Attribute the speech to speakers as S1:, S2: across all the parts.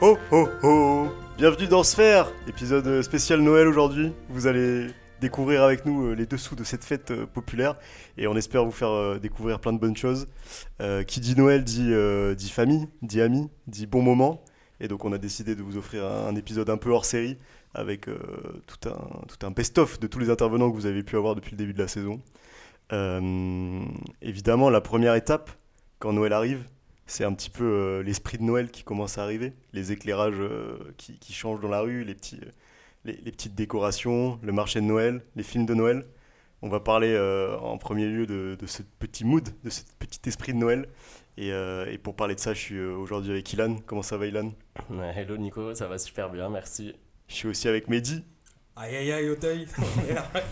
S1: ho ho ho Bienvenue dans Sphère, épisode spécial Noël aujourd'hui. Vous allez découvrir avec nous euh, les dessous de cette fête euh, populaire et on espère vous faire euh, découvrir plein de bonnes choses. Euh, qui dit Noël dit, euh, dit famille, dit amis, dit bon moment. Et donc on a décidé de vous offrir un, un épisode un peu hors série avec euh, tout un, tout un best-of de tous les intervenants que vous avez pu avoir depuis le début de la saison. Euh, évidemment, la première étape, quand Noël arrive, c'est un petit peu euh, l'esprit de Noël qui commence à arriver, les éclairages euh, qui, qui changent dans la rue, les, petits, euh, les, les petites décorations, le marché de Noël, les films de Noël. On va parler euh, en premier lieu de, de ce petit mood, de ce petit esprit de Noël. Et, euh, et pour parler de ça, je suis euh, aujourd'hui avec Ilan. Comment ça va, Ilan
S2: Ouais, Hello Nico, ça va super bien, merci.
S1: Je suis aussi avec Mehdi
S3: Aïe aïe aïe, Auteuil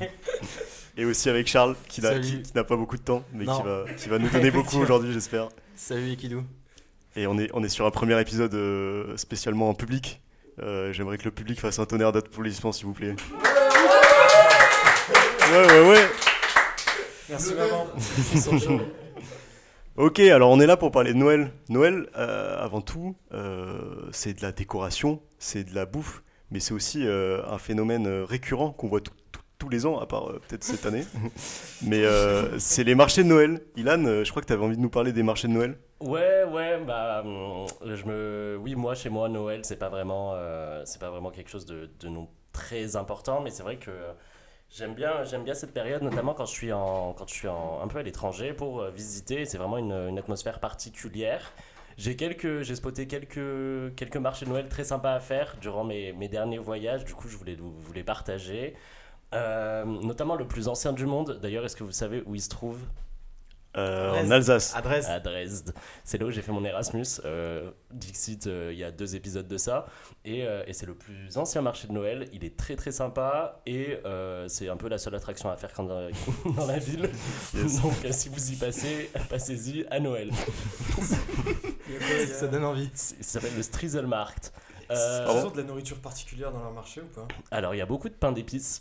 S1: et aussi avec Charles, qui n'a,
S4: Salut.
S1: qui- qui n'a pas beaucoup de temps, mais qui
S4: Non.
S1: va, qui va nous donner beaucoup aujourd'hui, j'espère.
S4: Salut Ekidou.
S1: Et on est, on est sur un premier épisode euh, spécialement en public. Euh, j'aimerais que le public fasse un tonnerre d'applaudissements, s'il vous plaît. Ouais, ouais, ouais.
S3: Merci maman
S1: Ok, alors on est là pour parler de Noël. Noël, euh, avant tout, euh, c'est de la décoration, c'est de la bouffe, mais c'est aussi euh, un phénomène euh, récurrent qu'on voit tout- tout- tous les ans, à part euh, peut-être cette année. mais euh, c'est les marchés de Noël. Ilan, euh, je crois que tu avais envie de nous parler des marchés de Noël.
S2: Ouais, ouais, bah, hum, je me, oui, moi chez moi Noël, c'est pas vraiment, euh, c'est pas vraiment quelque chose de, de non très important, mais c'est vrai que euh, j'aime bien, j'aime bien cette période, notamment quand je suis en, quand je suis en, un peu à l'étranger pour euh, visiter. C'est vraiment une, une atmosphère particulière. J'ai quelques, j'ai spoté quelques, quelques marchés de Noël très sympas à faire durant mes, mes derniers voyages. Du coup, je voulais vous, vous les partager. Euh, notamment le plus ancien du monde. D'ailleurs, est-ce que vous savez où il se trouve
S1: Euh,
S4: Dresde.
S1: en Alsace.
S4: Adresse.
S2: à Dresde. C'est là où j'ai fait mon Erasmus. euh, Dixit, euh, il y a deux épisodes de ça. Et, euh, et c'est le plus ancien marché de Noël. Il est très très sympa. Et euh, c'est un peu la seule attraction à faire quand dans, dans la ville.
S1: Yes.
S2: Donc euh, si vous y passez, passez-y à Noël.
S4: Ça donne envie.
S2: C'est- Ça s'appelle le Striezelmarkt.
S3: Ils
S4: Ah
S2: Euh,
S3: ont de la nourriture particulière dans leur marché ou pas
S2: Alors, il y a beaucoup de pain d'épices.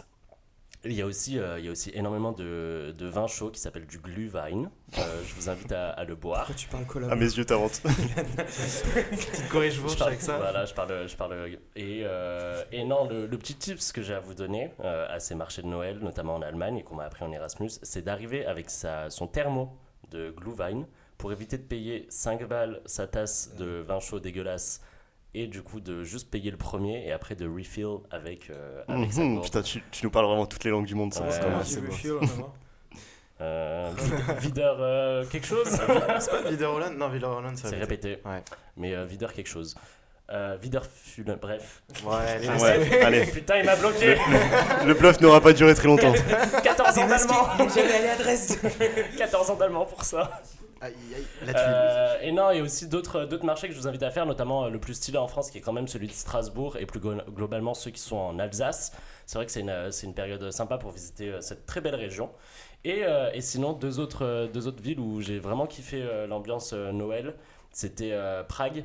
S2: Il y, a aussi, euh, il y a aussi énormément de, de vin chaud qui s'appelle du Glühwein. Euh, je vous invite à, à le
S4: Bah.
S2: boire.
S3: Pourquoi tu parles
S2: Ah,
S3: collab
S4: Ah,
S1: À mes yeux, t'inventes.
S4: Petite corrige
S2: Je
S4: bourge
S2: parle-
S4: avec ça.
S2: Voilà, je parle, je parle. Et, euh, et non, le, le petit tips que j'ai à vous donner euh, à ces marchés de Noël, notamment en Allemagne et qu'on m'a appris en Erasmus, c'est d'arriver avec sa, son thermo de Glühwein pour éviter de payer 5 balles sa tasse de vin chaud dégueulasse et du coup de juste payer le premier et après de refill avec, euh, avec sa
S1: Mhm,
S2: gourde.
S1: Putain, tu, tu nous parles vraiment toutes les langues du monde. ça,
S2: Ouais,
S1: c'est quand même
S3: Comment
S1: assez
S3: tu
S1: beau.
S3: me files, maman
S2: Euh, vid- videur euh, quelque chose
S4: C'est pas Holland Non, Holland,
S2: C'est répété.
S4: Ouais.
S2: Mais euh, videur quelque chose. Euh, videur ful... Bref.
S4: Ouais, les
S2: Ah,
S4: mecs.
S1: Ouais, allez.
S2: Putain, il m'a bloqué
S1: Le bluff n'aura pas duré très longtemps.
S2: 14 ans d'allemand
S3: J'allais aller à Dresde
S2: 14 ans d'allemand pour ça.
S4: Ah, Aïe, aïe, la tuile.
S2: Euh, et non, il y a aussi d'autres d'autres marchés que je vous invite à faire, notamment euh, le plus stylé en France, qui est quand même celui de Strasbourg, et plus glo- globalement ceux qui sont en Alsace. C'est vrai que c'est une, euh, c'est une période sympa pour visiter euh, cette très belle région. Et, euh, et sinon, deux autres, euh, deux autres villes où j'ai vraiment kiffé euh, l'ambiance euh, Noël, c'était euh, Prague.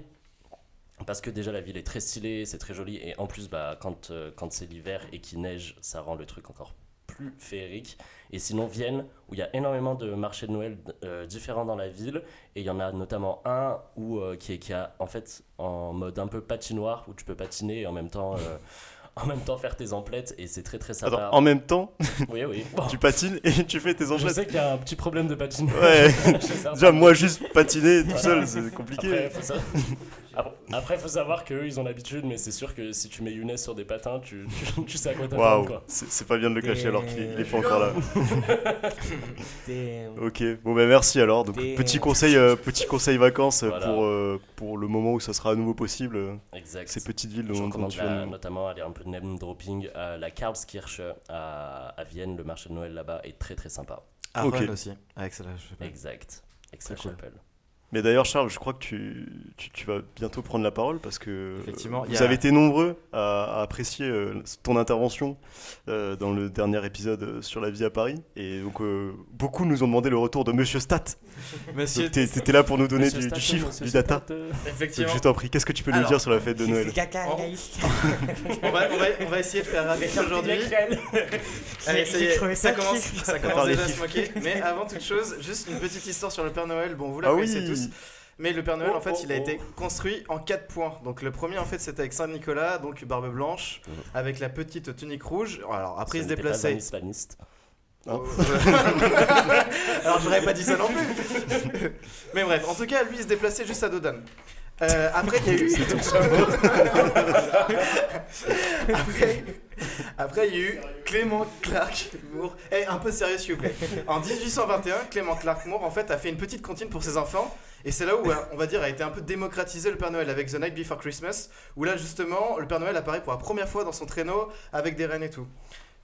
S2: Parce que déjà la ville est très stylée, c'est très joli, et en plus bah, quand, euh, quand c'est l'hiver et qu'il neige, ça rend le truc encore plus féerique. Et sinon Vienne, où il y a énormément de marchés de Noël euh, différents dans la ville, et il y en a notamment un où, euh, qui est qui a, en fait en mode un peu patinoire, où tu peux patiner et en même temps, euh, en même temps faire tes emplettes, et c'est très très sympa.
S1: Attends, en même temps,
S2: Oui, oui. Bon.
S1: tu patines et tu fais tes
S2: Je
S1: emplettes.
S2: sais qu'il y a un petit problème de patinoire.
S1: Ouais.
S2: chez certains.
S1: Déjà, moi, juste patiner tout seul, c'est compliqué.
S2: Après, faut sa- Après- après, faut savoir qu'eux, ils ont l'habitude, mais c'est sûr que si tu mets Younes sur des patins, tu, tu, tu sais à quoi t'attendre,
S1: Waouh,
S2: quoi.
S1: c'est c'est pas bien de le cacher
S3: Des-
S1: alors qu'il est- il est pas encore là.
S4: euh,
S3: Damn.
S1: Ok, bon bah merci alors. Donc
S3: Des-
S1: petit conseil, euh, petit conseil vacances euh,
S2: Voilà.
S1: pour euh, pour le moment où ça sera à nouveau possible. euh,
S2: Exact.
S1: Ces petites villes
S2: Je
S1: dont, dont
S2: recommande
S1: tu
S2: la-
S1: viens de nous-
S2: notamment aller un peu de name dropping à la Karlskirche à, à Vienne. Le marché de Noël là-bas est très très sympa.
S4: Ah,
S1: ok.
S4: Ron aussi. Avec celle-là, je sais pas.
S2: Exact. Excellent
S4: Très cool.
S2: chapelle.
S1: Mais d'ailleurs Charles, je crois que tu, tu tu vas bientôt prendre la parole parce que euh,
S4: Effectivement, il y
S1: vous
S4: a-
S1: avez été nombreux à, à apprécier euh, ton intervention euh, dans le dernier épisode euh, sur la vie à Paris et donc euh, beaucoup nous ont demandé le retour de Monsieur Stat.
S4: Monsieur,
S1: Donc t'es- t'étais là pour nous donner
S2: Monsieur
S1: du, du
S2: Staton,
S1: chiffre,
S2: monsieur
S1: du data.
S2: Staton.
S1: Donc
S4: effectivement,
S1: je t'en prie, qu'est-ce que tu peux nous
S4: Alors,
S1: dire sur la fête de Noël
S3: caca,
S4: Oh. on va, on, va, on va essayer de faire avec aujourd'hui. Allez, ça y est, ça commence, ça
S1: Par
S4: commence
S1: les
S4: déjà à se
S1: chiffres.
S4: moquer. Mais avant toute chose, juste une petite histoire sur le Père Noël. Bon, vous la
S1: Ah
S4: connaissez tous.
S1: oui,
S4: Mais le Père Noël,
S2: Oh,
S4: en fait,
S2: oh,
S4: il a
S2: oh.
S4: été construit en quatre points. Donc le premier, en fait, c'était avec Saint-Nicolas, donc barbe blanche,
S2: Mhm.
S4: avec la petite tunique rouge. Alors après, il se
S2: n'était pas un
S4: déplaçait.
S2: islamiste.
S1: Oh.
S4: Alors j'aurais pas dit ça non plus. Mais bref, en tout cas, lui il se déplaçait juste à dos d'âne. Euh, après, il y a eu. après, après, il y a eu Clément Clark Moore. Eh, un peu sérieux, s'il vous plaît. En 1821, Clément Clark Moore en fait a fait une petite cantine pour ses enfants. Et c'est là où, euh, on va dire, a été un peu démocratisé le Père Noël avec The Night Before Christmas, où là justement, le Père Noël apparaît pour la première fois dans son traîneau avec des rennes et tout.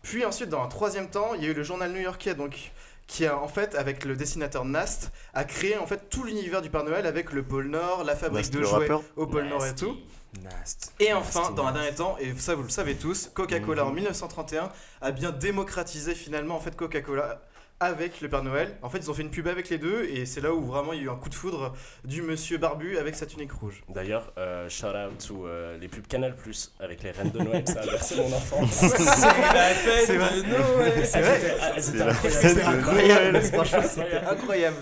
S4: Puis ensuite, dans un troisième temps, il y a eu le journal new-yorkais, donc qui a en fait, avec le dessinateur Nast, a créé en fait tout l'univers du Père Noël avec le pôle Nord, la fabrique
S1: Nast,
S4: de
S1: le
S4: jouets
S1: rappeur.
S4: au pôle Nord et
S2: Nasty.
S4: tout.
S3: Nast.
S4: Et enfin,
S3: Nasty,
S4: dans un
S3: nasty.
S4: dernier temps, et ça vous le savez tous, Coca-Cola en
S2: Mhm.
S4: 1931 a bien démocratisé finalement en fait Coca-Cola avec le Père Noël. En fait, ils ont fait une pub avec les deux et c'est là où vraiment il y a eu un coup de foudre du monsieur barbu avec sa tunique rouge.
S2: D'ailleurs, euh, shout out to euh, les pubs Canal Plus avec les reines de Noël, ça a bercé mon enfance.
S4: C'est vrai. C'est
S2: Elles
S4: vrai.
S2: étaient- elles étaient
S1: C'est la scène
S2: incroyables. C'était
S1: de
S2: incroyable.
S1: Noël.
S2: Franchement, c'était
S4: Incroyable.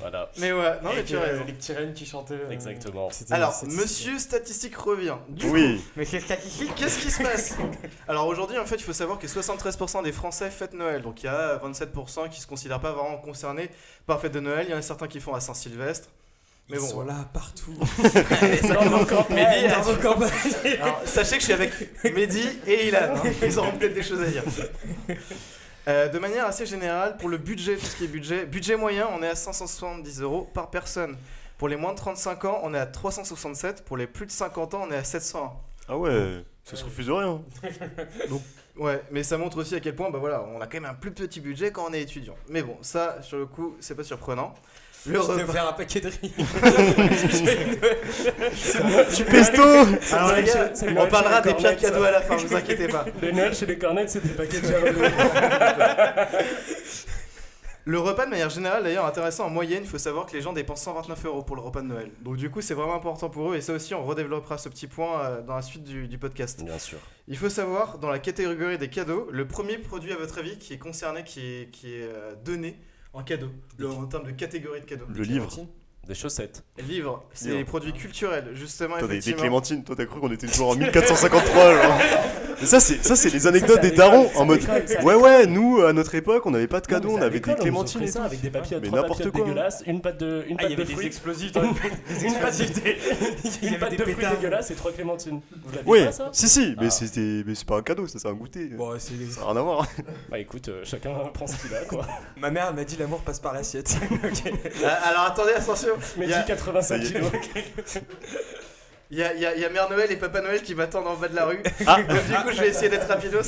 S2: Voilà,
S4: Mais ouais, non mais tu as raison.
S3: Les petits rennes euh, qui chantaient. euh,
S2: exactement.
S3: c'était-
S4: Alors,
S3: c'était-
S4: monsieur statistique revient. Du
S1: Oui,
S4: Monsieur statistique, qu'est-ce qui se passe Alors aujourd'hui, en fait, il faut savoir que 73% des Français fêtent Noël. Donc il y a 27% qui se considèrent pas vraiment concernés par la fête de Noël. Il y en a certains qui font à Saint-Sylvestre.
S3: Ils
S4: Mais bon,
S3: sont
S4: voilà.
S3: là partout.
S2: Dans nos campagnes.
S4: Mehdi,
S3: Dans nos campagnes.
S4: Alors, sachez que je suis avec Mehdi et Ilan. hein. Ils auront peut-être des choses à dire. Euh, de manière assez générale, pour le budget, tout ce qui est budget, budget moyen, on est à 570 euros par personne. Pour les moins de 35 ans, on est à 367. Pour les plus de 50 ans, on est à 700.
S1: ah ouais, ça se refuse de rien.
S4: Ouais, mais ça montre aussi à quel point, bah voilà, on a quand même un plus petit budget quand on est étudiant. Mais bon, ça, sur le coup, c'est pas surprenant. Le
S3: Je vais
S4: repas.
S3: faire un paquet de riz.
S1: Tu pesto
S4: Alors les gars,
S2: C'est Noël
S4: on
S2: chez les
S4: parlera des pires
S2: Cornettes, ça.
S4: cadeaux à la fin, vous inquiétez pas.
S2: Les Noël chez les Cornettes, c'était pas quelque chose.
S4: Le repas de manière générale, d'ailleurs, intéressant, en moyenne, il faut savoir que les gens dépensent 129 euros pour le repas de Noël. Donc du coup, c'est vraiment important pour eux, et ça aussi, on redéveloppera ce petit point euh, dans la suite du, du podcast.
S2: Bien sûr.
S4: Il faut savoir, dans la catégorie des cadeaux, le premier produit, à votre avis, qui est concerné, qui est, qui est euh, donné en cadeau, le- en termes de catégorie de cadeaux.
S1: Le livre.
S2: Des chaussettes.
S4: Livre, c'est
S1: Livre.
S4: les produits culturels, justement,
S1: Toi, des, des
S4: effectivement.
S1: clémentines, toi t'as cru qu'on était toujours en 1453 genre. Mais ça c'est ça c'est les anecdotes
S2: Ça, c'est à
S1: des darons
S2: l'école, ça,
S1: en mode
S2: à l'école, ça, à
S1: ouais ouais nous à notre époque on n'avait pas de cadeaux
S2: Non, mais
S1: on
S2: à
S1: avait des
S2: l'école, on nous
S1: clémentines
S2: offrait
S1: et
S2: ça
S1: tout.
S2: avec des papiers à
S1: Mais
S2: trois
S1: n'importe
S2: papillotes
S1: quoi.
S2: dégueulasses, une pâte de une
S5: Ah, il
S2: pâte de
S5: y avait des
S2: fruits,
S5: explosifs dans le
S2: une pâte
S3: Il y
S2: une
S3: avait
S2: pâte
S3: des
S2: de fruits
S3: pétards.
S2: dégueulasse et trois clémentines. Vous l'avez
S1: Oui
S2: pas ça
S1: si si mais
S2: Ah.
S1: c'était mais c'est pas un cadeau ça c'est un goûter.
S3: Bon, c'est-
S1: Ça a rien à voir.
S2: Bah écoute, euh, chacun prend ce qu'il a quoi.
S3: Ma mère elle m'a dit l'amour passe par l'assiette.
S4: Ah, Alors attendez, attention,
S2: Mais
S4: Il y a-
S2: 85
S1: Ça y est.
S2: kilos.
S4: il y a, il y a- il y a Mère Noël et Papa Noël qui m'attendent en bas de la rue.
S1: Ah.
S4: Donc, du coup, je vais essayer d'être rapidos.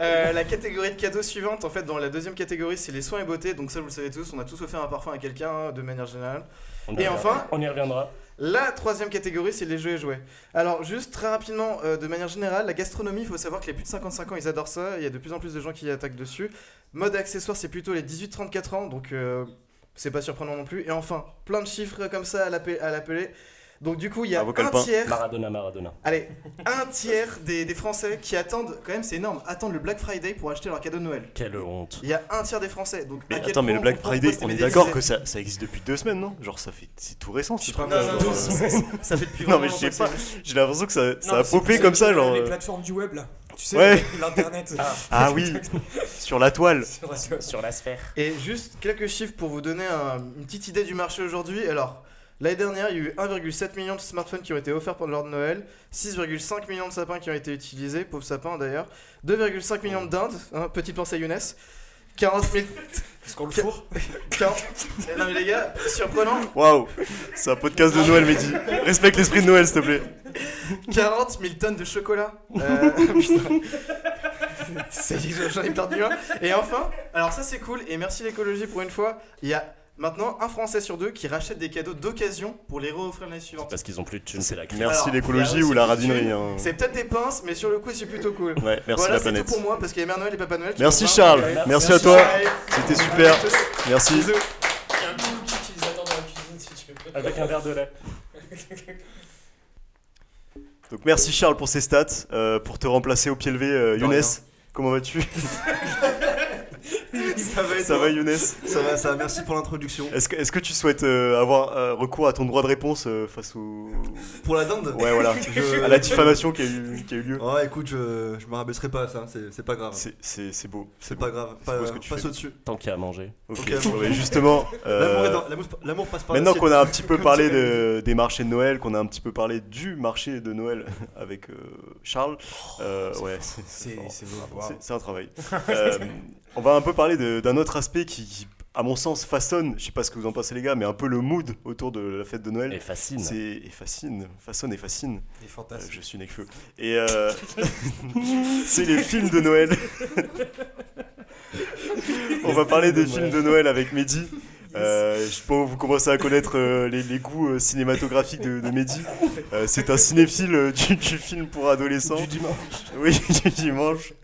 S4: Euh, la catégorie de cadeaux suivante, en fait, dans la deuxième catégorie, c'est les soins et beauté. Donc ça, vous le savez tous, on a tous offert un parfum à quelqu'un hein, de manière générale.
S2: On y
S4: Et
S2: reviendra.
S4: enfin-
S2: on y reviendra.
S4: La troisième catégorie, c'est les jeux et jouets. Alors, juste très rapidement, euh, de manière générale, la gastronomie, il faut savoir que les plus de 55 ans, ils adorent ça. Il y a de plus en plus de gens qui attaquent dessus. Mode accessoire, c'est plutôt les 18-34 ans, donc euh, c'est pas surprenant non plus. Et enfin, plein de chiffres comme ça à l'appe- à l'appeler. Donc du coup, il y a
S1: Bravo,
S4: un
S1: Calepin.
S4: tiers,
S2: Maradona, Maradona.
S4: allez, un tiers des, des Français qui attendent, quand même c'est énorme, attendent le Black Friday pour acheter leur cadeau de Noël.
S2: Quelle honte.
S4: Il y a un tiers des Français, donc à
S1: Mais
S4: quel
S1: attends mais
S4: point
S1: le Black
S4: on comprend pourquoi
S1: Friday
S4: c'est
S1: on est
S4: médiatisé.
S1: d'accord que ça ça existe depuis deux semaines non genre ça fait c'est tout récent. ce
S3: Je
S1: truc.
S3: crois
S4: Non, non,
S3: que-
S4: non,
S3: Douze.
S4: Ça fait depuis
S1: Non, mais
S4: vraiment
S1: je sais
S4: longtemps que
S1: pas.
S4: ça-
S1: J'ai l'impression que ça ça
S3: Non,
S1: a
S3: c'est-
S1: popé
S3: c'est
S1: comme ça genre.
S3: Les
S1: euh,
S3: plateformes du web là. Tu sais,
S1: Ouais.
S3: l'internet.
S1: Ah oui sur la toile.
S3: Sur la toile.
S2: Sur la sphère.
S4: Et juste quelques chiffres pour vous donner un- une petite idée du marché aujourd'hui. Alors, l'année dernière, il y a eu 1,7 million de smartphones qui ont été offerts pendant l'heure de Noël, 6,5 millions de sapins qui ont été utilisés, pauvres sapins d'ailleurs, 2,5 millions de dindes, hein, petite pensée à Younes, 40 000...
S3: Parce qu'on le fourre.
S4: 40 Eh non mais les gars, surprenant,
S1: Waouh c'est un podcast de Noël Mehdi. Respecte l'esprit de Noël s'il te plaît.
S4: 40 000 tonnes de chocolat. Euh, putain. Ça y est, j'en ai perdu un. Et enfin, alors ça c'est cool, et merci l'écologie pour une fois, il y a maintenant un Français sur deux qui rachète des cadeaux d'occasion pour les re-offrir l'année suivante.
S2: Parce qu'ils ont plus de thunes, c'est la crise.
S1: Merci
S4: Alors, il
S1: l'écologie
S4: y a
S1: ou la
S4: aussi des
S1: radinerie.
S4: thunes.
S1: hein.
S4: C'est peut-être des pinces, mais sur le coup c'est plutôt cool.
S1: Ouais, merci
S4: voilà,
S1: la
S4: c'est tout
S1: planète.
S4: pour moi parce qu'il y a Mère Noël et Papa Noël. qui
S1: Merci
S4: vont voir.
S1: Charles,
S2: Merci,
S1: merci, à toi,
S4: Bye.
S1: c'était super,
S4: Bye à tous.
S1: merci.
S4: Bisous.
S3: Il y a un petit outil qui les attend dans la cuisine si tu veux.
S2: Avec un verre de lait.
S1: Donc merci Charles pour ces stats, euh, pour te remplacer au pied levé, euh,
S4: De
S1: Younes,
S4: rien.
S1: comment vas-tu
S4: Ça va, être
S1: Ça va
S4: bon.
S1: Younes
S4: ça va, ça va, merci pour l'introduction.
S1: Est-ce que, est-ce que tu souhaites euh, avoir euh, recours à ton droit de réponse euh, face au...
S4: Pour la dinde
S1: Ouais, voilà.
S4: Je-
S1: à la diffamation qui a eu, qui a eu lieu
S4: Ouais, écoute, je, je me rabaisserai pas à ça, c'est c'est pas grave.
S1: C'est- C'est c'est beau.
S4: C'est pas grave,
S1: C'est
S4: pas,
S1: beau ce que tu
S4: passe
S1: fais.
S4: au-dessus.
S2: Tant qu'il y a à manger.
S1: Ok,
S4: Ok.
S1: ouais, justement, euh,
S4: L'amour est dans- l'amour- L'amour passe par
S1: maintenant
S4: l'assiette.
S1: qu'on a un petit peu parlé de- des marchés de Noël, qu'on a un petit peu parlé du marché de Noël avec euh, Charles, euh, ouais, c'est- c'est fort.
S4: Oh, C'est beau.
S1: C'est- c'est un travail. Euh, on va un peu parler de- d'un autre aspect qui, qui, à mon sens, façonne, je sais pas ce que vous en pensez les gars, mais un peu le mood autour de la fête de
S2: Et
S1: Noël.
S2: fascine.
S1: C'est et fascine, façonne et fascine.
S3: Des
S1: Euh,
S3: fantasmes.
S1: je suis Nekfeu. Et euh, c'est les films de Noël. On va parler des films de Noël avec Mehdi. Euh, je pense que vous commencez à connaître euh, les, les goûts euh, cinématographiques de, de Mehdi. Euh, c'est un cinéphile euh, du, du film pour adolescents. Du dimanche. Oui, du dimanche.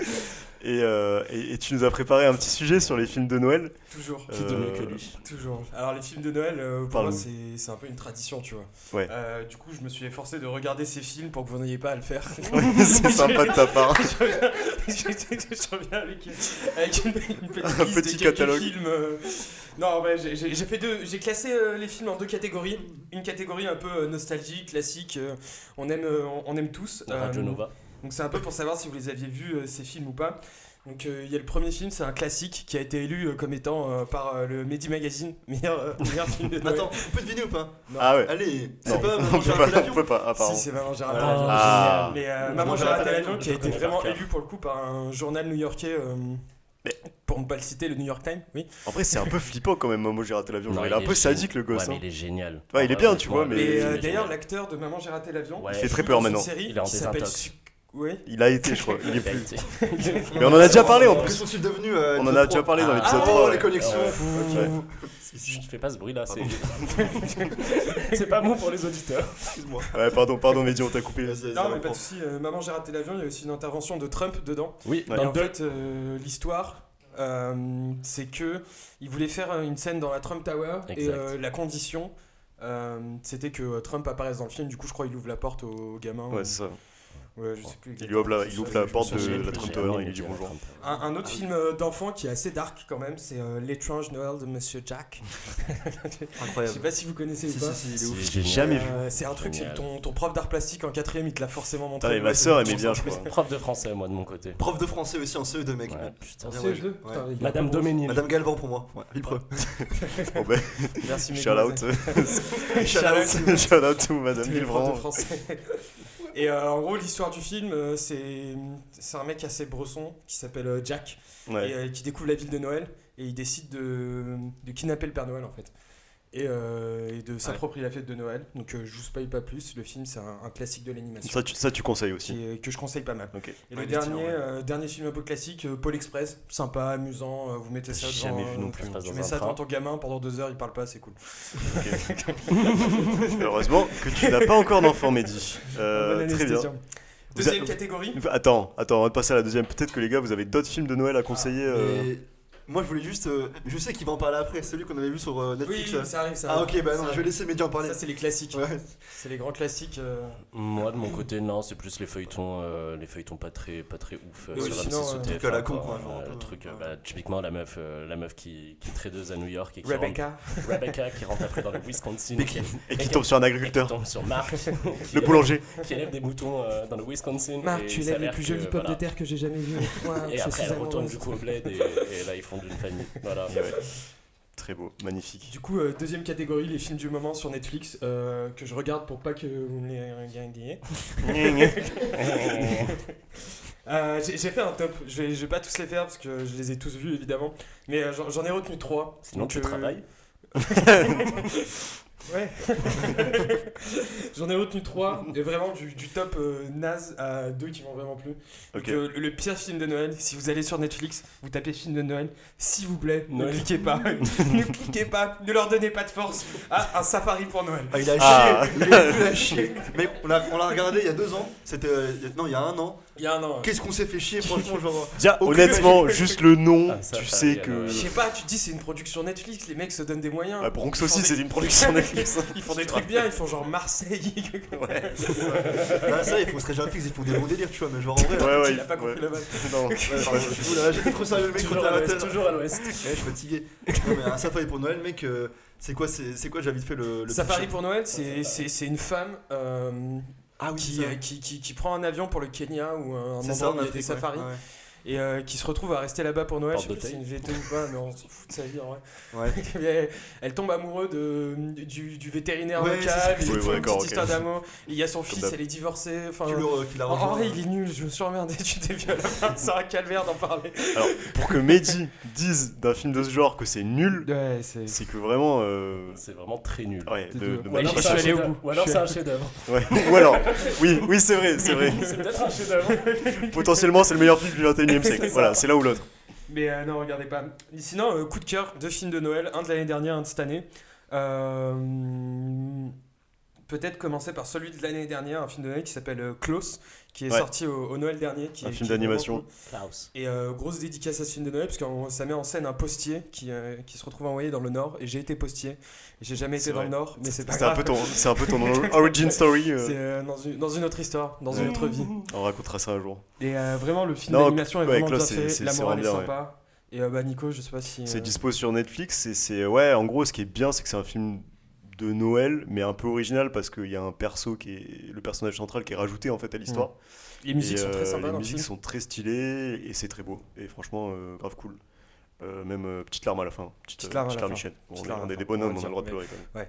S1: Et, euh, et- et tu nous as préparé un petit sujet sur les films de Noël.
S3: Toujours.
S2: Qui de mieux que lui
S3: Toujours. Alors les films de Noël, euh, pour
S1: Parle-nous.
S3: moi c'est c'est un peu une tradition, tu vois.
S1: Ouais.
S3: Euh, du coup, je me suis efforcé de regarder ces films pour que vous n'ayez pas à le faire.
S1: Euh, c'est sympa de ta part.
S3: je reviens avec, avec une, une petite
S1: Un
S3: liste de
S1: petit
S3: quelques
S1: catalogue.
S3: films. euh. Non, ouais, j'ai- j'ai j'ai fait deux. J'ai classé euh, les films en deux catégories. Une catégorie un peu euh, nostalgie, classique. euh, on aime, euh, on- on aime tous. Euh,
S2: Radio Nova.
S3: donc c'est un peu pour savoir si vous les aviez vus euh, ces films ou pas. Donc euh, il y a le premier film, c'est un classique qui a été élu euh, comme étant euh, par euh, le Medi Magazine meilleur, euh, meilleur film de Noël.
S4: Attends, on peut deviner ou pas
S1: Ah ouais.
S4: Allez,
S1: Non,
S4: c'est pas
S1: on
S4: Maman, Ah bah, j'ai
S1: peut pas,
S4: raté
S1: on
S4: l'avion
S1: peut pas, apparemment.
S3: Si, c'est Maman j'ai raté
S2: Ah.
S3: l'avion.
S1: Ah.
S3: Mais euh,
S4: Non,
S3: Maman
S4: j'ai
S3: j'ai
S4: raté
S3: raté
S4: l'avion,
S3: l'avion qui a
S2: je
S3: été
S2: connais par
S3: vraiment
S2: cœur.
S3: élu pour le coup par un journal new-yorkais. euh,
S1: Mais-
S3: Pour ne pas le citer, le New York Times, oui.
S1: En vrai, c'est un peu flippant quand même. hein, Moi, j'ai raté l'avion. Genre,
S2: Non,
S1: il est un peu
S2: génial.
S1: sadique le
S2: Ouais,
S1: gosse.
S2: mais
S1: hein.
S2: il est génial.
S1: Ouais, il est bien, tu vois, mais-
S3: Et
S1: le
S3: euh,
S1: film
S3: d'ailleurs, l'acteur de Maman j'ai raté l'avion,
S2: Ouais.
S1: Il fait
S3: joue
S1: très peur
S3: dans une
S1: maintenant.
S3: série
S2: Il est en
S3: qui s'appelle
S2: désintox.
S3: Su- Oui.
S1: Il a été, je crois. Il est plus.
S3: Mais
S1: Mais on en a déjà parlé en
S4: En
S1: plus.
S4: plus, on suis devenu. euh,
S1: On en
S4: une
S1: a
S4: pro.
S1: déjà parlé dans
S2: Ah,
S1: l'épisode
S4: Ah,
S1: 3.
S4: oh,
S1: ouais.
S4: les connexions
S2: Ouais.
S4: fou.
S1: Ouais.
S2: Je ne fais pas ce bruit là, c'est. c'est pas bon pour les auditeurs.
S4: Excuse-moi.
S1: Ouais, pardon, pardon, Mehdi, on t'a coupé.
S4: Vas-y, vas-y,
S3: Non, mais pas
S4: reprends.
S3: de soucis, euh, Maman j'ai raté l'avion, il y a aussi une intervention de Trump dedans.
S2: Oui,
S1: Ouais.
S3: Et
S2: dans
S3: en
S2: deux.
S3: fait, euh, l'histoire, euh, c'est que il voulait faire euh, une scène dans la Trump Tower et
S2: Exact.
S3: euh, la condition, euh, c'était que euh, Trump apparaisse dans le film. Du coup, je crois qu'il ouvre la porte au, au gamin.
S1: Ouais, c'est ça.
S3: Ouais, je sais plus
S1: Il lui ouvre la,
S3: exactement.
S1: il ouvre la
S3: Je
S1: porte
S3: me
S1: de
S3: souviens
S1: la
S3: plus.
S1: Trump
S2: J'ai
S1: Tower
S2: jamais
S1: et il dit
S2: dit la
S1: bonjour.
S2: Trump Tower.
S3: Un, un autre film euh, d'enfant qui est assez dark quand même, c'est euh, L'étrange Noël de Monsieur Jack. Je sais
S4: Incroyable.
S3: pas si vous connaissez
S4: Si,
S3: ou pas.
S4: si, si, il est ouf.
S2: C'est génial.
S1: Jamais vu.
S3: Euh, c'est un truc, c'est
S2: Génial.
S3: ton, ton prof d'art plastique en quatrième, il te l'a forcément montré.
S1: Ah, mais
S3: Ouais,
S1: ma
S3: c'est
S1: sœur
S3: une
S1: aimait bien, je
S3: chance en
S1: crois.
S2: Prof de français, moi de mon côté.
S4: Prof de français aussi en CE2, mec.
S2: Ouais, putain.
S4: Bien
S3: plus.
S4: joué.
S3: CE2, putain,
S4: Ouais.
S3: il y a
S2: Madame
S3: pas de-
S2: Doménil.
S4: Madame Galvan pour moi. Ouais, Villepreux.
S1: Bon, ben,
S3: Merci,
S1: shout
S3: mesdames.
S1: out.
S4: Shout
S1: out. Shout out to Madame
S3: Tous les profs
S1: Milbrand.
S3: de français. Et euh, en gros, l'histoire du film, euh, c'est c'est un mec assez bresson qui s'appelle euh, Jack et
S1: Ouais.
S3: euh, qui découvre la ville de Noël et il décide de, de kidnapper le Père Noël en fait. Et, euh, et de s'approprier la fête de Noël. Donc euh, je vous spoil pas plus, le film c'est un, un classique de l'animation
S1: Ça, tu, ça, tu conseilles aussi.
S3: qui est- que je conseille pas mal.
S1: Ok.
S3: Et
S4: Ouais,
S3: le
S4: il est
S3: dernier,
S4: stylé, ouais.
S3: euh, dernier film un peu classique, euh, Paul Express, sympa, amusant, euh, vous mettez ça
S2: J'ai
S3: devant,
S2: jamais vu non plus,
S3: tu
S2: ça se passe dans
S3: mets
S2: un
S3: ça
S2: train.
S3: devant ton gamin pendant deux heures, il parle pas, c'est cool.
S1: Heureusement que tu n'as pas encore d'enfant, Mehdi. Euh,
S3: Bonne
S1: très bien.
S3: anesthésiant.
S1: Vous
S3: Deuxième
S1: a-
S3: catégorie
S1: Attends, attends, on va passer à la deuxième. Peut-être que les gars, vous avez d'autres films de Noël à conseiller. euh,
S4: Et Moi, je voulais juste. euh, Je sais qu'il va en parler après, celui qu'on avait vu sur euh,
S3: Oui,
S4: Netflix. là.
S3: ça arrive, ça
S4: Ah,
S3: arrive.
S4: ok, bah
S3: Ça
S4: non, je
S3: arrive.
S4: vais laisser Mehdi en parler.
S3: Ça, c'est les classiques.
S4: Ouais.
S3: C'est les grands classiques. euh,
S2: Moi de mon côté, non, c'est plus les feuilletons, euh, les feuilletons pas très, pas très ouf. euh,
S3: Oui,
S2: sur
S3: sinon,
S2: M6
S3: euh,
S2: ou
S3: truc
S2: TF1,
S4: à la con,
S2: quoi,
S4: quoi, genre,
S2: euh,
S4: un peu,
S2: le truc, euh,
S4: ouais.
S2: bah, typiquement la meuf, euh, la meuf qui, qui est tradeuse à New York et qui
S3: Rebecca.
S2: rentre, Rebecca, qui rentre après dans le Wisconsin,
S1: Mais
S2: qui,
S1: Et qui tombe sur un
S2: qui
S1: agriculteur.
S2: tombe sur Marc, qui,
S1: Le boulanger.
S2: qui élève des moutons euh, dans le Wisconsin.
S3: Marc,
S2: et
S3: tu
S2: il
S3: élèves les
S2: s'avère
S3: plus
S2: que,
S3: jolies pommes
S2: voilà.
S3: de terre que j'ai jamais vues. Wow,
S2: Et
S3: je
S2: après,
S3: suis
S2: elle retourne
S3: amoureuse.
S2: du coup au bled et, et là, ils font d'une famille. Voilà.
S1: Très beau, magnifique.
S3: Du coup, euh, deuxième catégorie, les films du moment sur Netflix euh, que je regarde pour pas que vous me les regardiez. Euh, j'ai j'ai fait un top. Je vais, je vais pas tous les faire parce que je les ai tous vus évidemment. Mais euh, j'en j'en ai retenu trois.
S2: Sinon,
S3: Donc,
S2: tu
S3: euh,
S2: travailles.
S3: Ouais. j'en ai retenu trois. Et vraiment du, du top euh, naze à deux qui m'ont vraiment plu.
S1: Ok.
S3: Que le, le pire film de Noël, si vous allez sur Netflix, vous tapez film de Noël, s'il vous plaît, ne
S2: Noël.
S3: cliquez pas, ne cliquez pas, ne leur donnez pas de force. Ah, un safari pour Noël.
S4: Ah, il a
S1: Ah.
S4: chié, il a chié. Mais on l'a on l'a regardé il y a deux ans, c'était. euh, il y a- Non, il y a un an,
S3: Il y a un an. hein.
S4: Qu'est-ce qu'on s'est fait chier, franchement, genre.
S1: Tiens,
S4: Aucune-
S1: honnêtement, juste le nom,
S2: Ah, ça,
S1: tu
S2: ça,
S1: sais
S2: oui,
S1: que.
S2: alors,
S3: Je sais pas, tu te dis c'est une production Netflix, les mecs se donnent des moyens.
S1: Ah, Bronx
S3: Ils font
S1: aussi,
S3: des-
S1: c'est une production Netflix. Ah
S3: Ils font des trucs bien, ils font genre Marseille.
S1: Ouais,
S4: Bah, ça, ils font Stranger Things, ils font des bons délires, tu vois, mais genre en vrai.
S1: ouais, ouais.
S3: Il a pas compris
S1: ouais.
S3: la vanne.
S1: Non, ouais,
S4: Pardon, je suis- Ouh là là, j'étais trop sérieux, le mec,
S2: Toujours
S4: trop
S2: à
S4: à la
S2: l'ouest,
S4: tête.
S2: toujours à l'ouest.
S4: Ouais, Eh, je suis fatigué. Non, mais un safari pour Noël, mec, euh, c'est quoi, c'est c'est quoi, j'ai vite fait le. le
S3: Safari
S4: pitch.
S3: pour Noël, c'est- c'est c'est une femme euh,
S4: Ah
S3: qui, euh, qui, qui- qui prend un avion pour le Kenya ou euh, un
S4: hein. C'est ça,
S3: endroit où il y
S4: on a
S3: a des
S4: fait
S3: safaris
S4: Ouais,
S3: et euh, qui se retrouve à rester là-bas pour Noël.
S2: Porte
S3: Je sais plus si c'est une VTO ou pas, mais on s'en fout de sa vie en vrai.
S4: ouais.
S3: Mais elle tombe amoureuse de, du, du vétérinaire
S4: Ouais,
S3: local,
S4: c'est
S1: ça.
S3: et
S1: Oui,
S3: tout,
S1: ouais,
S3: une
S1: d'accord,
S3: petite
S1: ok.
S3: histoire d'amour. Il y a son fils,
S1: d'hab.
S3: elle est divorcée. Enfin,
S4: Qui le- euh, qui l'a
S3: en- en
S4: rejoint.
S3: vrai, Oh. il est nul, je me suis emmerdé, tu t'es vu à la fin, c'est un calvaire d'en parler.
S1: Pour que Mehdi dise d'un film de ce genre que c'est nul,
S3: Ouais, c'est.
S1: c'est que vraiment. euh,
S2: C'est vraiment très nul.
S1: Ouais, de,
S3: C'est dur.
S1: de
S2: Ou
S1: ma
S2: alors
S3: je
S1: part,
S2: c'est
S3: suis
S2: un
S3: allé au
S2: chef-d'œuvre.
S3: bout.
S2: Ou alors
S3: Je suis
S2: c'est un chef-d'œuvre.
S1: ouais. Ou alors, oui, oui, c'est vrai, c'est vrai.
S2: C'est peut-être un chef-d'œuvre.
S1: Potentiellement, c'est le meilleur film du 21 e siècle.
S3: C'est ça.
S1: Voilà, c'est là ou l'autre.
S3: Mais euh, non, regardez pas. Sinon, euh, coup de cœur, deux films de Noël, un de l'année dernière, un de cette année. Euh, Peut-être commencer par celui de l'année dernière, un film de Noël qui s'appelle euh, Close, qui est
S1: Ouais.
S3: sorti au, au Noël dernier. Qui
S1: Un
S3: est-
S1: film
S3: qui est vraiment
S1: d'animation.
S3: cool. Et euh, grosse dédicace à ce film de Noël, parce que euh, ça met en scène un postier qui, euh, qui se retrouve envoyé dans le Nord. Et j'ai été postier. Et J'ai jamais
S1: C'est
S3: été dans le
S1: vrai.
S3: Nord, mais c'est pas
S1: C'est un
S3: grave.
S1: peu ton, c'est un peu ton origin story. euh,
S3: C'est euh, dans, une, dans une autre histoire, dans une
S1: Ouais.
S3: autre vie.
S1: On racontera ça un jour.
S3: Et euh, vraiment, le film
S1: Non,
S3: d'animation est
S1: ouais,
S3: vraiment bien
S1: Klaus, c'est-
S3: fait,
S1: c'est-
S3: la
S1: c'est
S3: morale est
S1: vraiment bien,
S3: sympa. Et euh, bah, Nico, je sais pas si.
S1: C'est
S3: euh,
S1: dispo sur Netflix et c'est ouais en gros ce qui est bien c'est que c'est un film de Noël mais un peu original parce qu'il y a un perso qui est le personnage central qui est rajouté en fait à l'histoire.
S3: Les musiques
S1: Et,
S3: sont
S1: euh,
S3: très sympas
S1: Les
S3: dans le
S1: musiques
S3: film.
S1: sont très stylées et c'est très beau et franchement euh, grave cool. Euh, même euh, petite larme à la fin, petite,
S3: Petite
S1: euh,
S3: larme à
S1: petite
S3: la fin.
S1: larmichette. Bon,
S3: Petite
S1: on est-
S3: larme à
S1: on
S3: la
S1: est
S3: fin,
S1: des bonhommes,
S3: on va
S1: on a le droit de
S3: dire,
S1: pleurer quand même.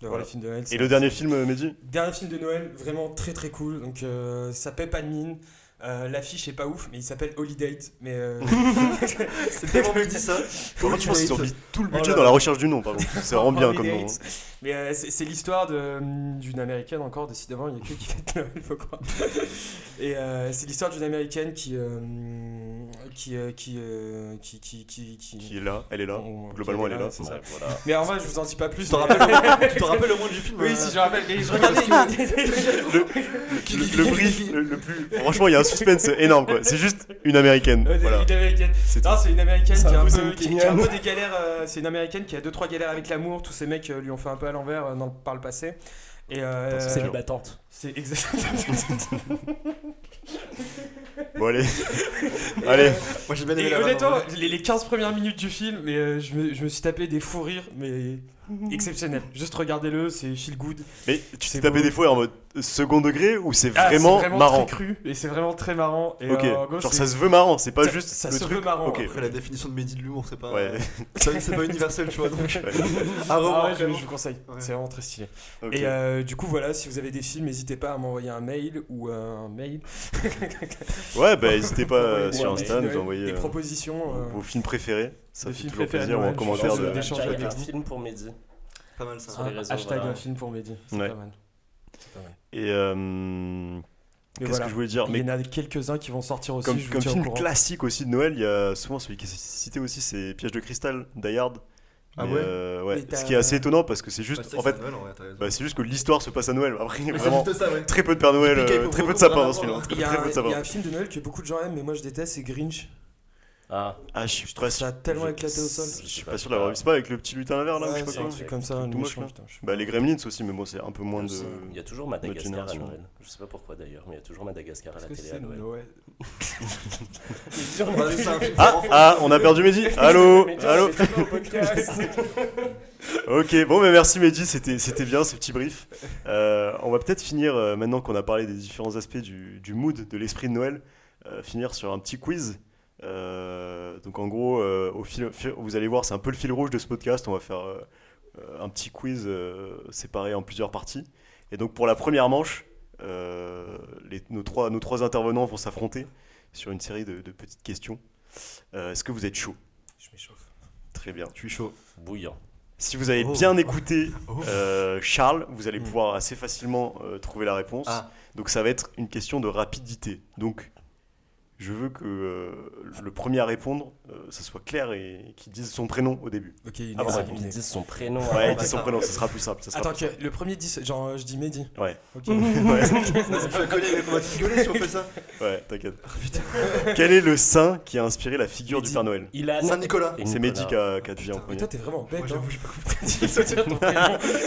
S3: D'avoir
S1: voilà.
S3: les films de Noël.
S1: Et
S3: c'est-
S1: le dernier film euh, Mehdi
S3: Dernier film de Noël, vraiment très très cool. Donc euh, ça paie pas de mine. Euh, L'affiche est pas ouf, mais il s'appelle Holiday. Mais euh,
S4: C'est tellement bien dit ça.
S1: Comment tu penses qu'ils ont mis tout le
S3: Oh là
S1: budget
S3: là. Oh,
S1: dans la recherche du nom par contre C'est vraiment bien comme
S3: Holiday.
S1: nom. hein.
S3: Mais euh, c'est c'est l'histoire de- hum, d'une américaine encore, décidément, il n'y a que qui fête Noël, faut croire. Et euh, c'est l'histoire d'une américaine qui. euh, qui, euh, qui, euh, qui, qui, qui, qui-
S1: Qui est là Elle est là.
S3: Bon,
S1: Globalement
S3: qui
S1: elle est là.
S3: c'est ça.
S2: Ouais, voilà.
S3: Mais en vrai, je vous en dis pas plus.
S4: Tu te
S3: mais-
S4: rappelles le- tu te rappelles le nom du film
S3: Oui,
S4: euh,
S3: si je rappelle. Je regardais.
S1: Le, le brief le, le plus franchement il y a un suspense énorme quoi. C'est juste une américaine.
S3: Ouais,
S1: Voilà.
S3: Une américaine.
S1: C'est
S3: Non, c'est une américaine
S2: C'est
S3: qui a,
S2: un
S3: un
S2: cousin
S3: peu, qui- qui a un
S2: kenyan.
S3: peu des galères. euh, c'est une américaine qui a deux trois galères avec l'amour. Tous ces mecs euh, lui ont fait un peu à l'envers euh, dans- par le passé. Et euh,
S1: Attends,
S2: C'est battante.
S3: c'est exactement.
S1: Bon allez. allez.
S4: Moi j'ai bien aimé
S3: Et
S4: la
S3: honnêtement,
S4: vanne. hein.
S3: les, les 15 premières minutes du film, mais euh, je, me, je me suis tapé des fous rires, mais
S4: Mhm.
S3: exceptionnels. Juste regardez-le, c'est feel good.
S1: Mais tu t'es
S3: C'est
S1: tapé
S3: beau.
S1: des fois en mode second degré ou c'est
S3: Ah, c'est
S1: vraiment, marrant
S3: Très cru et c'est vraiment très marrant. Et
S1: Ok.
S3: euh, en gros,
S1: Genre
S3: c'est-
S1: ça se veut marrant, c'est pas
S3: ça-
S1: juste
S3: ça
S1: le
S3: se
S1: truc.
S3: veut marrant, Ah,
S1: Ok.
S4: Après la définition de Mehdi de l'humour, c'est pas.
S1: Ouais.
S4: C'est c'est pas universel, tu vois. Donc.
S1: Ouais.
S4: À
S3: Ah
S4: revoir,
S3: ouais, je,
S4: vraiment.
S3: je vous conseille,
S4: Ouais.
S3: c'est vraiment très stylé.
S1: Ok.
S3: Et euh, du coup, voilà, si vous avez des films, n'hésitez pas à m'envoyer un mail ou euh, un mail.
S1: Ouais bah n'hésitez pas euh,
S2: Ouais,
S1: sur
S2: ouais.
S1: Insta à
S3: Noël,
S1: nous envoyer
S3: des
S1: euh,
S3: propositions. euh,
S1: vos films préférés. Ça
S3: Des
S1: fait
S3: films
S1: toujours
S3: préférés
S1: plaisir ou
S3: à
S1: en
S3: Noël, je
S1: commentaire
S3: pense,
S1: de.
S3: euh, des- d'échanger
S2: Il y a
S3: avec
S2: un
S3: vous.
S2: film pour Mehdi.
S4: Pas mal ça.
S2: sur les réseaux,
S3: hein, hashtag
S2: voilà.
S3: un film pour Mehdi. C'est
S1: Ouais.
S3: pas mal. C'est pas mal.
S1: Et euh,
S3: Mais
S1: qu'est-ce
S3: voilà.
S1: que je voulais dire Mais
S3: Il y en a quelques-uns qui vont sortir aussi.
S1: comme,
S3: je vous
S1: comme
S3: tiens au
S1: film
S3: courant.
S1: classique aussi de Noël, il y a souvent celui qui est cité aussi, c'est Piège de cristal, Die Hard.
S4: Ah
S1: Mais,
S4: ouais
S1: euh,
S3: Mais t'as-
S1: Ce qui est assez étonnant parce que c'est
S4: Bah,
S1: juste,
S4: c'est
S1: en
S4: vrai
S1: fait,
S4: que c'est Noël, en vrai, t'as raison.
S1: bah, c'est juste que l'histoire se passe à Noël. Après, il y a
S4: Mais c'est
S1: vraiment
S4: juste ça, ouais.
S1: très peu de Père Noël,
S4: Piqué
S1: euh,
S4: pour
S1: très peu de
S4: beaucoup,
S1: sapins
S4: rien
S1: dans
S4: à
S1: ce film.
S4: voir.
S1: hein, Très
S3: Il y,
S1: très
S3: a
S1: peu
S3: un-
S1: de
S3: il y a
S1: sapins.
S3: un film de Noël que beaucoup de gens aiment, mais moi je déteste, c'est Grinch.
S2: Ah.
S1: Ah, je suis
S3: trouve
S1: pas
S3: ça
S1: sûr-
S3: tellement
S1: je-
S3: éclaté au sol.
S1: Je suis pas sûr d'avoir vu. C'est pas avec le petit lutin à verre là ou je
S3: Ouais,
S1: sais pas
S3: c'est un
S1: quoi.
S3: truc comme ça,
S1: Tout
S3: le
S1: moche,
S3: méchant,
S1: là.
S3: putain, je-
S1: Bah, les Gremlins aussi, mais bon, c'est un peu moins de.
S2: Ah, Il y a toujours Madagascar à
S1: génération.
S2: Noël. Je sais pas pourquoi d'ailleurs, mais il y a toujours Madagascar à
S3: Est-ce
S2: la
S3: que
S2: télé
S3: c'est
S2: à Noël.
S3: Noël
S4: On va laisser un film pour
S1: Ah,
S4: enfants.
S1: ah, on a perdu Mehdi Allô
S2: Mais tiens,
S1: Allô
S2: mais t'es pas au podcast.
S1: Ok, bon, mais merci Mehdi, c'était c'était bien ce petit brief. Euh, on va peut-être finir, euh, maintenant qu'on a parlé des différents aspects du, du mood, de l'esprit de Noël, euh, finir sur un petit quiz. Euh, donc en gros, euh, au fil, fil- vous allez voir, c'est un peu le fil rouge de ce podcast. On va faire euh, euh, un petit quiz euh, séparé en plusieurs parties. Et donc pour la première manche, euh, les- nos, trois, nos trois intervenants vont s'affronter sur une série de, de petites questions. Euh, Est-ce que vous êtes chaud
S3: Je m'échauffe.
S1: Très bien.
S4: Je suis chaud.
S2: Bouillant.
S1: Si vous avez
S4: Oh.
S1: bien écouté
S4: Oh.
S1: euh, Charles, vous allez
S3: Mm.
S1: pouvoir assez facilement euh, trouver la réponse.
S4: Ah.
S1: Donc ça va être une question de rapidité. Donc je veux que euh, le premier à répondre, euh, ça soit clair et qu'il dise son prénom au début.
S3: Ok, il
S1: Ah,
S3: est
S1: bon,
S3: éliminé.
S2: Ils disent son prénom. hein.
S1: Ouais,
S2: avant
S1: il dit son
S4: d'accord.
S1: prénom, ce sera plus simple. ça sera
S3: Attends, que le premier dit, genre, euh, je dis Mehdi.
S1: plus- Ouais,
S3: Ok.
S1: ouais,
S4: Je connais, mais on va te gueuler si on fait ça.
S1: ouais, t'inquiète. Quel est le saint qui a inspiré la figure
S3: Mehdi.
S1: du Père Noël
S2: Ilan.
S4: Saint-Nicolas.
S2: et
S1: C'est
S2: Nicolas.
S1: Mehdi qui a, qui a dit en
S3: Mais
S1: premier.
S3: toi, t'es vraiment bête,
S4: Moi,
S3: hein.
S4: j'avoue, j'ai pas compris.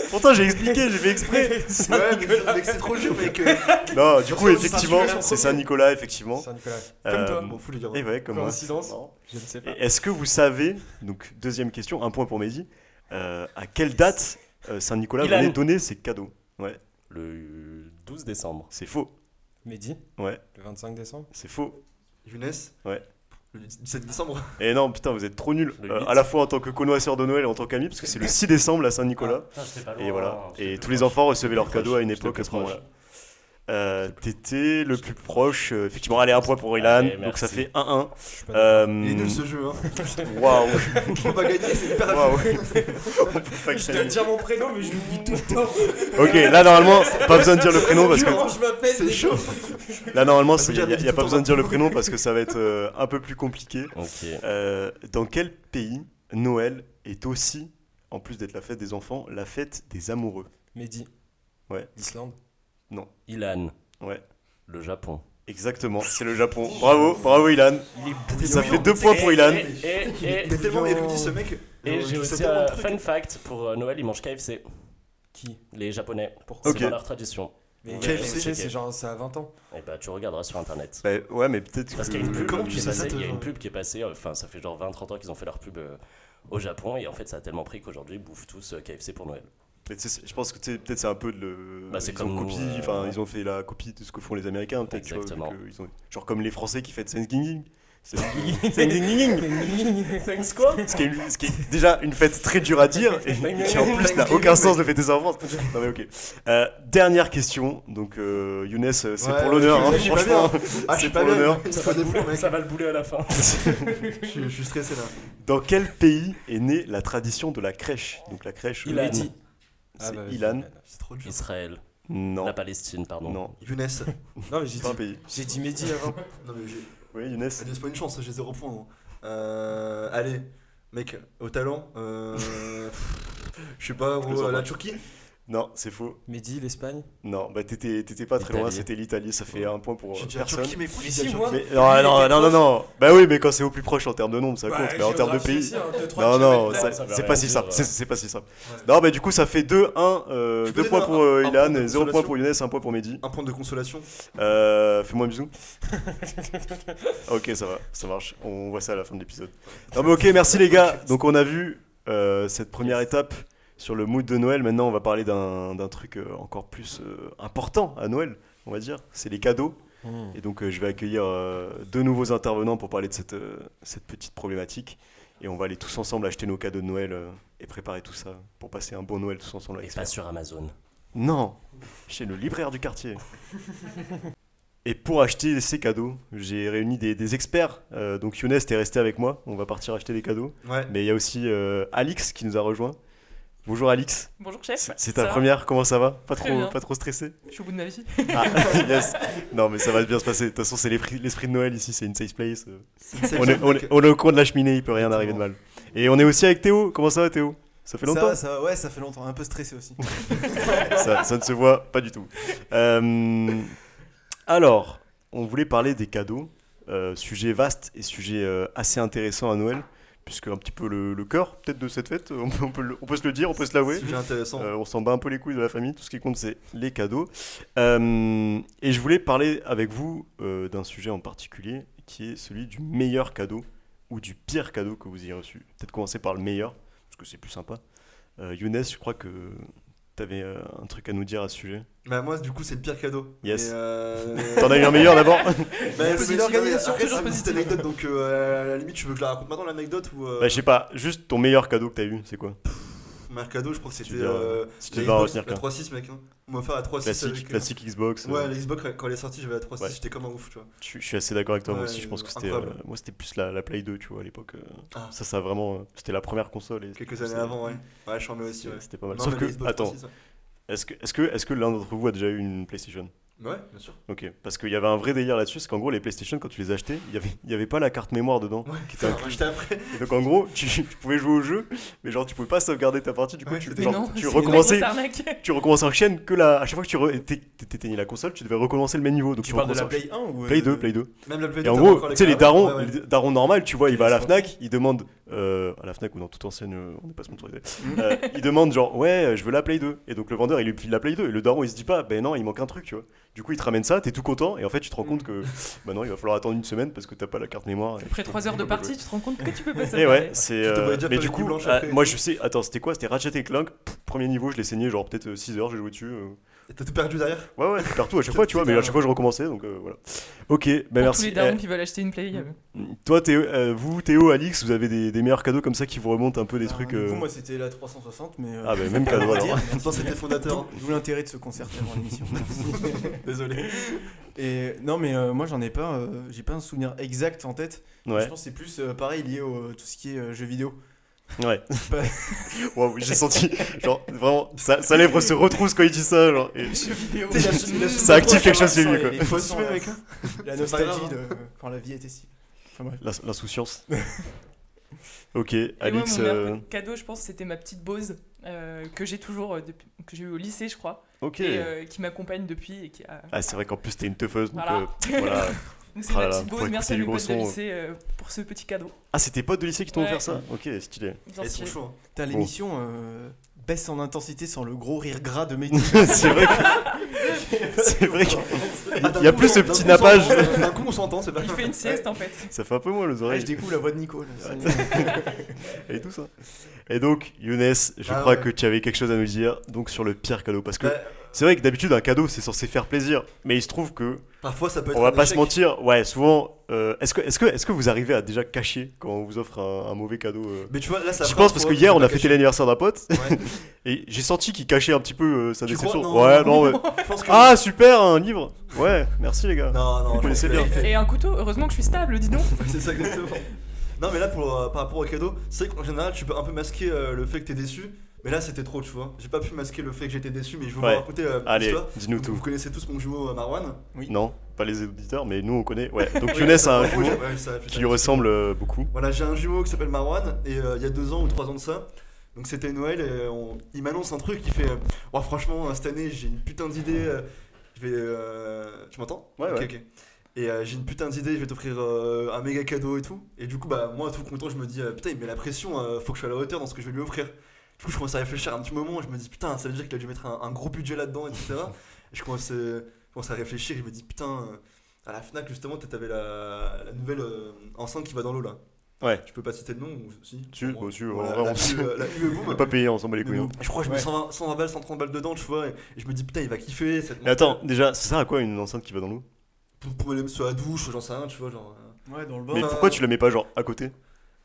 S1: Pourtant, j'ai expliqué, j'ai fait exprès.
S4: Ouais, mais- mais c'est trop dur, mec. euh,
S1: Non, du coup,
S4: Saint-Nicolas,
S1: effectivement,
S4: Saint-Nicolas.
S1: c'est Saint-Nicolas, effectivement.
S3: Saint-Nicolas.
S1: Euh,
S3: Comme toi.
S4: Bon, fou les gars.
S1: Et ouais, comme moi.
S3: Coïncidence
S1: Non.
S3: Je ne sais pas.
S1: Et Est-ce que vous savez, donc deuxième question, un point pour Mehdi, euh, à quelle date euh, Saint-Nicolas
S2: Ilan.
S1: venait donner ses cadeaux
S2: Le 12 décembre.
S1: C'est faux,
S3: Mehdi
S1: Ouais.
S3: Le 25 décembre
S1: c'est faux.
S4: Younes
S1: Ouais.
S4: Le 17 décembre.
S1: Et non, putain, vous êtes trop nuls,
S2: Le
S1: euh,
S2: huit.
S1: à la fois en tant que connoisseur de Noël et en tant qu'ami, parce que c'est le 6 décembre la Saint-Nicolas.
S2: Putain, j'étais pas loin,
S1: Et voilà.
S2: hein, j'étais
S1: Et
S2: plus
S1: tous les
S2: proche.
S1: enfants recevaient leurs
S2: J'étais plus
S1: cadeaux à une
S2: proche, j'étais
S1: époque à
S2: plus
S1: ce moment-là.
S2: proche.
S1: Euh, T'étais le plus proche, euh, effectivement. Allez, un point pour Ilan,
S2: Allez,
S1: donc ça
S2: merci.
S1: fait 1-1.
S3: Je suis pas
S1: Euh,
S4: Il est nul ce jeu, hein.
S1: Waouh,
S4: On va gagner, c'est hyper
S1: waouh.
S4: rapide.
S1: On peut pas que
S3: Je
S1: ça
S3: dois
S1: aille.
S3: dire mon prénom, mais je l'oublie tout le temps.
S1: Ok, là normalement, pas besoin de dire le prénom Oh, parce que
S3: Comment je m'appelle
S4: C'est
S3: déjà
S4: chaud.
S1: Là, normalement, il
S4: Parce que
S1: n'y a,
S4: j'avais
S1: y
S4: dit
S1: a
S4: tout
S1: pas
S4: le
S1: besoin de
S4: temps.
S1: dire le prénom parce que ça va être euh, un peu plus compliqué.
S2: Ok.
S1: Euh, dans quel pays Noël est aussi, en plus d'être la fête des enfants, la fête des amoureux
S3: Mehdi.
S1: Ouais.
S3: L'Islande.
S2: Ilan.
S1: Ouais.
S2: Le Japon.
S1: Exactement, c'est le Japon. Bravo, bravo Ilan. Ça fait deux points pour
S2: Et-
S1: Ilan.
S2: Et, et- et-
S4: Il est tellement érudit ce mec.
S2: et
S4: Euh,
S2: j'ai
S4: il sait
S2: aussi
S4: tellement de
S2: un
S4: trucs.
S2: fun fact pour euh, Noël, ils mangent KFC.
S3: Qui
S2: Les Japonais.
S3: Pourquoi
S1: Ok.
S2: C'est dans leur tradition.
S3: Mais
S4: KFC,
S3: KFC, c'est
S2: ok.
S3: genre, c'est à 20 ans.
S2: Et bah, tu regarderas sur internet.
S1: Bah, ouais, mais peut-être
S2: Parce qu'il y a une
S1: que.
S2: pub,
S4: comment
S2: qui
S4: tu
S2: est
S4: sais ça,
S2: passée-
S4: toi,
S2: il y a une
S4: genre
S2: pub qui est passée, euh, enfin ça fait genre 20-30 ans qu'ils ont fait leur pub euh, au Japon et en fait ça a tellement pris qu'aujourd'hui ils bouffent tous euh, KFC pour Noël.
S1: mais tu sais, Je pense que tu sais, peut-être c'est un peu de le.
S2: Bah, c'est
S1: ils
S2: comme
S1: ont
S2: nous,
S1: copié,
S2: euh,
S1: enfin, ils ont fait la copie de ce que font les Américains, peut-être. tu vois, vu
S2: Exactement.
S1: que ils ont- Genre comme les Français qui fêtent Thanksgiving. C'est- Thanksgiving.
S2: Thanks quoi
S1: Ce qui, est, ce qui est déjà une fête très dure à dire et qui en plus n'a aucun sens de fêter ça en France. Non mais ok. Euh, dernière question, donc euh, Younes, euh, c'est
S4: Ouais,
S1: pour l'honneur,
S4: je-
S1: hein,
S4: je suis pas
S1: franchement.
S4: Ah, je
S1: C'est
S4: suis pas
S1: pour
S4: bien.
S1: l'honneur.
S4: Il faut des plombs, mec.
S2: Ça va le bouler à la fin.
S4: Je suis- je suis stressé là.
S1: Dans quel pays est née la tradition de la crèche Donc la crèche,
S2: Ilan.
S1: le- c'est
S3: Ah, bah,
S1: Ilan.
S4: C'est trop dur.
S2: Israël.
S1: Non,
S2: La Palestine, pardon.
S1: non,
S4: Younes.
S3: Non, mais j'ai
S1: c'est pas un
S3: dit,
S1: pays.
S3: j'ai dit Mehdi avant.
S4: Non, mais j'ai.
S1: Oui, Younes.
S4: Ça laisse pas une chance, j'ai zéro point. moi. Euh, allez, mec, au talent, euh, je sais pas,
S1: le
S4: gros,
S1: sens
S4: la
S1: pas.
S4: Turquie
S1: Non, c'est faux.
S3: Mehdi, l'Espagne.
S1: Non, bah t'étais t'étais pas très loin,
S2: L'Italie.
S1: c'était l'Italie, ça fait un point pour
S4: J'ai
S1: euh,
S4: dit la
S1: personne.
S4: Turquie, mais
S3: Mais
S4: oui,
S3: si, moi.
S1: Mais- non, non, non, non, non. Bah oui, mais quand c'est au plus proche en termes de nombre, ça
S3: Bah,
S1: compte. Mais en termes de
S3: géographie
S1: pays,
S3: aussi, hein, deux, trois
S1: Non, non,
S3: kilomètres.
S1: ça-
S2: ça veut
S1: c'est
S2: rien
S1: pas si
S2: dire,
S1: simple.
S2: ouais.
S1: C'est c'est pas si simple.
S4: Ouais.
S1: Non, mais du coup, ça fait 2-1. euh,
S4: Je peux
S1: 2
S4: donner
S1: points
S4: un-
S1: pour euh,
S4: un point
S1: Ilan,
S4: de
S1: 0 points
S4: consolation. Ah.
S1: pour Younes, 1 point pour Mehdi.
S4: Un point de consolation.
S1: Euh, Fais-moi un bisou. ok, ça va, ça marche. On voit ça à la fin de l'épisode. Non, mais ok, merci les gars. Donc, on a vu euh, cette première étape sur le mood de Noël. Maintenant, on va parler d'un d'un truc euh, encore plus euh, important à Noël, on va dire. C'est les cadeaux.
S3: Hmm.
S1: Et donc euh, je vais accueillir euh, deux nouveaux intervenants pour parler de cette, euh, cette petite problématique. Et on va aller tous ensemble acheter nos cadeaux de Noël euh, et préparer tout ça pour passer un bon Noël tous ensemble
S2: Et
S1: avec
S2: pas
S1: ça.
S2: sur Amazon.
S1: Non, chez le libraire du quartier. et pour acheter ces cadeaux, j'ai réuni des, des experts. Euh, donc Younes, t'es resté avec moi, on va partir acheter les cadeaux.
S4: Ouais.
S1: Mais il y a aussi euh, Alix qui nous a rejoint. Bonjour Alix,
S5: Bonjour chef.
S1: c'est c'est
S5: Ça
S1: ta
S5: va
S1: première, comment ça va pas
S5: Très
S1: trop,
S5: bien.
S1: pas trop stressé
S5: Je suis au bout de ma vie.
S1: ah, yes. Non, mais ça va bien se passer. De toute façon, c'est l'esprit l'esprit de Noël ici, c'est une safe place. Euh, On est, on est- on est au coin de la cheminée, il peut rien arriver de mal. Et on est aussi avec Théo. Comment ça va, Théo Ça fait longtemps
S6: Ça, ça, ouais, ça fait longtemps, un peu stressé aussi.
S1: ça, ça ne se voit pas du tout. Euh, alors, on voulait parler des cadeaux, euh, sujet vaste et sujet euh, assez intéressant à Noël, puisque un petit peu le, le cœur peut-être de cette fête, on peut, on peut le- on peut se le dire, on peut se l'avouer.
S4: Sujet intéressant.
S1: ah Euh, on s'en bat un peu les couilles de la famille. Tout ce qui compte, c'est les cadeaux. Euh, et je voulais parler avec vous euh, d'un sujet en particulier qui est celui du meilleur cadeau ou du pire cadeau que vous ayez reçu. Peut-être commencer par le meilleur, parce que c'est plus sympa. Euh, Younes, je crois que tu avais un truc à nous dire à ce sujet.
S4: Bah, moi, du coup, c'est le pire cadeau.
S1: Yes.
S4: Mais, euh,
S1: T'en as eu un meilleur d'abord
S4: Bah,
S6: Positive
S4: mais si,
S6: organisation,
S4: mais après,
S6: toujours
S4: c'est une petite
S6: positive.
S4: anecdote, donc euh, à la limite, tu veux que je la raconte maintenant l'anecdote ou. euh,
S1: Bah, Je sais pas, juste ton meilleur cadeau que t'as eu, c'est quoi
S4: mon meilleur cadeau, je crois que
S1: Tu
S4: c'était.
S1: veux dire,
S4: euh,
S1: Si tu
S4: la
S1: devais en
S4: Xbox,
S1: retenir
S4: la
S1: qu'un.
S4: 3.6, mec. hein. On m'a fait la 3.6.
S1: Classique,
S4: avec, euh,
S1: classique Xbox. euh,
S4: Ouais, la Xbox, quand elle est sortie, j'avais la 3.6,
S1: Ouais.
S4: j'étais comme un ouf, tu vois.
S1: je suis- je suis assez d'accord avec toi moi
S4: Ouais,
S1: aussi. Je pense que c'était.
S4: incroyable.
S1: euh, moi, c'était plus la, la Play 2, tu vois, à l'époque. euh,
S4: Ah.
S1: Ça, ça a vraiment. euh, C'était la première console. Et
S4: Quelques
S1: c'était-
S4: années avant, ouais. Ouais, je suis en mets aussi,
S1: C'était
S4: ouais.
S1: c'était pas mal.
S4: Non,
S1: Bah, Sauf
S4: mais
S1: que,
S4: la Xbox
S1: attends,
S4: 3.6, ouais.
S1: est-ce que, est-ce que, est-ce que l'un d'entre vous a déjà eu une PlayStation
S7: Ouais, bien sûr.
S1: Ok, parce qu'il y avait un vrai délire là-dessus, c'est qu'en gros, les PlayStation, quand tu les achetais, il n'y avait, il y avait pas la carte mémoire dedans.
S7: Ouais, qui t'a racheté après.
S1: Et donc en gros, tu, tu pouvais jouer au jeu, mais genre tu pouvais pas sauvegarder ta partie, du coup
S7: Ouais,
S1: tu,
S7: mais
S1: genre,
S5: non,
S1: tu
S5: c'est une
S1: recommençais.
S5: grosse arnaque.
S1: Tu recommences en chaîne que la. À chaque fois que tu re- t'é- t'é- t'éteignais la console, tu devais recommencer le même niveau. Donc
S3: Tu parles de la
S1: recommences en-
S3: Play 1 ou. euh,
S1: Play 2, Play 2.
S7: Même la Play
S1: Et en
S7: t'as
S1: gros,
S7: encore
S1: tu sais, les
S7: cartes.
S1: darons,
S7: Ouais, ouais.
S1: les darons normal, tu vois, il va à la
S7: sont-
S1: Fnac, il demande euh, à la Fnac ou dans toute enseigne, euh, on n'est pas sponsorisé. Euh, il demande genre, ouais, euh, je veux la Play 2. Et donc le vendeur, il lui file la Play 2. Et le daron, il se dit pas, ben non, il manque un truc, tu vois. Du coup, il te ramène ça, t'es tout content. Et en fait, tu te rends compte que, bah non, il va falloir attendre une semaine parce que t'as pas la carte mémoire. et
S5: Après
S1: tu peux-
S5: 3 heures de
S1: tu peux pas
S5: partie, tu te rends compte que tu peux pas
S1: jouer. Et ouais,
S5: savoir.
S1: c'est.
S3: te
S1: euh,
S3: voyais déjà
S1: mais
S3: faire
S1: du
S3: une
S1: coup,
S3: blanche
S1: ah,
S3: après et
S1: moi
S3: tout.
S1: je sais, attends, c'était quoi C'était Ratchet et Clank, pff, premier niveau, je l'ai saigné genre peut-être 6 heures, j'ai joué dessus. euh.
S7: Et T'as tout perdu derrière
S1: Ouais, ouais, partout à chaque fois, tu vois, mais à chaque fois je recommençais, donc euh, voilà. Ok, ben
S5: Pour
S1: merci.
S5: tous les
S1: Eh,
S5: darons qui veulent acheter une Play. euh,
S1: toi, Théo, euh, vous, Théo, Alix, vous avez des, des meilleurs cadeaux comme ça qui vous remontent un peu des
S3: Ah,
S1: trucs.
S3: du coup,
S1: euh,
S3: moi c'était la 360, mais. euh,
S1: Ah, bah, même
S3: on va
S1: cadeau
S3: dire.
S1: alors.
S7: En même temps, c'était fondateur. hein.
S3: D'où l'intérêt de se concerter avant l'émission. Désolé. Et non, mais euh, moi j'en ai pas, euh, j'ai pas un souvenir exact en tête. Je
S1: Ouais,
S3: pense que c'est plus euh, pareil lié au tout ce qui est euh, jeux vidéo.
S1: ouais. Waouh, j'ai senti, genre, vraiment, sa, sa lèvre se retrousse quand il dit ça, genre. et- Ça active quelque chose chez lui, quoi.
S3: Il faut assumer, mec.
S7: hein.
S3: La
S7: C'est pas
S3: nostalgie
S7: grave, hein.
S3: de euh, quand la vie était si. Enfin bref.
S1: l'ins- L'insouciance. ok,
S5: Et moi,
S1: Alix.
S5: mon meilleur
S1: euh,
S5: cadeau, je pense, c'était ma petite Bose euh, que j'ai toujours, euh, depuis- que j'ai eu au lycée, je crois,
S1: Ok.
S5: et euh, qui m'accompagne depuis. Et qui a...
S1: Ah, c'est vrai qu'en plus, t'es une teufeuse, donc
S5: Voilà.
S1: euh, voilà.
S5: Donc c'est
S1: Ah là
S5: ma
S1: là,
S5: petite
S1: pour
S5: Bose,
S1: écouter
S5: merci à
S1: du
S5: mes
S1: gros
S5: potes de
S1: son, euh.
S5: lycée euh, pour ce petit cadeau.
S1: Ah, c'est tes potes de lycée qui t'ont
S5: Ouais.
S1: offert ça Ok, stylé.
S5: Bien
S7: Ils sont
S5: sûr.
S7: chauds. hein.
S3: Putain, l'émission euh, baisse en intensité sans le gros rire gras de Mehdi.
S1: c'est vrai que. c'est vrai que.
S7: Ah,
S1: Il
S7: d'un
S1: y a
S7: coup,
S1: plus ce
S7: on-
S1: petit
S7: d'un coup, on
S1: nappage.
S7: s'entend, D'un coup, on s'entend, c'est pas
S5: Il fait une sieste en fait.
S1: Ça fait un peu moins les
S3: Ouais,
S1: oreilles.
S3: Ah, je découvre la voix de Nico. là, c'est-
S1: Et tout ça. hein. Et donc, Younes, je
S7: Ah
S1: crois
S7: ouais.
S1: que tu avais quelque chose à nous dire donc sur le pire cadeau. Parce que
S7: Bah,
S1: c'est vrai que d'habitude, un cadeau, c'est censé faire plaisir. Mais il se trouve que,
S7: Parfois, ça peut être.
S1: on va
S7: un
S1: pas
S7: échec.
S1: se mentir, ouais, souvent, euh, est-ce que, est que, est que vous arrivez à déjà cacher quand on vous offre un, un mauvais cadeau euh
S7: Mais tu vois, là, ça.
S1: J'y pense parce que hier, on a fêté l'anniversaire d'un pote
S7: Ouais.
S1: et j'ai senti qu'il cachait un petit peu euh, sa
S7: Tu
S1: déception.
S7: crois Non,
S1: ouais, non, ouais.
S7: Je pense que.
S1: Ah, super, un livre Ouais, merci les gars.
S7: Non, non,
S1: Vous
S7: non,
S1: connaissez
S7: c'est-
S1: bien.
S5: Et, et un couteau, heureusement que je suis stable, dis donc.
S7: C'est ça exactement. non mais là pour, euh, par rapport au cadeau, c'est vrai qu'en général tu peux un peu masquer euh, le fait que t'es déçu. Mais là c'était trop tu vois. J'ai pas pu masquer le fait que j'étais déçu mais je vais
S1: Ouais.
S7: vous raconter euh,
S1: Allez,
S7: l'histoire.
S1: dis-nous
S7: Donc, Vous
S1: tout.
S7: connaissez tous mon jumeau euh, Marwan.
S1: Non, pas les auditeurs, mais nous on connaît. Ouais, donc Younes a un
S7: Ouais,
S1: jumeau
S7: ouais, ça, putain.
S1: qui lui ressemble euh, beaucoup.
S7: Voilà j'ai un jumeau qui s'appelle Marwan et euh, il y a deux ans ou trois ans de ça. Donc c'était Noël et on- il m'annonce un truc, il fait euh, Ouais, franchement euh, cette année j'ai une putain d'idée, euh, je vais... euh, Tu m'entends
S1: Ouais,
S7: Ok,
S1: ouais.
S7: ok. Et euh, j'ai une putain d'idée, je vais t'offrir euh, un méga cadeau et tout. Et du coup, bah, moi, tout content, je me dis, euh, putain, il met la pression, euh, faut que je sois à la hauteur dans ce que je vais lui offrir. Du coup, je commence à réfléchir un petit moment, je me dis, putain, ça veut dire qu'il a dû mettre un, un gros budget là-dedans, etc. Et je commence, euh, je commence à réfléchir, je me dis, putain, euh, à la Fnac, justement, t'as- t'avais la, la nouvelle euh, enceinte qui va dans l'eau là.
S1: Ouais.
S7: Je peux pas citer le nom ou si
S1: Tu-
S7: Bon,
S1: bah, tu-
S7: voilà,
S1: en vrai,
S7: la,
S1: on sait.
S7: U, euh, la U, boum.
S1: On est pas payé, on s'en bat les couilles. hein.
S7: Je crois que je mets
S3: Ouais.
S7: 120, 120 balles, 130 balles dedans, tu vois, et, et je me dis, putain, il va kiffer. cette-
S1: Mais attends, déjà, ça sert à quoi une enceinte qui va dans l'eau
S7: Pour, pour aller sur la douche, j'en sais rien, tu vois, genre. euh,
S3: Ouais, dans le
S1: Mais
S3: bain.
S7: Bah,
S1: pourquoi tu la mets pas genre à côté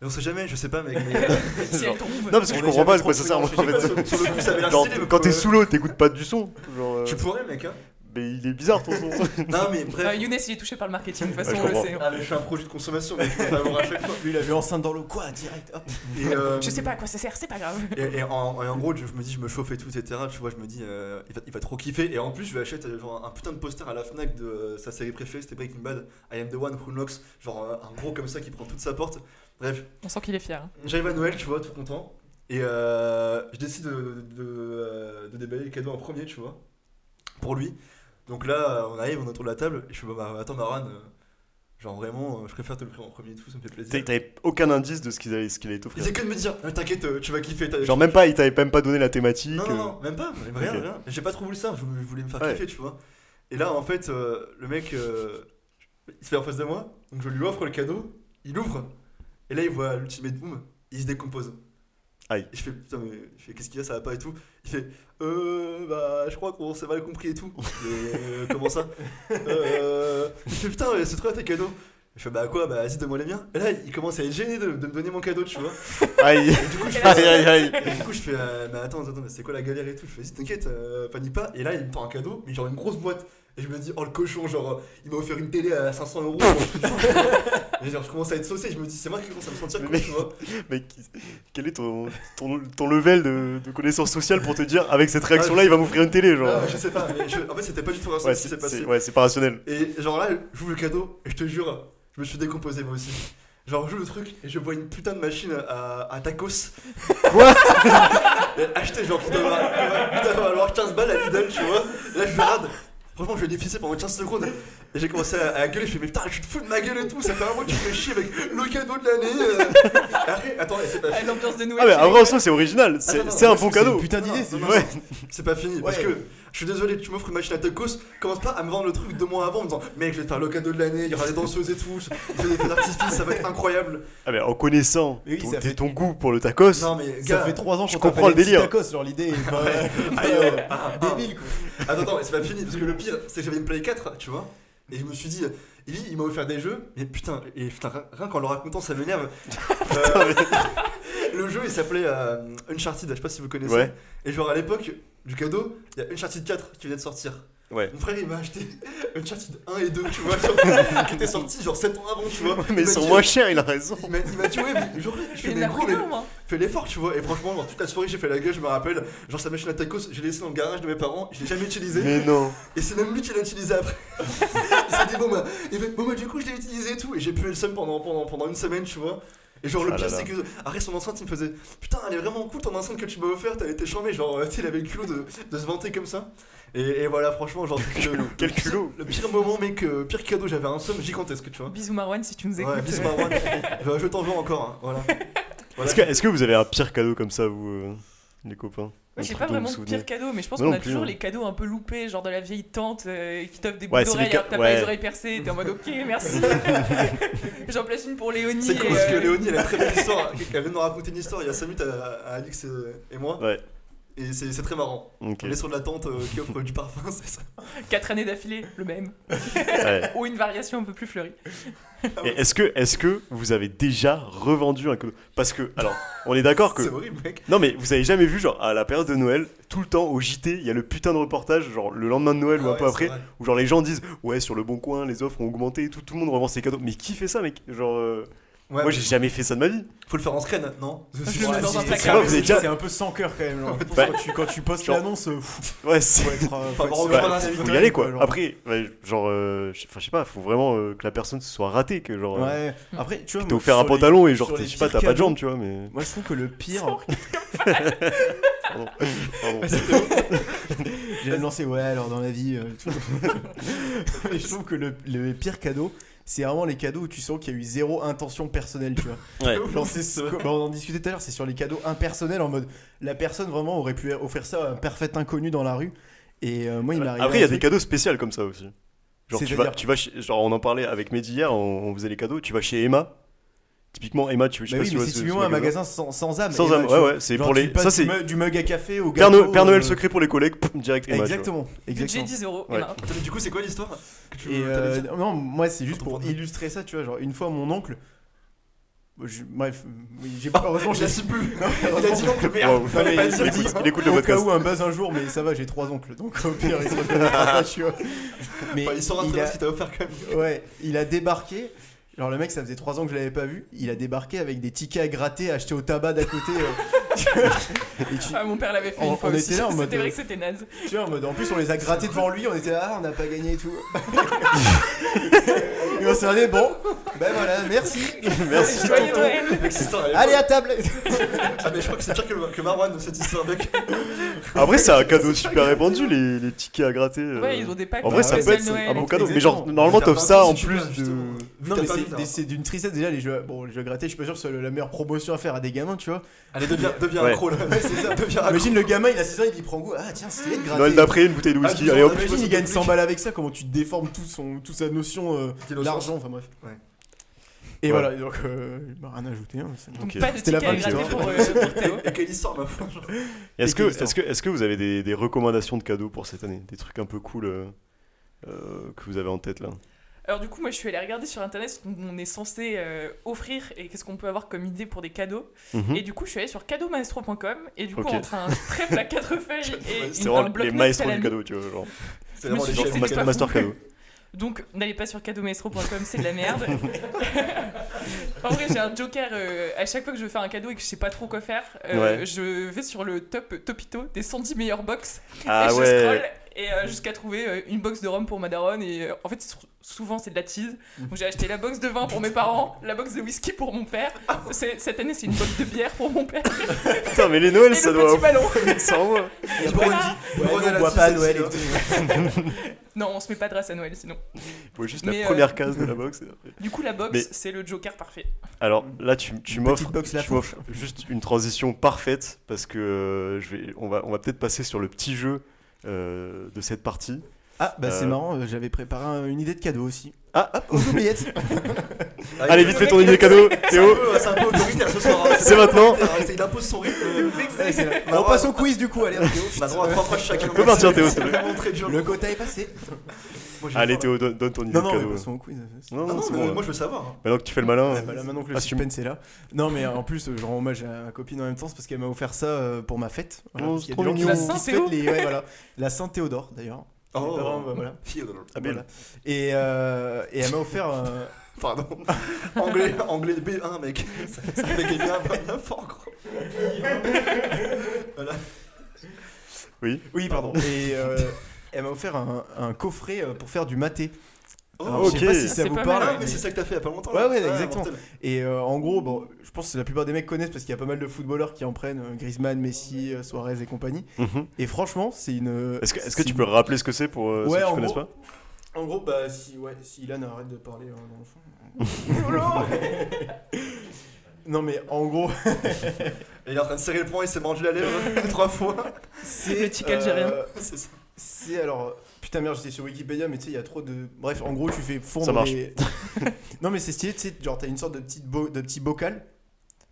S7: Mais on sait jamais, je sais pas, mec. Mais... euh,
S5: Si
S1: Genre-
S5: elle tombe.
S1: Non, parce que
S3: on
S1: je
S3: est
S1: comprends pas
S3: jamais
S1: à quoi ça sert en
S3: trop
S7: je sais pas,
S1: fait.
S7: sur, sur le coup, ça avait l'air
S1: Genre,
S7: stylé, mais
S1: quand
S7: pour- euh,
S1: t'es sous l'eau, t'écoutes pas du son. Genre, euh,
S7: Tu pourrais, mec, hein.
S1: Mais il est bizarre ton son.
S7: Non, mais
S5: Euh,
S7: bref.
S5: Younes, il est touché par le marketing, de toute
S1: Ouais, je
S5: façon, on le
S1: comprends.
S5: sait. hein.
S7: Ah, mais je suis un produit de consommation, mec, je peux pas avoir à chaque fois.
S3: Lui, il a vu enceinte dans l'eau. Quoi, direct hop.
S7: Et, euh,
S5: Je sais pas à quoi ça sert, c'est pas grave.
S7: Et, et en, et en gros, je, je me dis, je me chauffe et tout, etc. Tu vois, je me dis, euh, il, va, il va trop kiffer. Et en plus, je lui achète euh, genre, un putain de poster à la Fnac de euh, sa série préférée, c'était Breaking Bad, I Am the One Who Knocks. Genre, euh, un gros comme ça qui prend toute sa porte. Bref,
S5: On sent qu'il est fier. hein.
S7: J'arrive à Noël, tu vois, tout content. Et euh, je décide de, de, de, euh, de déballer le cadeau en premier, tu vois, pour lui. Donc là, euh, on arrive, on est autour de la table. Et je fais, bah, bah, attends, Maran, euh, genre vraiment, euh, je préfère te le prendre en premier et tout, ça me fait
S1: T'as-
S7: plaisir.
S1: T'avais aucun indice de ce qu'il allait, ce qu'il allait
S7: Il
S1: t'offrir.
S7: faisait que de me dire, Ah, t'inquiète, euh, tu vas kiffer. t'as-
S1: Genre, même pas, il t'avait même pas donné la thématique.
S7: non,
S1: euh.
S7: non, non, même pas, même rien,
S1: Ok.
S7: rien. J'ai pas trop voulu ça, je vou- je voulais me faire
S1: Ouais.
S7: kiffer, tu vois. Et là, en fait, euh, le mec, euh, il se fait en face de moi, donc je lui offre le cadeau, il ouvre, et là, il voit l'Ultimate Boom, il se décompose.
S1: Aïe.
S7: Et je fais, putain, mais je fais, qu'est-ce qu'il y a, ça va pas et tout. Il fait, euh, bah, je crois qu'on s'est mal compris et tout. Mais euh, comment ça euh, Il fait, putain, mais c'est trop tes cadeaux. Je fais, bah quoi, bah, vas-y, donne-moi les miens. Et là, il commence à être gêné de, de me donner mon cadeau, tu vois.
S1: euh, Aïe,
S7: Et du coup, je fais,
S1: aïe, aïe, aïe.
S7: et du coup, je fais, euh, mais attends, attends, mais c'est quoi la galère et tout Je fais, vas-y, t'inquiète, euh, panique pas. Et là, il me prend un cadeau, mais genre une grosse boîte. Et je me dis, oh le cochon, genre, il m'a offert une télé à 500 euros. et genre, je commence à être saucé. Je me dis, c'est moi qui commence à me sentir
S1: Le
S7: con,
S1: mec-
S7: tu vois.
S1: Mec, quel est ton, ton, ton level de, de connaissance sociale pour te dire avec cette réaction-là, il va m'offrir une télé, genre
S7: Ah, je sais pas. mais je- En fait, c'était pas du tout rationnel
S1: Ouais,
S7: ce qui
S1: c'est
S7: s'est passé.
S1: c'est- ouais, c'est pas rationnel.
S7: Et genre là, j'ouvre le cadeau et je te jure, je me suis décomposé moi aussi. Genre, j'ouvre le truc et je vois une putain de machine à, à tacos.
S1: Quoi
S7: Et Acheté genre qui doit valoir- qui doit valoir 15 balles à Lidl, tu vois. Et là, je regarde. Franchement, je vais déficé pendant 15 secondes. Et j'ai commencé à, à gueuler. Je fais, mais putain, je te fous de ma gueule et tout. Ça fait un mois que tu me fais chier avec le cadeau de l'année. euh. Et après, attends, et c'est pas
S5: Ah,
S7: fini.
S5: L'ambiance de Noël.
S1: Ah, mais en
S5: chérie.
S1: vrai, en soi, c'est original.
S3: Ah,
S1: C'est
S7: Attends,
S1: c'est un
S7: parce
S1: bon
S7: que c'est
S1: cadeau.
S3: une putain d'idée, c'est
S7: Non, non,
S1: Ouais.
S7: C'est pas fini. Parce
S3: Ouais.
S7: que je suis désolé, tu m'offres une machine à tacos. Commence pas à me vendre le truc deux mois avant en me disant, mec, je vais te faire le cadeau de l'année. Il y aura des danseuses et tout. Je fais des feux d'artifice, ça va être incroyable.
S1: Ah, mais en connaissant
S3: Oui,
S1: ton,
S3: ça fait-
S1: ton goût pour le tacos,
S7: Non, mais
S3: Ça
S7: gars,
S3: fait 3 ans
S1: je
S3: qu'on
S1: comprends
S3: t'appelle
S1: le délire.
S3: les petits Tacos, genre l'idée est pas
S1: Ah,
S7: aïe, aïe, aïe.
S3: débile quoi.
S7: Ah, Attends, attends, mais c'est pas fini, parce que le pire, c'est que j'avais une Play 4, tu vois. Et je me suis dit, Ellie, il m'a offert des jeux, mais putain, et putain, rien- rien qu'en le racontant, ça m'énerve. Euh, le jeu, il s'appelait euh, Uncharted, je sais pas si vous connaissez.
S1: Ouais.
S7: Et genre à l'époque, du cadeau, il y a Uncharted 4 qui venait de sortir.
S1: Ouais.
S7: Mon frère, il m'a acheté Uncharted 1 et 2, tu vois, genre, qui était sorti genre 7 ans avant, tu vois.
S1: mais
S7: Il m'a
S1: sur
S7: dit-
S1: moins cher, il a raison.
S7: Il m'a il m'a dit, ouais, mais genre, je fais
S5: Il
S7: des
S5: l'a
S7: gros,
S5: roulé
S7: mais
S5: au moins.
S7: fais l'effort, tu vois. Et franchement, genre, toute la soirée, j'ai fait la gueule, je me rappelle. Genre, sa machine à tacos, j'ai laissé dans le garage de mes parents, je l'ai jamais utilisée.
S1: Mais non.
S7: Et c'est même lui qui l'a utilisé après. il s'est dit, bon bah, il fait, bon bah, du coup, je l'ai utilisé et tout. Et j'ai pu le seum pendant, pendant, pendant une semaine, tu vois. Et genre, le
S1: Ah là
S7: pire,
S1: là.
S7: c'est que après son enceinte, il me faisait Putain, elle est vraiment cool ton enceinte que tu m'as offerte, elle était charmée. Genre, euh, tu sais, il avait le culot de, de se vanter comme ça. Et, et voilà, franchement, genre, le- le,
S1: Quel
S7: pire-
S1: culot.
S7: Le pire moment, mec, euh, pire cadeau, j'avais un seum gigantesque, tu vois.
S5: Bisous Marwan si tu nous écoutes.
S7: Ouais, bisous, Marwan. Euh, je t'en veux encore, hein, voilà. Voilà.
S1: Est-ce que, est-ce que vous avez un pire cadeau comme ça, vous, euh, les copains
S5: Moi,
S1: Un
S5: j'ai
S1: truc
S5: pas
S1: dont vous
S5: vraiment
S1: vous
S5: de
S1: souvenez
S5: pire cadeau, mais je pense
S1: Moi
S5: qu'on
S1: non
S5: a
S1: plus,
S5: toujours
S1: hein.
S5: les cadeaux un peu loupés, genre de la vieille tante euh, qui t'offre des
S1: Ouais,
S5: boucles
S1: c'est les
S5: d'oreilles
S1: ca-
S5: alors que t'as
S1: ouais.
S5: pas les oreilles percées, t'es en mode ok, merci. J'en place une pour Léonie.
S7: C'est
S5: et,
S7: cool, parce que
S5: euh,
S7: Léonie, elle a une très belle histoire. Elle vient de nous raconter une histoire il y a 5 minutes à, à Alix euh, et moi.
S1: Ouais.
S7: Et c'est c'est très marrant.
S1: Ok.
S7: On est sur de la tente euh, qui offre du parfum, c'est ça
S5: Quatre années d'affilée, le même.
S1: Ouais.
S5: Ou une variation un peu plus fleurie.
S1: Et Est-ce que, est que vous avez déjà revendu un cadeau Parce que, alors, on est d'accord que.
S7: C'est horrible, mec.
S1: Non mais vous avez jamais vu genre à la période de Noël, tout le temps au JT, il y a le putain de reportage genre le lendemain de
S7: Ah
S1: Noël ou un peu après où genre les gens disent ouais sur le bon coin les offres ont augmenté et tout tout le monde revend ses cadeaux. Mais qui fait ça mec Genre euh, moi j'ai jamais fait ça de ma vie.
S7: Faut le faire en screen, non
S5: Je le mets dans un
S3: c'est-
S5: placard.
S1: Vous avez déjà-
S3: C'est un peu sans cœur quand même. genre.
S1: Ouais.
S3: Quand, tu, quand tu postes
S1: Genre-
S3: l'annonce, euh, pff,
S1: Ouais, c'est
S3: faut être. euh,
S7: Faut avoir
S3: faut
S7: envie
S3: être-
S7: de
S3: faut
S7: prendre un
S1: faut y aller quoi. Après ouais, genre euh, je enfin, je sais pas, faut vraiment euh, que la personne se soit ratée que genre euh,
S3: Ouais. Après, tu vois.
S1: t'as
S3: moi,
S1: offert un
S3: sur les-
S1: pantalon et genre
S3: sur
S1: t'es-
S3: les
S1: je sais pas
S3: pires
S1: t'as pas de
S3: cadeaux-
S1: jambes tu vois mais
S3: Moi, je trouve que le pire.
S1: pardon. Pardon.
S3: J'ai lancé, ouais, alors dans la vie. euh, tout. Mais je trouve que le, le pire cadeau, c'est vraiment les cadeaux où tu sens qu'il y a eu zéro intention personnelle, tu vois.
S1: Ouais.
S3: Genre, c'est- comme on en discutait tout à l'heure, c'est sur les cadeaux impersonnels en mode la personne vraiment aurait pu offrir ça à un parfait inconnu dans la rue. Et euh, moi, il m'est arrivé.
S1: Après, il y a
S3: un
S1: des
S3: truc-
S1: cadeaux spéciaux comme ça aussi. Genre, tu vas,
S3: C'est-à-dire
S1: tu vas chez- genre, on en parlait avec Mehdi hier, on, on faisait les cadeaux. Tu vas chez Emma. Typiquement, Emma, tu, je sais pas
S3: Bah oui,
S1: si tu
S3: mais
S1: vois
S3: c'est
S1: ce- ce
S3: typiquement un magasin sans, sans âme.
S1: Sans
S3: Et bah, là,
S1: âme,
S3: tu
S1: ouais,
S3: vois,
S1: ouais. C'est
S3: genre,
S1: pour
S3: tu
S1: les.
S3: passes
S1: Ça,
S3: du
S1: c'est
S3: me- du mug à café au
S1: Père,
S3: gâteau,
S1: Noël- Père Noël
S3: euh,
S1: secret pour les collègues, poum, direct Emma. tu vois.
S3: Exactement,
S5: Budget
S3: exactement.
S5: 10 euros.
S1: Ouais.
S5: Emma.
S7: Attends, mais du coup, c'est quoi l'histoire que tu
S3: Et
S7: t'avais
S3: euh,
S7: dit
S3: non, moi c'est juste
S7: Quand on
S3: pour
S7: prend-
S3: illustrer ça, tu vois. Genre, une fois mon oncle. je- bref, oui, j'ai
S1: Ah,
S3: pas. Heureusement,
S7: Je
S3: j'ai
S7: la suis plus.
S3: Non,
S7: Il a dit non, mais merde.
S1: Wow.
S3: fallait
S1: Il
S3: pas le
S1: écoute-
S3: dire, dis-
S1: Il écoute le
S3: au cas
S1: podcast.
S3: où un buzz un jour, mais ça va, j'ai trois oncles, donc au pire, ils sont pas tu vois. Mais
S7: Enfin, il saura très
S3: il,
S7: bien
S3: a,
S7: ce qu'il t'a offert quand même.
S3: ouais, il a débarqué. Genre, le mec, ça faisait trois ans que je l'avais pas vu. Il a débarqué avec des tickets à gratter achetés au tabac d'à côté. euh. Et tu-
S5: Ah, mon père l'avait fait
S3: On-
S5: une fois
S3: on
S5: aussi.
S3: était là en mode,
S5: C'était
S3: euh,
S5: vrai que c'était naze.
S3: tu vois, en mode, en plus, on les a grattés devant lui, on était là, ah, on n'a pas gagné et tout. et on s'est dit, bon, ben voilà, merci.
S1: Merci.
S5: Joyeux Noël.
S7: Mec, cette histoire, elle est
S3: Allez
S7: folle.
S3: à table
S7: Ah, mais je crois que c'est pire que, le- que Marwan, cette histoire, mec.
S1: Après, c'est un cadeau super répandu, les, les tickets à gratter. euh.
S5: Ouais, ils ont des packs.
S1: En vrai, ça peut
S5: spécial
S1: être
S5: Noël.
S1: un bon cadeau. Mais
S3: Exactement.
S1: genre, normalement, t'offres ça en plus de.
S7: justement.
S3: Non
S7: T'as
S3: mais
S7: pas
S3: c'est-
S7: vu, t'as-
S3: des- c'est d'une tristesse déjà les jeux. Bon les jeux grattés, je suis pas sûr que c'est la meilleure promotion à faire à des gamins, tu vois.
S7: Allez, deviens deviens
S1: Ouais.
S7: accro là. Ouais, c'est ça, deviens accro.
S3: Imagine le gamin il a 6 ans, il y prend goût. Ah tiens stylé de gratter.
S1: Ah, Noël d'après, une bouteille de
S7: Ah,
S1: whisky.
S7: disons,
S1: Allez hop.
S7: on
S3: Imagine
S7: Ouais,
S3: il gagne
S7: c'est
S3: 100 balles avec ça, comment tu déformes tout son, toute sa notion euh,
S7: Dis-le
S3: d'argent, enfin bref.
S7: Ouais.
S3: Et
S1: Ouais.
S3: voilà, donc euh, bah, rien à ajouter. hein, c'est-
S5: Donc
S1: Ok.
S5: pas de
S3: C'était
S5: ticket
S3: la
S5: à
S3: fin de
S5: gratter
S3: l'histoire.
S5: pour, euh, pour Théo.
S7: Et quelle histoire, ma foi.
S1: Est-ce que,
S3: Et quelle
S1: est-ce que, est-ce que vous avez des, des recommandations de cadeaux pour cette année Des trucs un peu cool euh, euh, que vous avez en tête là
S5: Alors du coup, moi, je suis allée regarder sur internet ce qu'on est censé euh, offrir et qu'est-ce qu'on peut avoir comme idée pour des cadeaux.
S1: Mhm.
S5: Et du coup, je suis allée sur cadeaumaestro.com et du coup,
S1: Ok.
S5: entre un trèfle à quatre feuilles et
S1: C'est
S5: une, un
S1: vraiment les
S5: bloc-notes
S1: maestros du
S5: salami,
S1: cadeau, tu vois. Genre.
S7: C'est
S5: Je me
S7: vraiment
S5: suis
S7: les
S5: dit,
S7: gens
S5: c'est
S7: qui
S5: pas
S1: Master, master
S5: fou.
S1: cadeau.
S5: Donc, n'allez pas sur cadeaumestro.com, c'est de la merde. en vrai, j'ai un joker. euh, à chaque fois que je fais un cadeau et que je sais pas trop quoi faire, euh,
S1: Ouais.
S5: je vais sur le top topito des 110 meilleures box. et
S1: Ah
S5: je scroll
S1: ouais.
S5: et euh, jusqu'à trouver euh, une box de rhum pour ma daronne. Et euh, en fait, sou- souvent, c'est de la tease. Donc, j'ai acheté la box de vin pour mes parents, la box de whisky pour mon père.
S1: Ah.
S5: C'est- Cette année, c'est une box de bière pour mon père.
S1: Putain, mais les
S5: Et
S1: Noëls, ça
S5: le petit
S1: doit.
S5: ballon.
S1: Ça envoie.
S7: Il y a
S5: Voilà.
S7: Brody.
S3: Ouais,
S7: Brody à
S3: on
S7: la
S3: boit pas à
S7: saucisse,
S3: Noël et
S7: là.
S3: tout.
S5: Non, on se met pas de race à Noël sinon.
S1: Ouais, juste la
S5: Mais, euh,
S1: première case de la box. et après.
S5: Du coup, la box,
S1: Mais-
S5: c'est le joker parfait.
S1: Alors là, tu, tu
S3: Une
S1: m'offres
S3: petite box la
S1: tu m'offres juste une transition parfaite parce que euh, je vais, on va, on va peut-être passer sur le petit jeu euh, de cette partie.
S3: Ah, bah c'est
S1: Euh.
S3: marrant, euh, j'avais préparé un- une idée de cadeau aussi.
S1: Ah.
S3: hop, aux oubliettes
S7: Ah,
S1: Allez,
S7: il-
S1: vite, fais ton idée cadeau,
S7: C'est un
S1: Théo.
S7: peu- c'est un peu autoritaire ce soir. hein.
S1: C'est
S7: un peu
S1: maintenant.
S7: autoritaire, Il impose son rythme. euh,
S3: Ouais, c'est là. Bah,
S7: Ah,
S3: On
S7: ouais.
S3: passe au quiz du coup, allez, Théo.
S7: On a droit à trois phrases chacun.
S1: Tu peux partir, Théo, s'il te
S7: C'est
S1: plaît.
S7: vraiment très dur.
S3: Le quota est passé. Moi, j'ai
S1: Allez,
S3: faim,
S1: Théo, donne, donne ton idée
S3: là. Non,
S1: de
S3: non, mais
S1: cadeau.
S3: passons au quiz. c'est-
S1: Non,
S7: Ah
S1: non,
S7: non,
S1: c'est
S7: mais
S1: bon.
S7: moi je veux savoir.
S1: Maintenant que tu fais le malin.
S3: Ah, bah, là, maintenant que le
S1: Assume.
S3: suspense est là. Non, mais euh, en plus, euh, je rends hommage à ma copine en même temps, c'est parce qu'elle m'a offert ça euh, pour ma fête.
S1: Oh,
S3: parce
S1: c'est
S3: qu'il y a
S1: trop
S3: des gens qui
S1: mignon.
S3: font-
S5: La
S3: qui
S5: Saint-Théo.
S3: fêtent les- ouais, voilà. La Saint-Théodore, d'ailleurs.
S7: Oh.
S3: Vraiment, bah, voilà.
S7: Theodore.
S1: Ah, belle.
S3: Voilà. Et, euh, et elle m'a offert. un-
S7: Pardon. anglais, anglais B1, mec. Ça, ça mec est bien, bien fort, gros.
S3: Oui, pardon. Et euh, elle m'a offert un, un coffret euh, pour faire du maté.
S7: Oh,
S4: Ah,
S3: Alors, Je sais
S1: ok.
S3: pas si ça
S5: C'est
S3: vous
S5: pas
S3: parle.
S5: mal, hein,
S7: Ah, mais c'est ça que t'as fait il y a pas longtemps.
S3: Ouais,
S7: là. Ah,
S3: ouais, exactement.
S7: mortel.
S3: Et euh, en gros, bon, je pense que la plupart des mecs connaissent parce qu'il y a pas mal de footballeurs qui en prennent euh, Griezmann, Messi, euh, Suarez et compagnie.
S1: Mhm.
S3: Et franchement, c'est une. euh,
S1: Est-ce que, est-ce que
S3: c'est
S1: tu
S3: une-
S1: peux rappeler ce que c'est pour euh,
S3: Ouais,
S1: ceux qui
S3: en
S1: connaissent
S3: gros.
S1: pas
S3: En gros, bah, si, ouais, si Ilan arrête de parler euh, dans le fond. non, mais en gros,
S7: Et Il est en train de serrer le poing, il s'est mordu la lèvre trois fois.
S3: c'est.
S5: Le tic algérien.
S7: C'est ça.
S3: C'est alors. Putain, merde, j'étais sur Wikipédia, mais tu sais, il y a trop de. Bref, en gros, tu fais fondre.
S1: Ça marche.
S3: les- non, mais c'est stylé, tu sais, genre, t'as une sorte de, petite bo- de petit bocal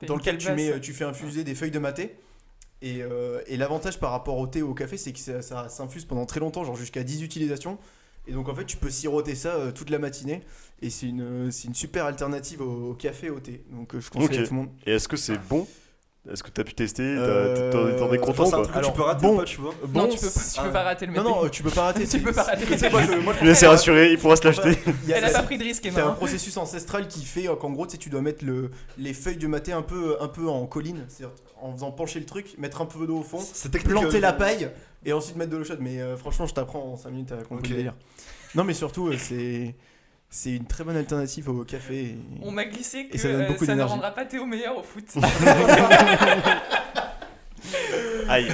S3: dans
S5: Une
S3: lequel tu,
S5: calebasse.
S3: mets, euh, tu fais infuser des feuilles de maté. Et, euh, et l'avantage par rapport au thé ou au café, c'est que ça, ça s'infuse pendant très longtemps, genre jusqu'à 10 utilisations. Et donc en fait, tu peux siroter ça euh, toute la matinée. Et c'est une, euh, c'est une super alternative au, au café, au thé. Donc euh, je conseille
S1: Ok.
S3: à tout le monde.
S1: Et est-ce que c'est bon Est-ce que t'as pu tester
S3: Euh,
S1: T'as- T'en t'en es
S7: Je
S1: content
S7: pense que c'est un
S1: quoi
S7: truc que
S3: Alors,
S7: tu peux rater
S3: bon.
S7: ou pas, tu vois.
S3: Euh,
S5: Non,
S3: bon,
S5: tu peux, pas- tu peux
S7: ah.
S5: pas rater le
S3: non,
S5: mété.
S3: non, euh, tu peux pas rater.
S5: tu peux pas rater le mété.
S7: Moi, je- moi, je-
S1: Je laisse rassurer, il pourra se l'acheter.
S3: Il y a-
S5: Elle a pas pris de risque,
S3: T'as un
S5: Emma.
S3: processus ancestral qui fait euh, qu'en gros, tu sais, tu dois mettre le, les feuilles de maté un peu, euh, un peu en colline, c'est-à-dire en faisant pencher le truc, mettre un peu d'eau au fond,
S7: C'est technique.
S3: planter
S7: euh,
S3: la paille et ensuite mettre de l'eau chaude. Mais euh, franchement, je t'apprends en 5 minutes à comprendre
S7: Ok.
S3: le délire. Non, mais surtout, euh, c'est c'est une très bonne alternative au café. et-
S5: On m'a glissé que
S3: ça donne
S5: euh,
S3: beaucoup
S5: ça ne
S3: d'énergie.
S5: rendra pas Théo meilleur au foot.
S1: Aïe,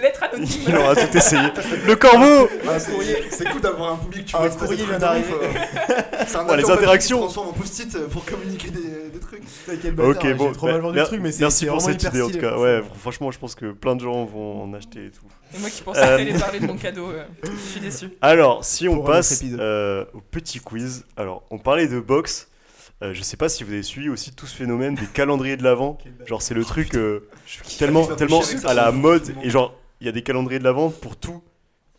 S5: Lettre anonyme.
S1: il aura tout essayé.
S3: Bah,
S1: Le corbeau
S7: Ah, c'est c'est cool d'avoir un public, tu
S3: Un
S7: vois. espèce de
S3: courrier vient
S7: truc de ouf,
S3: d'arriver.
S7: euh. C'est un
S1: Ouais, les
S7: laptop qui se
S1: interactions.
S7: transforme en post-it pour communiquer des, des trucs.
S3: Putain, quel bâtard,
S1: Ok,
S3: j'ai
S1: bon.
S3: trop
S1: bah,
S3: mal vendu
S1: mer-
S3: le truc, mais c'est
S1: Merci
S3: c'est
S1: pour
S3: vraiment
S1: cette
S3: hyper
S1: idée en tout
S3: stylé,
S1: cas.
S3: franchement.
S1: Ouais, franchement, je pense que plein de gens vont en acheter et tout.
S5: Et moi qui pensais que t'allais parler de mon cadeau, euh, je suis déçu.
S1: Alors, si on
S3: Pour un
S1: passe
S3: autre épisode.
S1: euh, au petit quiz, alors on parlait de boxe. Euh, je sais pas si vous avez suivi aussi tout ce phénomène des calendriers de l'avant. Genre, c'est le truc euh, tellement,
S7: Je vais
S1: tellement
S7: réfléchir avec ça,
S1: à la
S7: ça me fout tout
S1: mode.
S7: le monde.
S1: Et genre, il y a des calendriers de l'avant pour tout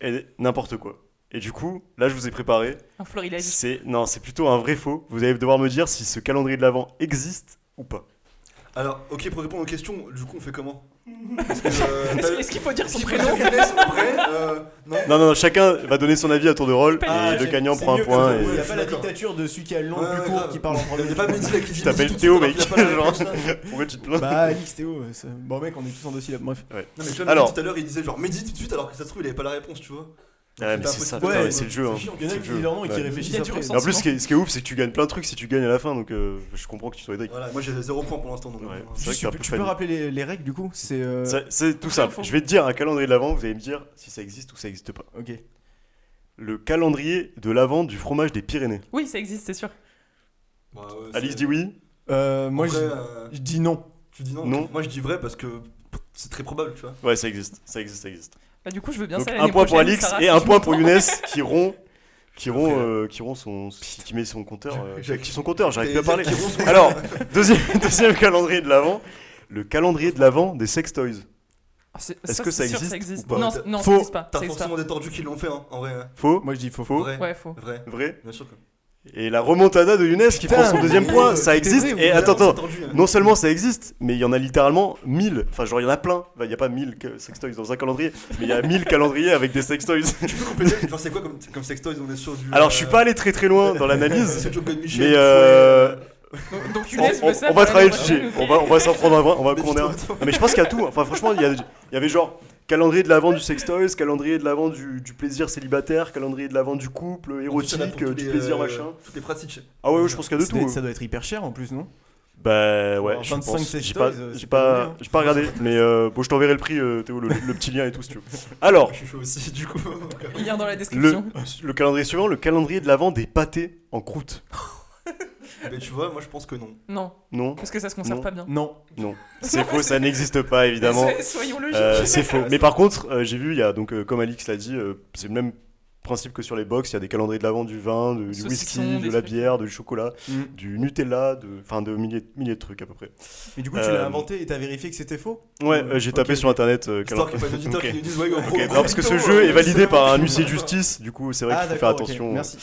S1: et n'importe quoi. Et du coup, là, je vous ai préparé.
S5: Un florilège.
S1: C'est non, c'est plutôt un vrai faux. Vous allez devoir me dire si ce calendrier de l'avant existe ou pas.
S7: Alors, ok, pour répondre aux questions, du coup, on fait comment Parce que, euh,
S5: Est-ce
S7: t'as-
S5: est-ce qu'il faut dire son
S7: si
S5: prénom
S7: vous avez son vrai, euh, non.
S1: Non, non, non, chacun va donner son avis à tour de rôle
S5: Ah,
S1: et le
S3: j'aime,
S1: gagnant
S3: c'est
S1: prend un
S3: mieux
S1: point.
S3: comme ça,
S1: et-
S3: Il n'y a
S7: Je
S3: pas
S7: suis
S3: la
S7: d'accord.
S3: dictature de celui qui a le long
S7: Ouais,
S3: plus
S7: ouais,
S3: court
S7: grave.
S3: qui parle en
S7: Il y
S3: premier.
S7: a pas Mehdi là qui dit
S1: Tu t'appelles
S7: Mehdi tout de
S1: Théo,
S7: suite, alors
S1: mec.
S7: qu'il a pas la
S1: Genre.
S7: réponse, là.
S1: Pourquoi tu te plains
S3: Bah, Alix, Théo, euh, ça- bon mec, on est tous en dossier là. Bref,
S7: Non, mais tu vois,
S1: Alors.
S7: Mehdi, tout à l'heure, il disait genre Mehdi tout de suite, alors que ça se trouve, il avait pas la réponse, tu vois.
S1: Ah, mais
S7: C'est
S1: c'est ça,
S7: impossible.
S1: putain,
S3: Ouais,
S1: mais c'est le jeu. hein.
S3: il y en a
S1: C'est
S3: qui
S1: le jeu.
S3: disent leur nom et qui
S1: Ouais.
S5: Il y a
S3: réfléchissent
S5: du
S3: après.
S5: ressenti.
S1: Et en plus, ce qui est, ce qui est ouf, c'est que tu gagnes plein de trucs si tu gagnes à la fin, donc euh, je comprends que tu sois deg.
S7: Voilà, moi j'ai zéro point pour l'instant, donc.
S1: Ouais,
S7: euh,
S1: c'est vrai que
S3: Tu
S1: c'est un
S3: peux-
S1: peu
S3: tu peux
S1: fade.
S3: rappeler les- les règles du coup C'est. euh,
S1: Ça- C'est tout
S5: Très
S1: simple.
S5: faux.
S1: Je vais te dire un calendrier de l'avant, vous allez me dire si ça existe ou ça n'existe pas.
S3: Ok.
S1: Le calendrier de l'avant du fromage des Pyrénées.
S5: Oui, ça existe, c'est sûr.
S7: bah, ouais,
S1: Alice
S7: c'est-
S1: dit oui.
S3: Euh, Moi,
S7: Après,
S3: je-
S7: euh,
S3: je dis non.
S7: Tu dis non,
S1: Non.
S7: ok. Moi je dis vrai parce que c'est très probable, tu vois.
S1: Ouais, ça existe, ça existe, ça existe.
S5: Bah, du coup, je veux bien
S1: Donc
S5: ça
S1: un
S5: l'année
S1: point pour
S5: prochaine,
S1: Alix
S5: Sarah,
S1: et
S5: si
S1: un
S5: tu
S1: point pour
S5: m'entends.
S1: Younes qui rompt, qui rompt,
S7: Après,
S1: euh, qui rompt son, qui met son compteur, euh,
S7: J'ai-
S1: qui son compteur. J'arrive plus à
S7: Et
S1: parler.
S7: dire qu'ils vont se-
S1: Alors deuxième, deuxième calendrier de l'avant, le calendrier de l'avant des sex toys.
S5: Ah, c'est-
S1: Est-ce que ça
S5: c'est sûr,
S1: existe ou pas
S5: Non, c- non, ça
S1: Faux.
S5: existe pas.
S7: T'as
S5: ça existe pas.
S7: forcément des tordus qui l'ont fait, hein, en vrai. hein.
S1: Faux,
S3: Moi, je dis faux.
S1: faux,
S7: Vrai.
S5: Ouais, faux.
S7: Vrai.
S1: vrai,
S7: Bien sûr que.
S1: Et la remontada de Younes qui prend son deuxième point, ça existe. Et attends, attends,
S7: hein.
S1: non seulement ça existe, mais il y en a littéralement 1000. Enfin, genre, il y en a plein. Enfin, il n'y a pas 1000 que- sextoys dans un calendrier, mais il y a 1000 calendriers avec des sextoys.
S7: Tu peux compléter genre, c'est quoi comme, comme sextoys On est sur du.
S1: Alors, je suis pas allé très très loin dans l'analyse,
S7: C'est Joe Michel.
S1: mais euh,
S5: Donc, donc
S1: on,
S5: Younes veut
S1: on-
S5: ça.
S1: on va
S5: pour
S1: travailler
S5: la
S1: le
S5: nouvelle
S1: sujet.
S5: année.
S1: On va, on va s'en prendre un brin, on va qu'on ait un-
S7: putain, attends.
S1: Non, mais je pense qu'il y a tout. Enfin, franchement, il y, a- il y avait genre calendrier de l'avant du sextoys, calendrier de l'avant du, du plaisir célibataire, calendrier de l'avant du couple, érotique, euh, du plaisir machin.
S7: Toutes les pratiques.
S1: Ah ouais, ouais, je pense qu'il y a de
S6: Ça doit,
S1: tout.
S6: être, ça doit être hyper cher en plus, non
S1: Bah ouais,
S6: Alors,
S1: je
S6: 25
S1: pense.
S6: sextoys,
S1: J'ai pas,
S6: euh,
S1: j'ai
S6: c'est pas donné,
S1: pas,
S6: hein.
S1: j'ai pas regardé, mais euh, bon, je t'enverrai le prix, euh, Théo, le, le petit lien et tout si tu veux. Alors,
S7: Je suis chaud aussi, du coup. euh,
S5: Lien dans la
S1: le,
S5: description.
S1: le calendrier suivant, le calendrier de l'avant des pâtés en croûte.
S7: Mais tu vois, moi je pense que non.
S5: Non,
S1: Non,
S5: parce que ça se conserve
S1: Non.
S5: pas bien.
S6: Non.
S1: non, c'est faux, ça n'existe pas évidemment.
S5: So- Soyons logiques.
S1: Euh, c'est faux. Mais par contre, euh, j'ai vu, il y a donc, euh, comme Alix l'a dit, euh, c'est le même principe que sur les box. Il y a des calendriers de l'avant du vin, de- du whisky,
S5: Saucisson, des
S1: de la
S5: trucs.
S1: bière, du chocolat,
S6: Mm.
S1: du Nutella, de, enfin de milliers, milliers de trucs à peu près.
S6: Mais du coup, tu
S1: Euh,
S6: l'as inventé et t'as vérifié que c'était faux
S1: Ouais, euh, j'ai
S6: Ok.
S1: tapé sur internet euh,
S7: Histoire qu'il n'y ait pas
S1: calendrier.
S7: d'auditeurs qui
S1: Ok.
S7: nous disent, ouais, en gros.
S1: Ok, non, parce que ce jeu
S6: euh,
S1: est validé par un huissier de justice, du coup c'est vrai
S6: Ah,
S1: qu'il faut faire
S6: d'accord, ok,
S1: attention.
S6: Merci.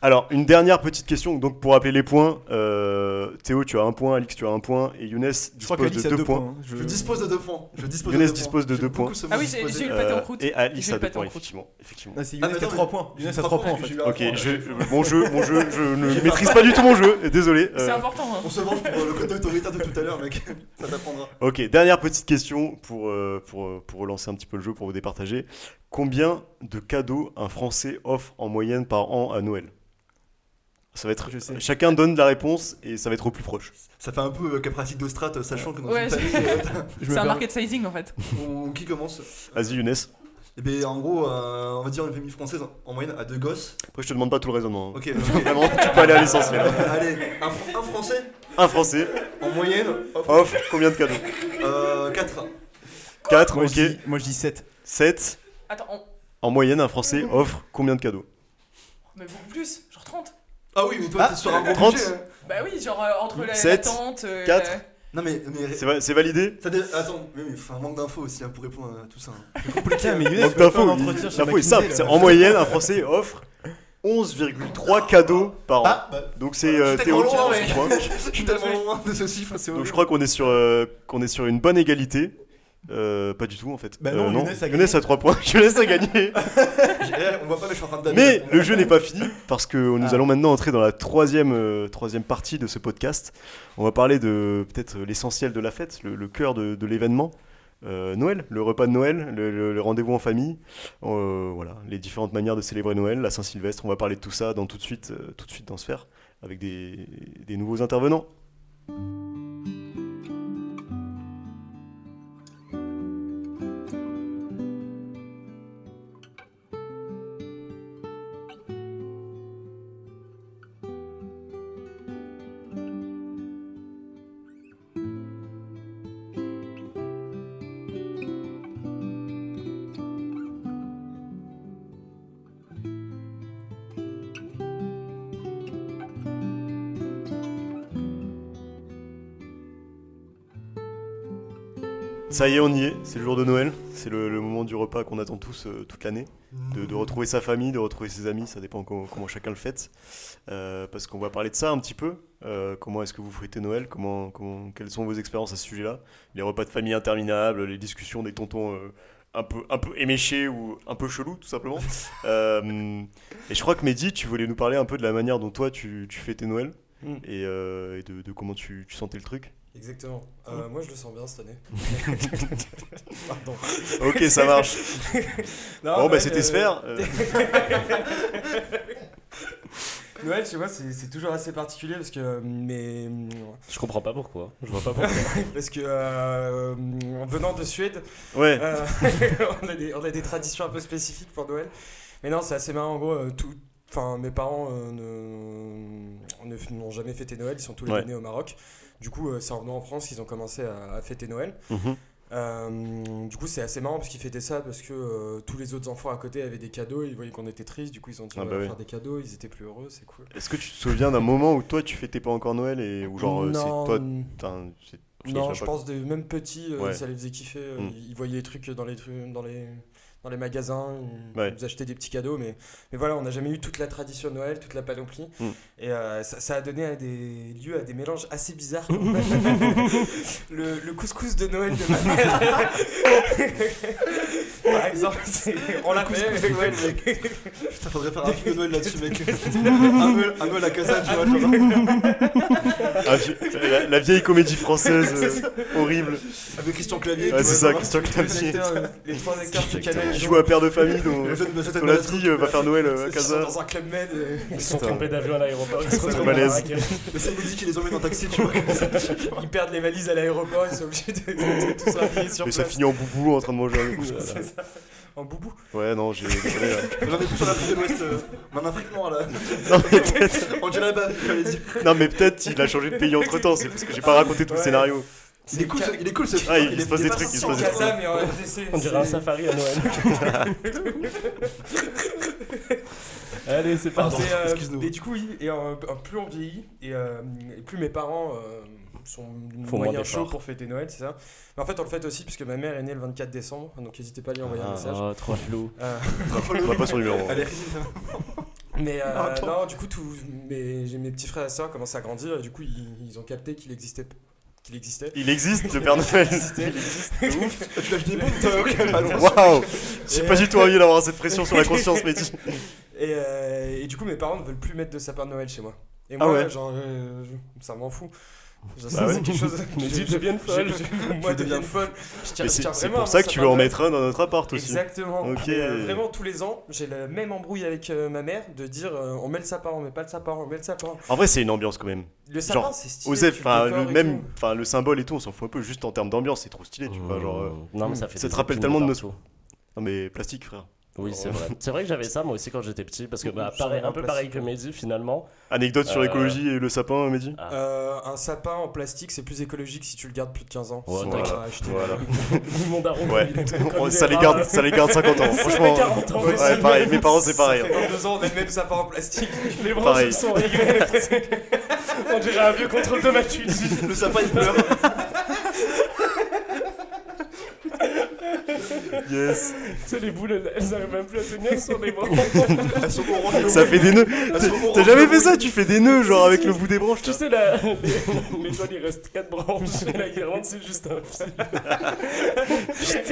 S1: Alors, une dernière petite question, donc pour rappeler les points, euh, Théo tu as un point, Alix tu as un point, et Younes
S6: Je crois
S1: dispose
S6: qu'Alix
S1: de
S6: a
S1: deux
S6: deux
S1: points.
S6: points. hein. Je-
S7: Je dispose de deux points. Je dispose
S1: Younes
S7: de deux
S1: dispose de
S7: J'aime
S1: deux points.
S7: beaucoup ce mot
S5: Ah oui, j'ai
S7: disposer.
S5: j'ai eu le pâté en croûte.
S1: Euh, Et Alix
S5: J'ai
S1: a
S5: le
S1: deux
S5: pâté en
S1: points,
S5: croûte.
S1: effectivement. effectivement.
S6: Ah, c'est
S7: Ah,
S6: Younes
S7: mais
S6: qui a
S7: attends,
S6: 3 points.
S7: j'ai
S6: Younes a
S7: trois
S6: 3
S7: points
S6: points en
S7: parce que
S6: fait.
S7: j'ai eu un
S1: Ok,
S7: point,
S1: je,
S7: ouais.
S1: euh, mon jeu, mon jeu, je ne maîtrise pas du tout mon jeu, et désolé.
S5: C'est
S1: euh,
S5: important. hein.
S7: On se venge pour euh, le côté autoritaire de tout à l'heure, mec. Ça t'apprendra.
S1: ok, dernière petite question pour, euh, pour, euh, pour relancer un petit peu le jeu, pour vous départager. Combien de cadeaux un Français offre en moyenne par an à Noël ça va être,
S6: Je sais.
S1: Chacun donne la réponse et ça va être au plus proche.
S7: Ça fait un peu euh, cas pratique d'Ostrat, euh, sachant que dans
S5: Ouais,
S7: une
S5: je-
S7: famille, euh,
S6: Je me
S5: C'est un
S6: permets-
S5: market sizing en fait.
S7: on- qui commence
S1: Vas-y Younes.
S7: Eh ben en gros, euh, on va dire une famille française en- en moyenne à deux gosses.
S1: Après je te demande pas tout le raisonnement. hein.
S7: Ok, ok.
S1: Vraiment, tu peux aller à l'essentiel.
S7: Euh, allez, un, Fr- un français
S1: Un Français
S7: en moyenne, euh,
S1: offre combien de cadeaux
S7: 4.
S1: 4,
S6: Moi, je
S1: ok.
S6: dis- Moi je dis 7.
S1: 7.
S5: Attends, on-
S1: En moyenne, un Français offre combien de cadeaux
S5: mais beaucoup plus, genre 30.
S7: Ah oui, mais toi,
S6: Ah,
S7: t'es sur un gros
S1: 30.
S7: budget, hein.
S5: Bah oui, genre euh, entre la,
S1: Sept,
S5: la tente. euh,
S1: quatre.
S5: la-
S7: Non, mais. mais
S1: C'est va- c'est validé
S7: ça dé- Attends, mais, mais faut un manque d'infos aussi hein, pour répondre à tout ça. hein.
S6: Putain, mais Younes,
S1: Donc
S6: faut pas
S1: l'info,
S6: un
S1: il-
S6: entretien chez
S1: l'info est
S6: McKinsey,
S1: simple.
S6: là.
S1: c'est en moyenne, un Français offre 11,3 cadeaux par an.
S7: Ah, bah,
S1: Donc c'est euh,
S7: je suis
S1: Théo qui
S7: tellement
S1: a
S7: loin,
S1: son
S7: mec.
S1: point.
S7: je suis tellement loin de ce chiffre, c'est
S1: Donc je
S7: horrible.
S1: crois qu'on est, sur, euh, qu'on est sur une bonne égalité. Euh, pas du tout en fait.
S6: Bah
S1: Euh,
S6: non, Younes a gagné.
S1: Younes a 3 points. Younes a gagné.
S7: Eh, on voit pas, mais je suis en train de damer,
S1: Mais
S7: là, pour
S1: le
S7: moi.
S1: jeu n'est pas fini parce que nous
S6: Ah.
S1: allons maintenant entrer dans la troisième, euh, troisième partie de ce podcast. On va parler de peut-être l'essentiel de la fête, le, le cœur de, de l'événement. Euh, Noël, le repas de Noël, le, le- le rendez-vous en famille, Euh, voilà, les différentes manières de célébrer Noël, la Saint-Sylvestre, on va parler de tout ça dans tout de suite, euh, tout de suite dans ce faire avec des, des nouveaux intervenants. Ça y est, on y est, c'est le jour de Noël, c'est le, le moment du repas qu'on attend tous euh, toute l'année. de, de retrouver sa famille, de retrouver ses amis, ça dépend comment, comment chacun le fête. Euh, parce qu'on va parler de ça un petit peu. Euh, comment est-ce que vous fêtez Noël comment, comment, Quelles sont vos expériences à ce sujet-là Les repas de famille interminables, les discussions des tontons euh, un, peu, un peu éméchés ou un peu chelous, tout simplement. Euh, et je crois que Mehdi, tu voulais nous parler un peu de la manière dont toi tu, tu fêtais Noël
S3: Mm.
S1: et, euh, et de, de comment tu, tu sentais le truc.
S3: Exactement. Euh,
S6: Hein
S3: Moi, je le sens bien cette année. Pardon.
S1: Ok, ça marche. Bon,
S3: Non,
S1: bah
S3: Noël,
S1: c'était
S3: euh,
S1: Sphère. euh,
S3: Noël, chez moi, c'est c'est toujours assez particulier parce que euh, mes,
S6: euh,
S2: Je comprends pas pourquoi. Je vois pas pourquoi.
S3: parce que euh, en venant de Suède,
S1: Ouais.
S3: euh, on, a des, on a des traditions un peu spécifiques pour Noël. Mais non, c'est assez marrant. En gros, euh, tout, enfin, mes parents euh, ne- ne- n'ont jamais fêté Noël. Ils sont tous les
S1: Ouais.
S3: deux nés au Maroc. Du coup, euh, c'est en venant en France qu'ils ont commencé à- à fêter Noël.
S1: Mhm.
S3: Euh, du coup, c'est assez marrant parce qu'ils fêtaient ça parce que euh, tous les autres enfants à côté avaient des cadeaux, ils voyaient qu'on était tristes, du coup ils ont dit
S1: Ah
S3: on
S1: bah
S3: va
S1: oui.
S3: faire des cadeaux, ils étaient plus heureux, c'est cool.
S1: Est-ce que tu te souviens d'un moment où toi tu fêtais pas encore Noël et où genre euh, c'est
S3: non,
S1: toi
S3: non,
S1: Putain, c'est-
S3: je pense des même petits, euh,
S1: Ouais.
S3: ça les faisait kiffer, euh,
S1: Mm.
S3: ils, ils voyaient les trucs dans les trucs dans les dans les magasins, ils
S1: Ouais.
S3: nous achetaient des petits cadeaux, mais, mais voilà, on n'a jamais eu toute la tradition de Noël, toute la panoplie.
S1: Mm.
S3: Et euh, ça, ça a donné à des lieux à des mélanges assez bizarres. le, le couscous de Noël de ma mère. Par exemple, c'est- on l'a fait.
S4: de Noël, mec.
S7: Putain, faudrait faire un film de Noël là-dessus, mec. un Noël un Noël à Casa, tu vois. genre,
S1: Ah, vi- la, la vieille comédie française euh, horrible.
S7: avec Christian Clavier. tu
S1: Ouais,
S7: vois,
S1: c'est ça,
S7: genre.
S1: Christian
S3: Les,
S1: Clavier.
S3: acteurs, euh, les trois acteurs du canal
S1: Qui
S3: ils
S1: joue à père de famille dont,
S7: Le fait de me
S1: dont
S7: faire cette
S1: la
S7: maladie.
S1: fille euh, va faire Noël euh, à
S3: sont- ils sont
S1: Casa.
S3: dans un club med. euh,
S2: Ils se sont
S1: Putain.
S2: trompés d'avion à l'aéroport. Ils se retrouvent à
S1: Malaise.
S2: Marrakech.
S7: Le seul musique qui les emmène en taxi, tu vois.
S3: Ils perdent les valises à l'aéroport, ils sont obligés de, de- de tout s'habiller sur
S1: Et ça
S3: place.
S1: finit en boubou en train de manger un coup.
S3: C'est ça. En boubou.
S1: Ouais, non, j'ai. désolé, là.
S7: J'en ai plus sur l'Afrique de l'Ouest. Euh, mais en Afrique noire, là.
S1: Non, mais peut-être.
S7: Angela Babb, il fallait dire.
S1: Non, mais peut-être il a changé de pays entre temps, c'est parce que j'ai pas raconté tout le
S3: Ouais.
S1: scénario.
S7: Il est cool, ce- il est cool ce film.
S1: Ah, il se passe des trucs, il se
S3: Sans
S1: passe des trucs.
S3: casa, mais en RDC.
S2: On dirait un safari à Noël. Allez, c'est parti.
S3: Et, euh,
S7: excuse-nous.
S3: et du coup, oui, et euh, plus on vieillit, et, euh, et plus mes parents euh, sont
S2: Font moins
S3: moyen
S2: d'efforts.
S3: chaud pour fêter Noël, c'est ça. Mais en fait, on le fête aussi, puisque ma mère est née le 24 décembre, donc n'hésitez pas à lui envoyer
S1: Ah,
S3: un message.
S2: Oh, trop flou.
S3: Euh,
S1: On n'a pas son numéro.
S7: Allez,
S3: mais euh,
S7: Attends.
S3: non, du coup, tous mes, j'ai mes petits frères et sœurs commencent à grandir, et du coup, ils, ils ont capté qu'il existait. Qu'il existait.
S1: Il existe, le Père Noël.
S7: tu lâches des boules, toi, ok, attends.
S1: Waouh J'ai pas du tout envie d'avoir cette pression sur la conscience, mais dis-
S3: Et, euh, et du coup, mes parents ne veulent plus mettre de sapin de Noël chez moi. Et
S1: Ah
S3: moi,
S1: ouais.
S3: genre, euh, je- ça m'en fout.
S1: Bah
S3: Genre, ça, c'est
S1: ouais.
S3: quelque chose.
S2: Mais
S3: je-
S2: tu deviens
S3: je-
S2: folle.
S3: je- je- Moi,
S7: Tu
S3: deviens
S7: deviens
S3: folle. Je tiens-
S1: Mais
S3: je
S1: c'est
S3: tiens
S1: c'est
S3: vraiment à
S1: pour ça
S3: mon
S1: que tu
S3: sapin
S1: veux en
S3: de Noël.
S1: mettre un dans notre appart aussi.
S3: Exactement.
S1: Ok.
S3: Mais, euh, vraiment, tous les ans, j'ai la même embrouille avec euh, ma mère de dire euh, on met le sapin, on met pas le sapin, on met le sapin.
S1: En vrai, c'est une ambiance quand même.
S3: Le sapin,
S1: Genre,
S3: c'est stylé.
S1: Osef,
S3: tu
S1: enfin,
S3: décores
S1: le
S3: et
S1: même,
S3: tout.
S1: enfin, le symbole et tout, on s'en fout un peu. Juste en termes d'ambiance, c'est trop stylé, tu vois. Genre, euh,
S2: non, mais ça fait
S1: ça
S2: des
S1: te rappelle
S2: épines
S1: tellement de nos-
S2: partout.
S1: non mais plastique, frère.
S2: Oui, c'est vrai. C'est vrai que j'avais ça moi aussi quand j'étais petit, parce que bah,
S3: Ça
S2: pareil,
S3: m'a
S2: un peu pareil que Mehdi finalement.
S1: Anecdote sur
S2: Euh,
S1: l'écologie et le sapin, Mehdi.
S3: Euh, un sapin en plastique, c'est plus écologique si tu le gardes plus de 15 ans.
S2: Ouais,
S3: Sinon,
S1: t'inquiète.
S3: t'as acheté.
S1: Voilà.
S2: Mon daron,
S1: Ouais.
S2: il est comme
S1: On-
S2: il
S1: ça
S2: est
S1: les
S2: rare.
S1: garde, ça les garde 50 ans.
S2: Ça fait
S1: Franchement.
S2: 40 ans,
S1: Ouais,
S2: possible.
S1: pareil. Mes parents, c'est pareil. hein.
S3: Ça fait 22 ans, on a le même sapin en plastique.
S2: Les branches
S1: Pareil.
S2: sont régulières. On dirait un vieux contrôle de Mathieu.
S7: Le sapin, il pleure.
S1: Yes.
S2: Tu sais, les boules, elles, elles arrivent même plus à tenir sur les bras.
S7: Elles sont oranges.
S1: Ça fait des nœuds.
S7: Elles sont oranges.
S1: T'as jamais fait ça Tu fais des nœuds, genre
S2: Si,
S1: avec
S2: si.
S1: le bout des branches.
S2: tu sais, la... les- l'étoile, il reste 4 branches. Et la guirlande, c'est juste un fil.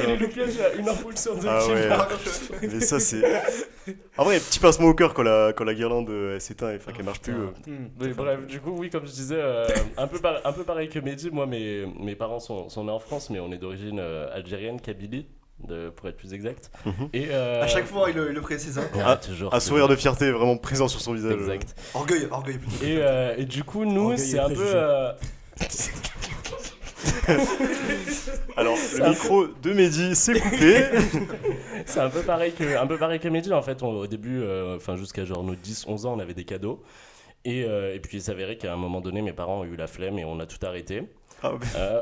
S2: Et les le piège à une ampoule sur deux.
S1: Ah
S2: je sais
S1: ouais.
S2: pas.
S1: Mais ça, c'est. En vrai, petit pincement au cœur quand la, quand la guirlande euh, elle s'éteint et enfin qu'elle marche plus. euh.
S3: Hmm.
S2: Mais bref, du coup, oui, comme je disais, euh, un, peu par- un peu pareil que Mehdi, moi, mes, mes parents sont, sont nés en France, mais on est d'origine euh, algérienne, Kabylie, de- pour être plus exact.
S1: Mhm.
S2: Et, euh,
S7: À chaque fois, il le, il le précise. hein.
S2: ouais,
S1: Ah,
S2: toujours,
S1: Un
S2: toujours.
S1: sourire de fierté vraiment présent sur son visage. euh.
S2: Exact.
S7: Orgueil, orgueil plutôt.
S2: Et, euh, et du coup, nous,
S3: Orgueil
S2: c'est
S3: et
S2: un peu.
S3: préjugé.
S2: euh,
S1: Alors, le micro de Mehdi s'est coupé.
S2: C'est un peu pareil que un peu pareil que Mehdi en fait. On- au début, euh, enfin jusqu'à genre nos 10-11 ans, on avait des cadeaux. Et, euh, et puis il s'avérait qu'à un moment donné, mes parents ont eu la flemme et on a tout arrêté.
S1: Ah, mais
S2: Euh,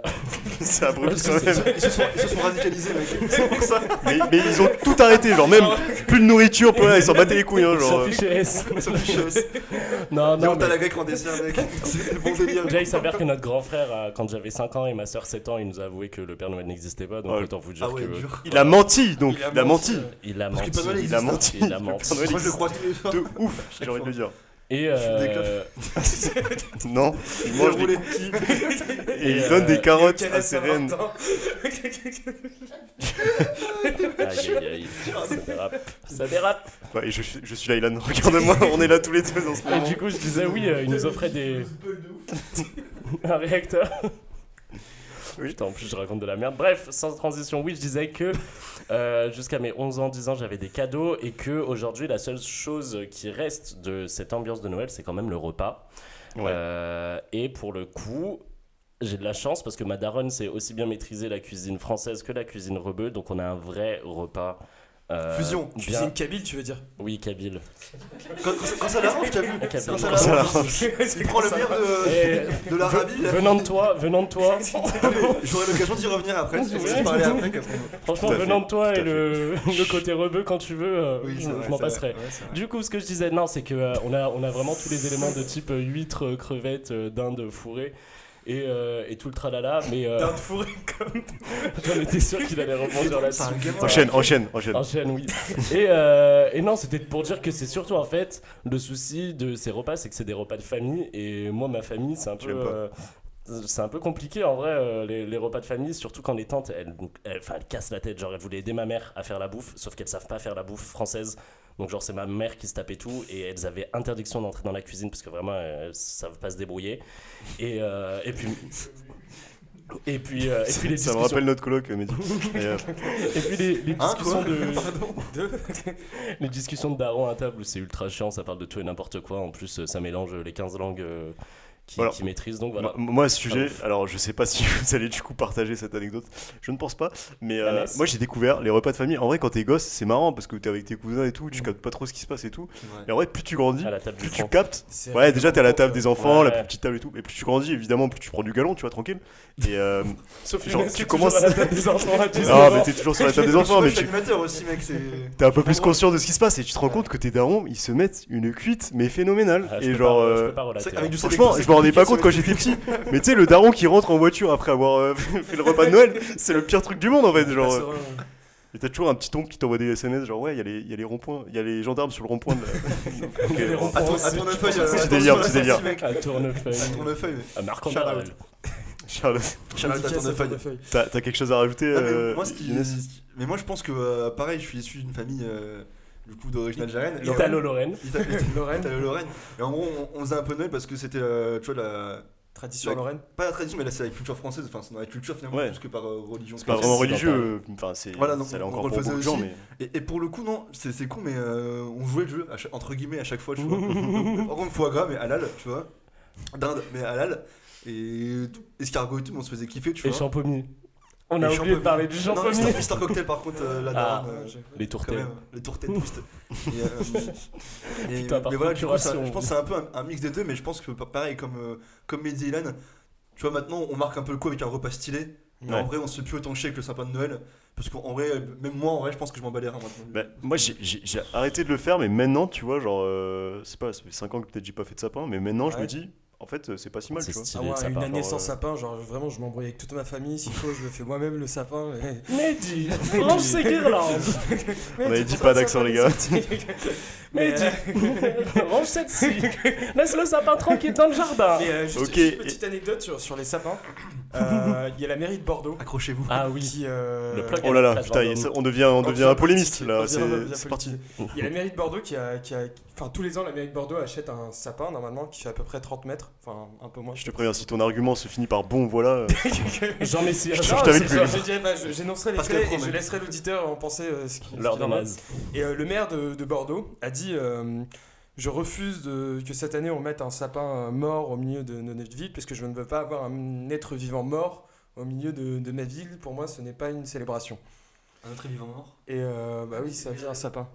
S1: c'est abrupt quand
S7: Ils
S1: même.
S7: se, ils se sont, ils se sont radicalisés, mec. C'est pour ça.
S1: Mais, mais ils ont tout arrêté, genre même plus de nourriture, plus rien, ils s'en battaient les couilles, hein,
S2: ils s'en
S1: genre. euh.
S2: fichaient S.
S7: Ils sont fichés.
S2: non, non,
S7: Non,
S2: mais-
S7: t'as la grecque en dessert, mec. C'est le bon délire.
S2: Déjà, il s'avère que notre grand frère, euh, quand j'avais 5 ans et ma soeur 7 ans, il nous a avoué que le Père Noël n'existait pas. Donc
S1: Oh,
S2: autant vous dire
S7: Ah ouais,
S2: que
S7: dur.
S1: Il a menti, donc il a, menti.
S2: il a
S7: Parce
S2: menti.
S7: que le Père Noël
S1: Il a
S7: existe, hein.
S1: menti.
S2: Il a
S1: Le
S2: menti.
S1: Père
S7: Moi,
S1: Noël
S7: je le crois tous les jours.
S1: de ouf, j'ai envie de le dire.
S2: Et
S7: des
S2: euh,
S7: clopes.
S1: Non, il mange des
S7: roulé.
S1: cookies et
S2: euh,
S1: il donne des carottes
S3: Quel
S1: à ses reines.
S3: Saint-Martin.
S2: aïe, aïe, aïe, ça dérape. Ça dérape.
S1: Ouais, et je, suis- je suis là, Ilan, regarde-moi, on est là tous les deux en ce
S2: Et
S1: moment.
S2: du coup, je disais oui, euh, il nous offrait des. un réacteur.
S1: Oui.
S2: Putain, en plus, je raconte de la merde. Bref, sans transition, oui, je disais que euh, jusqu'à mes 11 ans, 10 ans, j'avais des cadeaux et que aujourd'hui, la seule chose qui reste de cette ambiance de Noël, c'est quand même le repas.
S1: Ouais.
S2: Euh, et pour le coup. J'ai de la chance parce que ma daronne sait aussi bien maîtriser la cuisine française que la cuisine rebeu, donc on a un vrai repas. euh,
S7: Fusion.
S2: Bien.
S3: Cuisine Kabyle, tu veux dire
S2: Oui, Kabyle.
S7: Quand, quand, quand ça l'arrange, t'as vu
S2: Kabyle.
S7: Quand ça
S1: Quand ça
S7: l'arrange.
S1: l'arrange.
S7: Il prend le meilleur
S2: Et-
S7: de, de l'Arabie. là.
S2: Venant de toi, venant de toi.
S7: J'aurai l'occasion d'y revenir après. Si tu veux
S2: Oui.
S7: en parler après, qu'après.
S2: Franchement,
S1: Tout à fait,
S2: venant de toi
S1: tout à
S2: et le, le côté rebeu quand tu veux, euh,
S7: Oui,
S2: je,
S7: c'est vrai,
S2: je m'en
S7: c'est vrai,
S2: passerai.
S7: ouais, c'est vrai.
S2: Du coup, ce que je disais, non, c'est que euh, on, a, on a vraiment tous les éléments de type euh, huîtres, euh, crevettes, euh, dinde fourrée. et, euh, et tout le tralala. Mais euh,
S4: D'un fourré comme.
S2: j'en étais sûr qu'il allait rebondir là-dessus.
S1: Enchaîne, enchaîne, enchaîne.
S2: Enchaîne, oui. et, euh, et non, c'était pour dire que c'est surtout en fait le souci de ces repas, c'est que c'est des repas de famille. Et moi, ma famille, c'est un
S1: Tu
S2: peu.
S1: l'aimes pas.
S2: euh, c'est un peu compliqué en vrai, euh, les, les repas de famille, surtout quand les tantes, elles, donc, elles- enfin, elles cassent la tête. Genre, elles voulaient aider ma mère à faire la bouffe, sauf qu'elles savent pas faire la bouffe française. Donc, genre, c'est ma mère qui se tapait tout et elles avaient interdiction d'entrer dans la cuisine parce que vraiment, elles savent pas se débrouiller. Et, euh, et puis. Et puis, euh, et puis les
S1: Ça me
S2: discussions
S1: rappelle notre colloque, Mehdi. Mais, euh,
S2: et puis les, les
S7: Hein,
S2: discussions
S7: quoi
S2: de... les discussions de daron à table où c'est ultra chiant, ça parle de tout et n'importe quoi. En plus, euh, ça mélange les 15 langues euh, qui,
S1: Voilà.
S2: qui maîtrisent. Donc voilà.
S1: Moi- Moi, à ce sujet,
S2: Ah, ouf.
S1: alors je sais pas si vous allez du coup partager cette anecdote, je ne pense pas, mais
S2: La
S1: euh,
S2: messe.
S1: moi j'ai découvert les repas de famille. En vrai, quand t'es gosse, c'est marrant parce que t'es avec tes cousins et tout, tu captes pas trop ce qui se passe et tout. Mais en vrai, plus tu grandis,
S2: À Mm. Ah, la table du
S1: plus tu
S2: front.
S1: captes. Ouais, déjà t'es à la table des enfants, la
S2: Ouais.
S1: plus petite table et tout, et plus tu grandis, évidemment, plus tu prends du galon, tu vois, tranquille. Et euh,
S2: Sauf
S1: genre, tu
S2: tu
S1: commences-
S2: commences à la table des enfants à 19
S1: non,
S2: ans.
S1: mais t'es toujours sur la table des enfants, mais tu
S7: animateur aussi, mec, c'est.
S1: t'es un peu plus conscient de ce qui se passe et tu te rends compte que tes darons, ils se mettent une cuite, mais phénoménale.
S2: Ah, je
S1: et
S2: peux
S1: genre.
S2: pas-
S1: euh,
S2: je peux pas relater, hein.
S7: du
S1: Franchement, je m'en rendais pas compte quand j'étais petit. Mais tu sais, le daron qui rentre en voiture après avoir euh, fait le repas de Noël, c'est le pire truc du monde en fait. Genre, euh, et t'as toujours un petit oncle qui t'envoie des SMS, genre ouais, il y a les- il y, a les ronds-points, il y a les gendarmes sur le rond-point. de la- Ok,
S2: Les
S1: bon.
S2: ronds-points,
S7: Attends,
S2: c'est-
S7: attends, une fois,
S2: tu
S7: j'ai-
S2: penses
S1: Petit
S7: attends,
S1: délire,
S7: sur la
S1: petit délire.
S7: sortie, mec.
S2: À tournefeuille.
S7: Ton feuille.
S2: À Marc
S7: Shout out.
S2: André.
S1: Charles,
S7: Shout-out à ton feuille.
S1: t'as t'as quelque chose à rajouter
S7: Ah, mais
S1: euh,
S7: moi, ce qui-
S1: Younes
S7: Mais moi, je pense que, euh, pareil, je suis issu d'une famille, euh, du coup, d'origine algérienne. Et-
S2: Italo-Lorraine.
S7: Ita-
S3: Lorraine,
S7: Ita- Lorraine. Et en gros, on, on faisait un peu Noël parce que c'était, euh, tu vois, la.
S3: tradition
S7: La-
S3: Lorraine.
S7: Pas la tradition, mais là, c'est la culture française. Enfin, c'est dans la culture finalement,
S1: Ouais.
S7: plus que par euh, religion.
S1: C'est pas vraiment
S2: c'est
S1: religieux,
S2: pas
S1: euh, enfin, c'est.
S7: Voilà, donc,
S1: ça l'est
S7: on
S1: encore pour
S7: refaisait
S1: beaucoup de gens,
S7: aussi.
S1: mais.
S7: Et, et pour le coup, non, c'est c'est con, mais euh, on jouait le jeu, à chaque- entre guillemets, à chaque fois, tu vois. Par contre, foie gras, mais halal, tu vois. Dinde, mais halal. Et tout- escargot et tout, mais on se faisait kiffer, tu
S2: Et
S7: vois.
S2: champomis. On a
S7: Et
S2: oublié de
S7: champomis.
S2: parler du
S7: Non, mais
S2: champomis.
S7: c'est un- c'est un cocktail, par contre, euh, la
S2: Ah.
S7: dinde, euh, j'ai-
S2: Les
S7: quand
S2: tourtelles.
S7: même, les tourtelles twistes. Et, euh, et-
S2: Putain, par
S7: mais voilà, du coup,
S2: procuration,
S7: ça- je
S2: on
S7: pense que c'est un peu un, un mix des deux, mais je pense que pa- pareil, comme, euh, comme Mehdi et Ilan, tu vois, maintenant on marque un peu le coup avec un repas stylé. Mais
S1: Ouais.
S7: en vrai, on se fait plus autant chier que le sapin de Noël. Parce qu'en vrai, même moi, en vrai, je pense que je m'en bats les reins maintenant.
S1: Bah, moi j'ai- j'ai j'ai arrêté de le faire, mais maintenant, tu vois, genre, euh, c'est pas, ça fait 5 ans que peut-être j'ai pas fait de sapin, mais maintenant je
S3: Ouais.
S1: me dis, en fait, euh, c'est pas si mal,
S2: C'est
S1: tu vois.
S3: Ah
S2: stylé,
S3: ouais,
S2: ça
S3: une
S2: part,
S3: année
S2: genre,
S3: sans
S2: euh,
S3: sapin, genre vraiment je m'embrouille avec toute ma famille, s'il faut je le fais moi-même le sapin. mais-
S2: Mehdi, range ses guirlandes.
S1: On avait
S3: Mais
S1: dit
S3: tu
S1: pas
S3: prends
S1: d'accent,
S3: ça,
S1: les gars.
S3: Mais,
S2: Mehdi, range cette scie. Laisse le sapin tranquille dans le jardin.
S3: Mais euh, juste,
S1: Ok,
S3: juste une petite anecdote sur, sur les sapins. Euh, Il y a la mairie de Bordeaux
S7: Accrochez-vous.
S2: Ah oui.
S3: qui... euh,
S2: Le plug.
S1: Oh là là,
S2: Place
S1: putain,
S2: Vendôme.
S1: et ça- on devient, on
S3: Oh,
S1: devient
S3: c'est
S1: un polémiste
S3: politique,
S1: là,
S3: on
S1: c'est
S3: dirait un-
S1: c'est parti.
S3: Il y a la mairie de Bordeaux qui a... Qui a- Enfin tous les ans la mairie de Bordeaux achète un sapin normalement qui fait à peu près 30 mètres, enfin un peu moins.
S1: Je te préviens, si ton argument se finit par bon, voilà, euh,
S2: Jean Ah, Messia.
S1: Je
S3: Non,
S1: trouve que je t'avais
S3: c'est
S1: plus.
S3: genre, je dirais, bah, je- J'énoncerai les
S7: Parce
S3: faits
S7: qu'elle
S3: et je
S7: promet.
S3: laisserai l'auditeur en penser euh, ce qu'il ce
S2: Lors
S3: qu'il en a. Et euh, le maire de, de Bordeaux a dit euh, Je refuse de- que cette année on mette un sapin euh, mort au milieu de, de notre ville parce que je ne veux pas avoir un être vivant mort au milieu de, de ma ville. Pour moi, ce n'est pas une célébration.
S7: Un autre vivant mort.
S3: Et euh, bah oui, ça veut dire un sapin.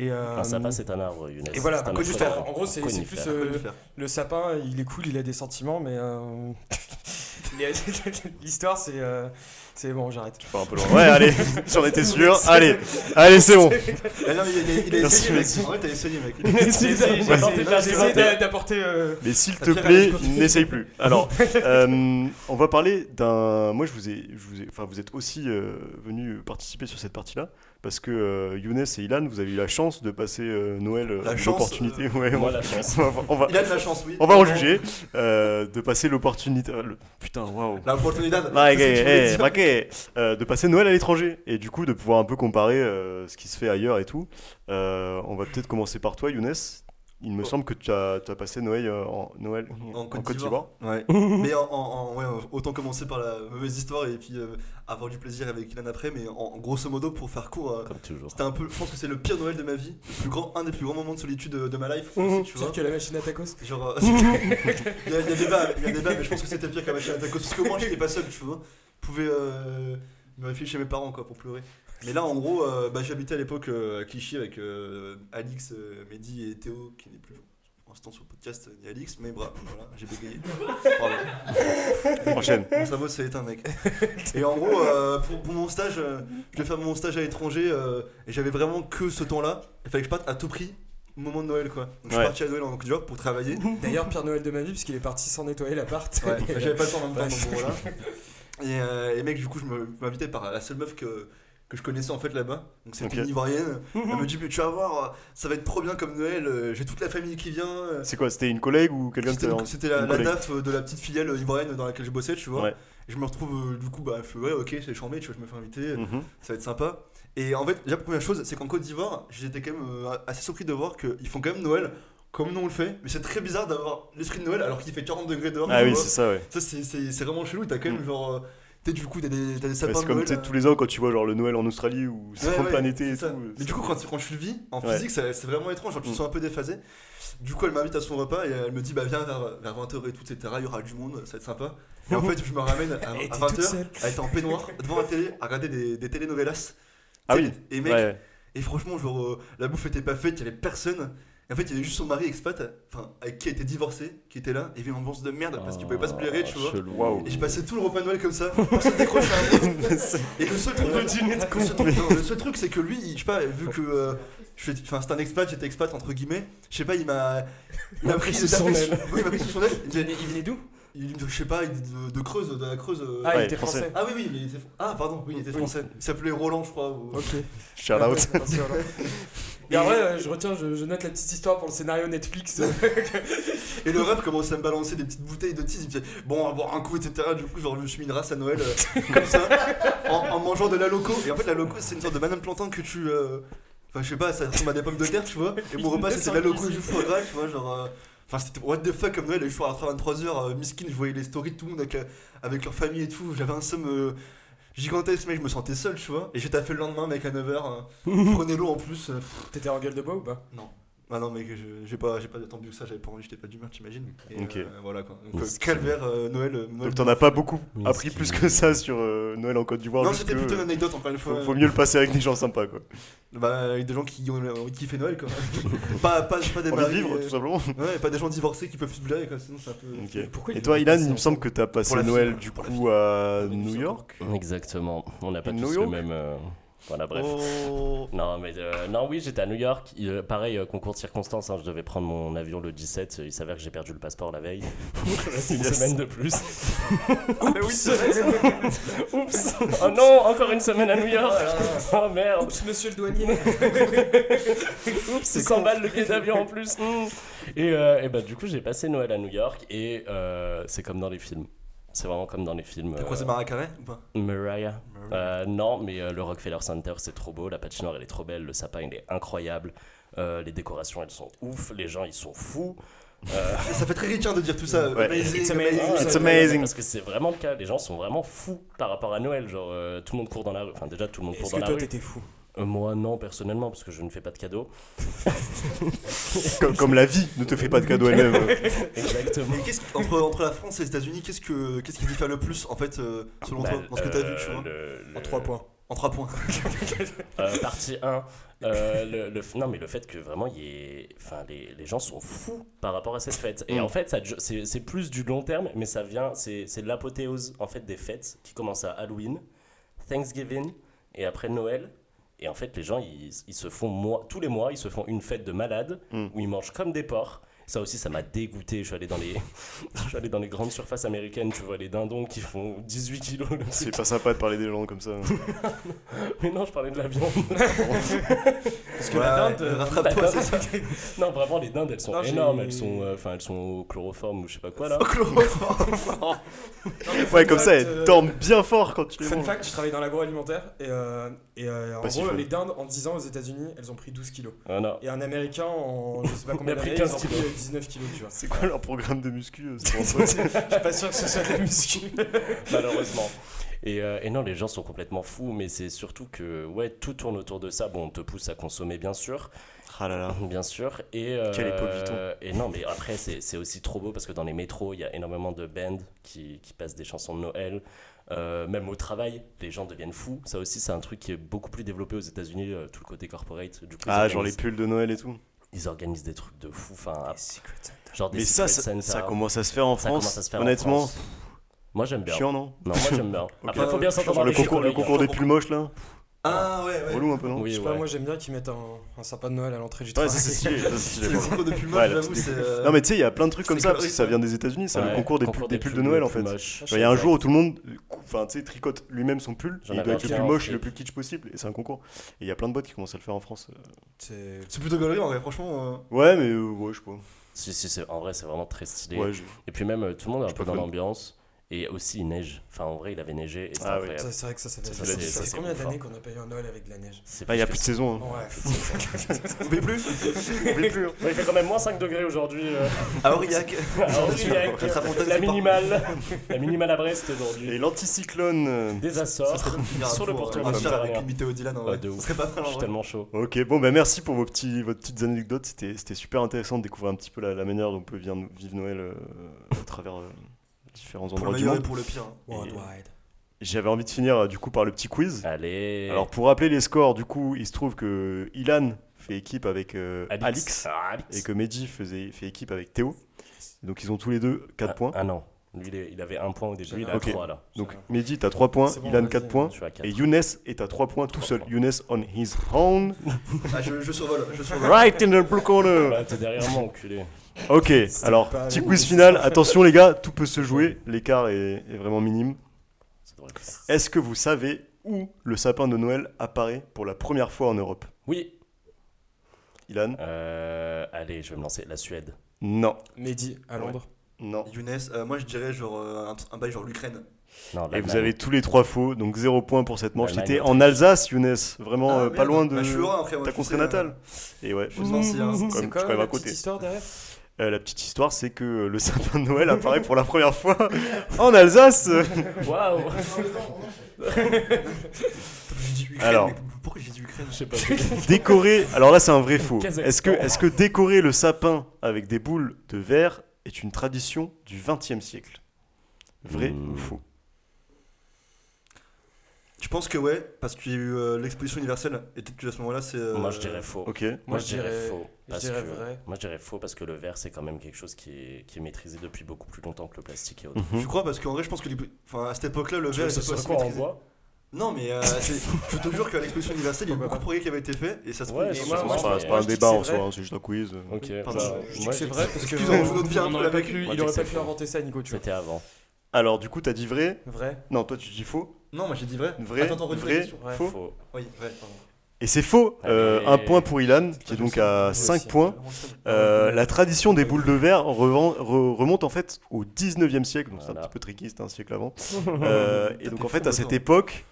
S3: Et, euh,
S2: Un sapin, c'est un arbre, Younes.
S3: et voilà,
S2: C'est un
S3: conifère.
S2: arbre.
S3: En gros, c'est c'est plus
S2: Conifère.
S3: euh,
S7: Conifère.
S3: le sapin, il est cool, il a des sentiments, mais euh, mais, l'histoire, c'est euh, c'est bon, j'arrête.
S1: tu pars un peu loin. Ouais, allez, j'en étais sûr, allez, allez, c'est bon.
S7: Ah non, mais il, il, il a
S1: Merci,
S7: essayé, mec.
S1: Maxime.
S7: En vrai, t'as essayé, mec.
S2: J'ai essayé, j'ai tenté de la
S3: J'essaie
S2: présenter.
S3: d'a- d'apporter. euh,
S1: Mais s'il te
S7: Pierre
S1: plaît,
S7: Aristote.
S1: n'essaye plus. Alors, euh, on va parler d'un. Moi, je vous ai, je vous ai- enfin, vous êtes aussi euh, venu participer sur cette partie-là parce que euh, Younes et Ilan, vous avez eu la chance de passer euh, Noël, euh,
S7: La chance,
S1: l'opportunité.
S3: euh,
S1: Ouais,
S2: Moi,
S1: on-
S2: la chance.
S1: on va- on va,
S7: Il a de la chance, oui.
S1: on va en juger euh, de passer l'opportunité. euh, le- Putain, waouh.
S7: La opportunité.
S1: Là, eh, eh, braqué. Euh, de passer Noël à l'étranger et du coup de pouvoir un peu comparer euh, ce qui se fait ailleurs et tout. Euh, on va peut-être commencer par toi, Younes. Il me
S7: Oh.
S1: semble que tu as, tu as passé Noël, euh, en, Noël
S7: En Côte d'Ivoire. Ouais. mais en, en- en- ouais, autant commencer par la mauvaise histoire et puis euh, avoir du plaisir avec Ilan après. Mais en, en grosso modo, pour faire court, euh,
S2: Comme toujours.
S7: c'était un peu. Je pense que c'est le pire Noël de ma vie. Le plus grand, un des plus grands moments de solitude de, de ma life.
S3: Mhm.
S7: tu
S3: Pire
S7: vois.
S3: que la machine à tacos.
S7: Genre, euh, il y a, il y a débat, il y a débat, mais je pense que c'était pire qu'à machine à tacos parce que moi j'étais pas seul, tu vois. Je pouvais euh, me réfugier chez mes parents quoi pour pleurer. Mais là, en gros, euh, bah, j'habitais à l'époque euh, à Clichy avec euh, Alix, euh, Mehdi et Théo qui n'est plus pour l'instant sur le podcast, euh, ni Alix, mais bravo, voilà, j'ai bégayé. Bravo.
S1: Enchaîne.
S7: Mon cerveau s'est éteint, mec. Et en gros, euh, pour, pour mon stage, euh, je devais faire mon stage à l'étranger euh, et j'avais vraiment que ce temps-là. Il fallait que je parte à tout prix moment de Noël quoi. Donc je suis
S1: Ouais.
S7: parti à Noël en Côte d'Ivoire pour travailler.
S3: D'ailleurs, Pire Noël de ma vie, puisqu'il est parti sans nettoyer l'appart. euh,
S7: Ouais, enfin, j'avais pas le temps en même temps,
S3: Ouais.
S7: donc bon, voilà. Et, euh, et mec, du coup, je me- je m'invitais par la seule meuf que, que je connaissais en fait là-bas. Donc c'était
S1: Ok.
S7: une Ivoirienne. Elle me dit, mais tu vas voir, ça va être trop bien comme Noël, euh, j'ai toute la famille qui vient. euh,
S1: C'est quoi C'était une collègue ou quelqu'un
S7: C'était
S1: de
S7: une- C'était la,
S1: une
S7: la
S1: collègue.
S7: DAF de la petite filiale ivoirienne dans laquelle je bossais, tu vois.
S1: Ouais.
S7: Et je me retrouve, euh, du coup, bah, je fais, ouais, ok, c'est chambé, tu vois, je me fais inviter,
S1: Mhm.
S7: ça va être sympa. Et en fait, la première chose, c'est qu'en Côte d'Ivoire, j'étais quand même euh, assez surpris de voir qu'ils font quand même Noël comme nous on le fait. Mais c'est très bizarre d'avoir l'esprit de Noël alors qu'il fait 40 degrés dehors.
S1: Ah
S7: tu
S1: oui,
S7: vois.
S1: c'est ça, ouais.
S7: Ça, c'est- c'est c'est vraiment chelou. T'as quand même,
S1: Mm.
S7: genre. euh, T'es du coup, t'as des, t'as des
S1: Ouais,
S7: sapins
S1: c'est
S7: de
S1: comme
S7: Noël,
S1: tu sais,
S7: là.
S1: tous les ans quand tu vois genre le Noël en Australie où c'est
S7: Ouais,
S1: trop
S7: ouais,
S1: planété et
S7: c'est ça.
S1: tout. euh,
S7: Mais du coup, quand, quand tu le vis en
S1: Ouais.
S7: physique, ça- c'est vraiment étrange. Genre, tu te
S1: Mm.
S7: sens un peu déphasé. Du coup, elle m'invite à son repas et elle me dit Bah, viens vers, 20h et tout, etc. Il y aura du monde, ça va être sympa. Et en fait, je me ramène à,
S3: Elle était toute
S7: 20h,
S3: seule.
S7: à être en peignoir devant la télé, à regarder des, des telenovelas.
S1: Ah
S7: T'sais,
S1: oui.
S7: Et
S1: Ouais,
S7: mec,
S1: ouais.
S7: et franchement, genre, euh, la bouffe était pas faite, il y avait personne. Et en fait, il y avait juste son mari expat, enfin, avec qui a été divorcé, qui était là, et il y avait une ambiance de merde parce qu'il pouvait pas se blairer,
S2: Ah,
S7: tu vois.
S1: Ah, Chelou. Waouh.
S7: Et je passais tout le repas de Noël comme ça, personne décrochait un mot. Et le seul truc, le seul truc- non, le seul truc, c'est que lui, il- je sais pas, vu que euh, je suis- enfin, c'est un expat, j'étais expat entre guillemets, je sais pas, il m'a, il m'a pris
S3: sous son
S7: d'affection- Oui, il m'a pris sous son aile. Il,
S3: Il
S7: disait-
S3: venait- il venait d'où
S7: il- je sais pas, il était de, de Creuse, de la Creuse. euh,
S3: Ah,
S1: Ouais,
S3: il était
S1: français.
S3: français.
S7: ah oui, oui, il était, ah pardon, oui, il était français. Il s'appelait Roland, je crois. ou-
S3: Ok.
S1: Shout out.
S3: Et en vrai, euh, je retiens, je, je note la petite histoire pour le scénario Netflix.
S7: Et le ref commençait à me balancer des petites bouteilles de tease. Il me disait, bon, on va boire un coup, etc. Du coup, genre, je me suis mis une race à Noël, euh, comme ça, en, en mangeant de la loco. Et en fait, la loco, c'est une sorte de banane plantain que tu. euh, Enfin, je sais pas, ça ressemble à des pommes de terre, tu vois. Et mon repas, c'était de la loco et du foie gras, tu vois, genre. euh, Enfin, c'était what the fuck comme Noël, et je suis rentré à 23h, miskin, je voyais les stories de tout le monde avec, euh, avec leur famille et tout. J'avais un somme euh, gigantesque, mec, je me sentais seul, tu vois. Et j'ai taffé le lendemain, mec, à 9h. je prenais l'eau en plus. euh,
S3: T'étais en gueule de bois ou pas
S7: bah non, mais que je- j'ai pas, j'ai pas attendu que ça, j'avais pas envie, j'étais pas d'humeur, t'imagines Et,
S1: Ok. Oh,
S7: euh, voilà quoi. Donc, euh,
S2: Miskin.
S7: calvaire, euh, Noël, euh, Noël.
S1: Donc t'en as pas beaucoup
S2: Oui,
S1: appris
S2: c'est-
S1: plus que ça sur euh, Noël en Côte d'Ivoire.
S7: Non,
S1: juste
S7: c'était
S1: que,
S7: plutôt une
S1: euh,
S7: anecdote encore une fois.
S1: faut, faut mieux le passer avec des gens sympas quoi.
S7: Bah, avec des gens qui ont envie de kiffer Noël quoi. pas, pas, pas des
S1: Envie de
S7: maris,
S1: vivre
S7: euh,
S1: tout simplement.
S7: Ouais, pas des gens divorcés qui peuvent se blairer quoi, sinon c'est un peu.
S1: Ok.
S3: Pourquoi
S1: Et
S3: il
S1: toi,
S3: est
S1: Ilan,
S3: passé
S1: il me
S3: en-
S1: semble que t'as passé
S7: Pour la
S1: Noël
S7: fille,
S1: du
S7: pour la
S1: coup à
S7: Mais nous
S1: New
S7: sommes-
S1: York.
S2: Exactement. On n'a pas
S1: New
S2: tous le
S1: York
S2: même. euh, Voilà, bref.
S7: Oh.
S2: Non, mais euh, non, oui, j'étais à New York. Il- pareil, euh, concours de circonstances. hein, je devais prendre mon avion le 17. Il s'avère que j'ai perdu le passeport la veille. C'est une semaine de plus.
S7: Ah,
S3: Oups,
S2: Oups Oh non, encore une semaine à New York Oh merde
S3: Oups, monsieur le douanier.
S1: Oh,
S2: Oups, c'est 100 balles le billet d'avion en plus Hmm. et, euh, et bah du coup, j'ai passé Noël à New York et euh, c'est comme dans les films. C'est vraiment comme dans les films.
S7: T'as
S2: euh,
S7: croisé Maria Carré ou pas
S2: Mariah Euh, Non, mais euh, le Rockefeller Center, c'est trop beau. La patinoire, elle est trop belle. Le sapin, il est incroyable. Euh, les décorations, elles sont ouf. Les gens, ils sont fous. Euh,
S7: Ça ça fait très ricain de dire tout ça.
S1: Ouais.
S7: Amazing,
S3: It's
S7: amazing.
S3: amazing.
S1: It's
S2: Ouais, ouais,
S1: amazing.
S2: Parce que Ah, c'est vraiment le cas. Les gens sont vraiment fous par rapport à Noël. Genre, euh, tout le monde court dans la rue. Enfin, déjà, tout le monde court
S3: Est-ce
S2: dans
S3: que
S2: la
S3: toi
S2: rue.
S3: t'étais fou
S2: Euh, moi, non, personnellement, parce que je ne fais pas de cadeaux.
S1: Comme, comme la vie ne te fait pas de cadeau elle-même.
S2: Exactement.
S7: Mais qu'est-ce que- entre, entre la France et les États-Unis, qu'est-ce que qu'est-ce qui diffère le plus en fait euh, selon
S2: Bah,
S7: toi dans ce que t'as vu,
S2: euh,
S7: tu vois
S2: le- le-
S3: En 3 points.
S7: En 3 points.
S2: Euh, partie 1. euh, le, le f- non, mais le fait que vraiment, il y ait- enfin, les, les gens sont fous par rapport à cette fête. Et
S1: Mm.
S2: en fait, ça dure- c'est c'est plus du long terme, mais ça vient, c'est c'est l'apothéose en fait des fêtes qui commencent à Halloween, Thanksgiving et après Noël. Et en fait, les gens, ils, ils se font, mois- tous les mois, ils se font une fête de malade
S1: Mm.
S2: où ils mangent comme des porcs. Ça aussi, ça m'a dégoûté. Je suis allé dans les, je suis allé dans les grandes surfaces américaines, tu vois, les dindons qui font 18 kilos. le
S1: C'est pas sympa de parler des gens comme ça.
S2: Mais non, je parlais de la viande.
S7: Parce
S3: que la dinde, euh,
S7: rattrape-toi,
S2: la
S7: c'est ça.
S2: non, vraiment, les dindes, elles sont
S3: Non, j'ai-
S2: énormes. Elles sont, euh, enfin, elles sont au chloroforme ou je sais pas quoi là.
S1: Ouais, comme ça,
S3: euh,
S1: elle dorment bien fort quand tu les
S3: Fun
S1: manges.
S3: fact, je travaille dans l'agroalimentaire et, euh, et euh, en
S1: Pas si
S3: gros,
S1: fou.
S3: les dindes en 10 ans aux États-Unis, elles ont pris 12 kilos.
S2: Ah non.
S3: Et un américain en je sais pas combien
S2: Il a pris
S3: d'années, ils ont
S2: 15
S3: pris
S2: kilos.
S3: euh, 19 kilos, tu vois.
S1: C'est quoi leur programme de muscu euh, c'est pour ça
S3: Je suis pas sûr que ce soit de la muscu.
S2: malheureusement. Et, euh, et non, les gens sont complètement fous, mais c'est surtout que ouais, tout tourne autour de ça. Bon, on te pousse à consommer, bien sûr,
S1: Ah là là.
S2: bien sûr. Et euh,
S1: Quel hypocrite.
S2: Et non, mais après, c'est c'est aussi trop beau parce que dans les métros, il y a énormément de bands qui, qui passent des chansons de Noël. Euh, même au travail, les gens deviennent fous. Ça aussi, c'est un truc qui est beaucoup plus développé aux États-Unis, euh, tout le côté corporate. Du coup, ils
S1: Ah, genre les
S2: organisent-
S1: pulls de Noël et tout.
S2: ils organisent des trucs de fou. Enfin, genre des
S1: Mais ça,
S2: secret
S1: ça, ça
S2: Santa.
S1: commence à se faire en
S2: Ça
S1: France.
S2: commence à se faire en
S1: Honnêtement,
S2: France. Moi, j'aime bien.
S1: chiant, non
S2: Non, moi j'aime bien. Après,
S7: Ok.
S2: faut bien
S7: Genre
S2: s'entendre
S1: Le
S2: avec les
S1: concours, le
S2: collègues, hein.
S1: concours des pulls moches là
S7: Ah ouais, ouais.
S1: Relou un peu, non
S2: Oui,
S3: Je sais
S2: ouais.
S3: pas, moi j'aime bien qu'ils mettent un, un sapin de Noël à l'entrée du
S1: Ouais,
S3: travail.
S1: ça c'est stylé. ça, c'est stylé,
S7: Les
S1: pour le coup.
S7: icônes de Puma,
S1: Ouais, la
S7: j'avoue,
S1: petite
S7: c'est. euh,
S1: Non, mais tu sais, il y a plein de trucs comme
S7: C'est
S1: ça,
S7: coloré,
S1: parce que ça vient des États-Unis, c'est
S2: Ouais,
S1: le concours des, pulls- des pulls de Noël en fait.
S2: plus
S1: Genre,
S2: moches.
S1: Il y a un jour où tout le monde euh, cou- enfin, tu sais, tricote lui-même son pull,
S2: J'en
S1: il
S2: avais
S1: doit
S2: un
S1: être le
S2: qui
S1: plus
S2: en
S1: moche et le
S2: fric.
S1: plus kitsch possible, et c'est un concours. Et il y a plein de bots qui commencent à le faire en France. euh.
S3: C'est-
S7: C'est plutôt galerie en vrai, franchement. euh,
S1: Ouais, mais euh, ouais, je sais pas.
S2: Si, si, c'est- en vrai, c'est vraiment très stylé.
S1: Ouais, je-
S2: Et puis même, euh, tout le monde est un
S1: Je
S2: peu
S1: peux
S2: dans
S1: pas-
S2: l'ambiance. Et aussi, il neige. Enfin, en vrai, il avait neigé et c'était
S1: Ah oui.
S2: incroyable.
S3: ça, C'est vrai que ça, ça fait.
S2: Ça,
S3: Ça,
S2: c'est-
S3: fait-
S2: ça,
S3: ça fait
S2: c'est
S3: combien
S2: fort.
S3: d'années qu'on a pas eu un Noël avec de la neige
S2: C'est
S1: Ah, il y a
S2: parce
S1: plus de
S2: que-
S1: saison. hein.
S3: Ouais.
S7: On fait plus
S1: On fait plus, hein.
S2: Ouais, il fait quand même moins 5 degrés aujourd'hui. euh,
S7: À Aurillac.
S2: à Aurillac.
S7: Notre avantage,
S2: la
S7: c'est pas-
S2: minimale. la minimale à Brest aujourd'hui.
S1: Et l'anticyclone. euh,
S2: Des Açores. Sur le porteur
S7: On va
S2: de
S7: euh, faire
S2: Méditerranée.
S7: avec une météo Dylan en
S2: Ouais,
S7: vrai.
S2: de
S7: Ce
S2: ouf.
S7: serait pas mal
S2: Je
S7: en
S2: suis
S7: vrai.
S2: tellement chaud.
S1: Ok, bon, bah merci pour vos, petits, vos petites anecdotes. C'était c'était super intéressant de découvrir un petit peu la, la manière dont on peut vivre, vivre Noël euh, à travers euh, différents
S7: Pour le
S1: endroits du
S7: meilleur et
S1: monde.
S7: pour le pire. hein.
S3: Worldwide.
S1: J'avais envie de finir euh, du coup par le petit quiz.
S2: Allez.
S1: Alors pour rappeler les scores, du coup, il se trouve que Ilan fait équipe avec euh, Alix.
S2: Ah, Alix.
S1: et que Mehdi faisait, fait équipe avec Théo. Donc ils ont tous les deux 4
S2: Ah,
S1: points.
S2: Ah non. Lui, il est- il avait 1 point au début, il a
S1: Ok.
S2: 3 là.
S1: Donc Mehdi, t'as 3 points,
S3: C'est bon,
S1: Ilan
S3: vas-y.
S1: 4 points.
S2: Je suis à 4.
S1: Et Younes est à 3 points tout
S2: Trois
S1: seul.
S2: points.
S1: Younes on his own.
S7: Ah, je, je survole, je survole.
S1: Right in the blue corner.
S2: Bah, t'es derrière moi, enculé.
S1: Ok, alors,
S3: pas
S1: petit
S3: la
S1: quiz
S3: même
S1: final. Attention, les gars, tout peut se jouer. L'écart est, est vraiment minime.
S2: Ça devrait le faire.
S1: Est-ce que vous savez où le sapin de Noël apparaît pour la première fois en Europe
S2: Oui.
S1: Ilan
S2: Euh, allez, je vais me lancer. La Suède.
S1: Non.
S3: Mehdi à Londres.
S1: Non.
S7: Younes, euh, moi je dirais genre euh, un, un bail genre l'Ukraine.
S2: Non,
S1: Et
S2: l'Allemagne.
S1: vous avez tous les trois faux, donc zéro point pour cette manche.
S2: L'Allemagne,
S1: T'étais en Alsace, Younes, vraiment
S7: Ah,
S1: euh, pas
S7: merde.
S1: loin de
S7: Bah, je suis heureux après, moi,
S1: ta
S7: tu
S1: contrée
S7: sais, euh,
S1: natale. Et ouais,
S7: Je suis nancy, hein.
S1: quand même-
S3: C'est
S1: je suis
S3: quoi
S1: quand même à
S3: la
S1: côté.
S3: petite histoire derrière
S1: Euh, la petite histoire, c'est que euh, le sapin de Noël apparaît pour la première fois en Alsace. euh,
S2: Waouh
S7: J'ai dit Ukraine.
S1: Alors.
S7: mais Pourquoi j'ai dit Ukraine
S2: Je sais pas.
S1: décorer. Alors là, c'est un vrai faux.
S2: Kazakhstan.
S1: Est-ce que, est que décorer le sapin avec des boules de verre est une tradition du XXe siècle Vrai
S2: Hmm.
S1: ou faux
S7: Je pense que ouais, parce qu'il y a eu euh, l'exposition universelle. Et peut-être que à ce moment-là c'est. euh,
S2: Moi, je dirais faux.
S1: Ok.
S2: Moi, je dirais
S3: dirais-
S2: faux.
S3: je
S2: parce
S3: dirais
S2: que-
S3: vrai.
S2: Moi, je dirais faux parce que le verre, c'est quand même quelque chose qui est, qui est maîtrisé depuis beaucoup plus longtemps que le plastique et autres.
S1: Mhm.
S7: Je crois parce qu'en vrai je pense que les... enfin, à cette époque-là le
S2: Tu veux
S7: verre
S2: que ce
S7: était pas
S2: soit
S7: aussi
S2: quoi en
S7: maîtrisé.
S2: bois
S7: Non mais euh, c'est- je te jure qu'à l'exposition universelle il y a eu beaucoup de progrès qui avaient été faits et ça se
S2: Ouais,
S7: trouve-
S2: c'est
S7: Moi,
S2: ça,
S7: Ah, moi,
S1: C'est pas,
S2: pense-
S1: c'est
S2: moi,
S1: pas un
S3: je dis que
S1: débat
S3: c'est
S1: en
S3: vrai.
S1: soi, hein, c'est juste un quiz.
S2: Ok,
S7: Pardon,
S2: bah,
S3: Je dis
S2: moi,
S3: que c'est vrai parce que.
S7: Excusez-moi, vous notre vie un
S3: On
S7: peu
S3: aurait
S7: la
S3: pas
S7: même.
S3: pu-
S2: Moi,
S3: Il
S2: je
S3: aurait
S2: dis que
S3: pas
S2: c'est
S3: pu
S2: faux.
S3: inventer ça, Nico, tu vois.
S2: C'était avant.
S1: Alors, du coup, t'as dit vrai
S3: Vrai
S1: Non, toi, tu dis faux.
S7: Non moi j'ai dit vrai.
S1: Vrai,
S7: Attends, attends, redis la
S1: vrai,
S7: question.
S3: Ouais.
S1: faux.
S2: Faux.
S7: Oui, vrai. pardon.
S1: Et c'est faux. Euh,
S2: Allez.
S1: un point pour Ilan, qui
S7: Putain,
S1: est
S7: je
S1: donc
S7: sais,
S1: à
S7: moi
S1: 5
S7: aussi, hein,
S1: points.
S7: vraiment, c'est-
S1: Euh, la tradition des boules de verre revan- re- remonte en fait au 19e siècle, donc c'est un
S2: Voilà.
S1: petit peu tricky, c'était un siècle avant. Euh, et
S7: T'as
S1: donc
S7: des
S1: en fait
S7: fous
S1: à cette
S7: autour.
S1: époque,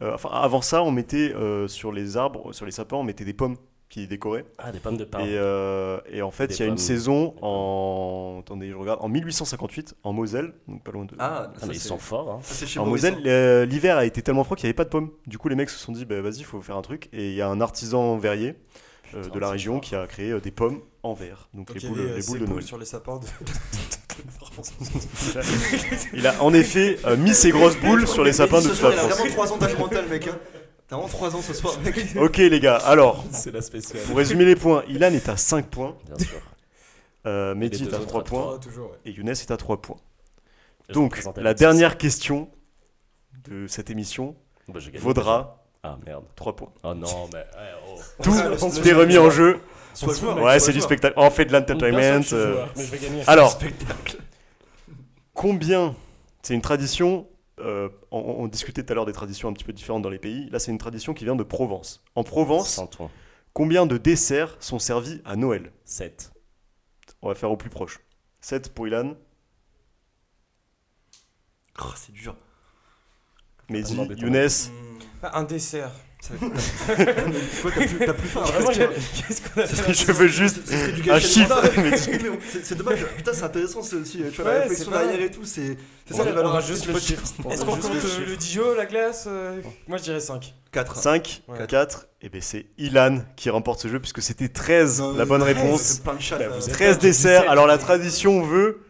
S1: euh, enfin avant ça, on mettait euh, sur les arbres, sur les sapins, on mettait des pommes qui décoraient.
S2: Ah, des pommes de pain.
S1: Et, euh, et en fait,
S2: Des
S1: il y a une
S2: pommes.
S1: saison en attendez, je regarde, en 1858 en Moselle, donc pas loin de.
S7: Ah,
S2: Ah,
S7: ça,
S2: mais
S7: c'est-
S2: ils sont forts, hein.
S7: ça, c'est chez
S1: En
S7: Boris,
S1: Moselle, euh, l'hiver a été tellement froid qu'il n'y avait pas de pommes. Du coup, les mecs se sont dit, bah, vas-y, il faut faire un truc. Et il y a un artisan verrier euh,
S2: Putain,
S1: de la
S2: c'est
S1: région
S2: fort.
S1: qui a créé euh, des pommes en verre. Donc,
S3: Donc
S1: les
S3: il y
S1: boules,
S3: avait, euh,
S1: les
S3: ces
S1: boules de Noël.
S3: sur les sapins de.
S1: Il a en effet euh, mis ses grosses boules sur les sapins de toute
S7: ce soir,
S1: la
S7: Il a
S1: France.
S7: vraiment 3 ans d'âge mental, mec. hein. T'as vraiment 3 ans ce soir, mec.
S1: Ok, les gars, alors,
S2: C'est la spéciale.
S1: pour résumer les points, Ilan est à 5 points,
S2: Bien sûr.
S1: euh, Mehdi
S2: deux
S1: est à 3
S2: autres à
S1: points
S3: Ah, toujours, ouais.
S1: et Younes est à 3 points.
S2: Je vais
S1: Donc,
S2: présenter
S1: la
S2: Alexis.
S1: dernière question de cette émission
S2: Bah, j'ai gagné.
S1: vaudra
S2: Ah, merde.
S1: 3 points.
S2: Oh non, mais. ouais, oh.
S1: Tout
S7: on se-
S1: est remis en jeu.
S7: Sois joueur, mec,
S1: Ouais,
S7: sois
S1: c'est du
S7: joueur.
S1: spectacle. On fait de
S2: Bien sûr
S1: l'entertainment.
S2: que je suis
S1: euh,
S2: joueur, Mais je vais gagner.
S1: Alors,
S7: Spectacle.
S1: combien C'est une tradition. euh, on, on discutait tout à l'heure des traditions un petit peu différentes dans les pays. Là, c'est une tradition qui vient de Provence. En Provence,
S2: Santon.
S1: combien de desserts sont servis à Noël
S2: 7.
S1: On va faire au plus proche. 7 pour Ilan,
S7: Oh, c'est dur.
S1: Mehdi,
S2: demandé ton
S1: Younes.
S3: Ah, Un dessert.
S7: Toi, t'as plus, t'as plus faim.
S2: Vraiment, j'ai-
S3: Qu'est-ce qu'on a fait
S1: Je veux juste
S7: Ce serait du
S1: un
S7: gâchis
S1: chiffre.
S7: alimentaire.
S1: Mehdi.
S7: Mais bon, C'est c'est dommage. Putain, c'est intéressant, c'est aussi. Tu vois,
S3: Ouais,
S7: la réflexion
S3: c'est pas mal.
S7: derrière et tout. C'est c'est
S3: On
S7: ça la
S3: a-
S7: valeur
S3: on a
S7: ajoutée
S3: juste
S7: du
S3: le
S7: podcast.
S3: Est-ce qu'on compte euh, le Dio, la glace euh, Moi je dirais 5.
S7: 4.
S1: 5,
S3: Ouais.
S1: 4, et bien Eh ben, c'est Ilan qui remporte ce jeu puisque c'était 13
S7: Non,
S1: la bonne
S7: mais-
S1: réponse.
S7: C'est plein de chat.
S2: Bah,
S7: là.
S2: vous êtes-
S1: 13
S2: j'ai dit
S1: desserts.
S2: sept.
S1: Alors la tradition veut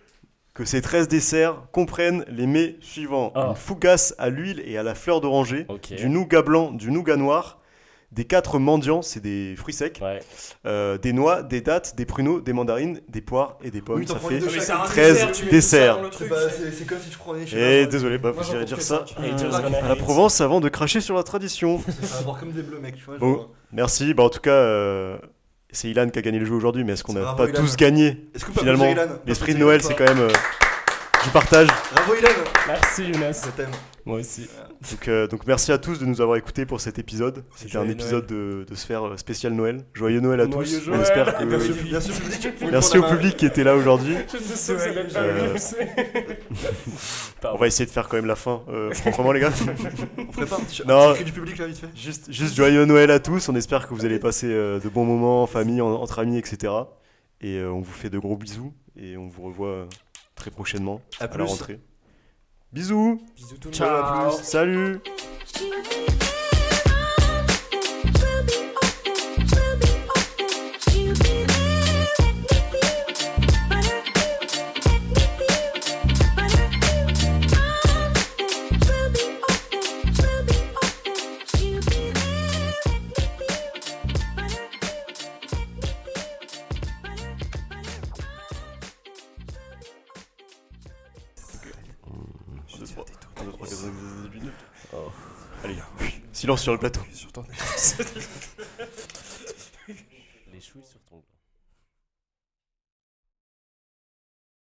S1: que ces 13 desserts comprennent les mets suivants.
S2: Ah.
S1: Une fougasse à l'huile et à la fleur d'oranger,
S2: Ok.
S1: du nougat blanc, du nougat noir, des quatre mendiants, c'est des fruits secs,
S2: Ouais.
S1: euh, des noix, des dattes, des pruneaux, des mandarines, des poires et des pommes.
S7: Oui, t'en
S1: ça
S7: prends
S1: fait.
S7: deux.
S3: mais c'est un
S1: 13
S3: dessert, tu mets tout ça dans le truc.
S7: Bah, C'est pas- c'est- c'est comme si tu prenais. je sais
S1: Et
S7: pas,
S1: désolé, bah,
S3: Moi, j'en
S1: j'irai dire
S3: prends
S1: ça
S3: que
S2: Et
S7: Euh,
S2: Dios
S7: à
S2: Gomez.
S1: à la Provence avant de cracher sur la tradition.
S7: Ça va boire comme des bleus, mec. Tu vois,
S1: Bon.
S7: genre.
S1: Merci. Bah, en tout cas, euh, c'est Ilan qui a gagné le jeu aujourd'hui, mais est-ce qu'on
S7: C'est
S1: n'a
S7: bravo,
S1: pas
S7: Ilan.
S1: tous gagné
S7: Est-ce que
S1: Finalement, L'esprit de Noël, c'est quand même euh, du partage.
S7: Bravo, Ilan
S2: Merci Younes.
S7: Je t'aime.
S2: Moi aussi.
S1: Donc, euh, donc merci à tous de nous avoir écoutés pour cet épisode. C'était un
S3: Joyeux
S1: épisode de, de sphère euh, spéciale Noël. Joyeux Noël à
S2: Joyeux
S1: tous.
S2: Noël.
S1: On espère que...
S7: Merci au public. Merci au public.
S1: Merci au public qui était là aujourd'hui.
S2: Je me suis que même
S1: jamais Euh. On va essayer de faire quand même la fin. Euh, franchement les gars.
S7: On ferait pas un petit
S1: Non.
S7: un petit cri du public là vite fait.
S1: Juste, juste joyeux Noël à tous. On espère que vous allez passer euh, de bons moments en famille, en- entre amis, etc. Et euh, on vous fait de gros bisous. Et on vous revoit euh, très prochainement
S7: À
S1: à,
S7: plus.
S1: la rentrée. Bisous.
S3: Bisous tout le monde.
S2: Ciao.
S1: Salut. Un, deux, trois, quatre, cinq, six, sept, huit, neuf. Allez, silence sur le plateau.
S3: Sur ton-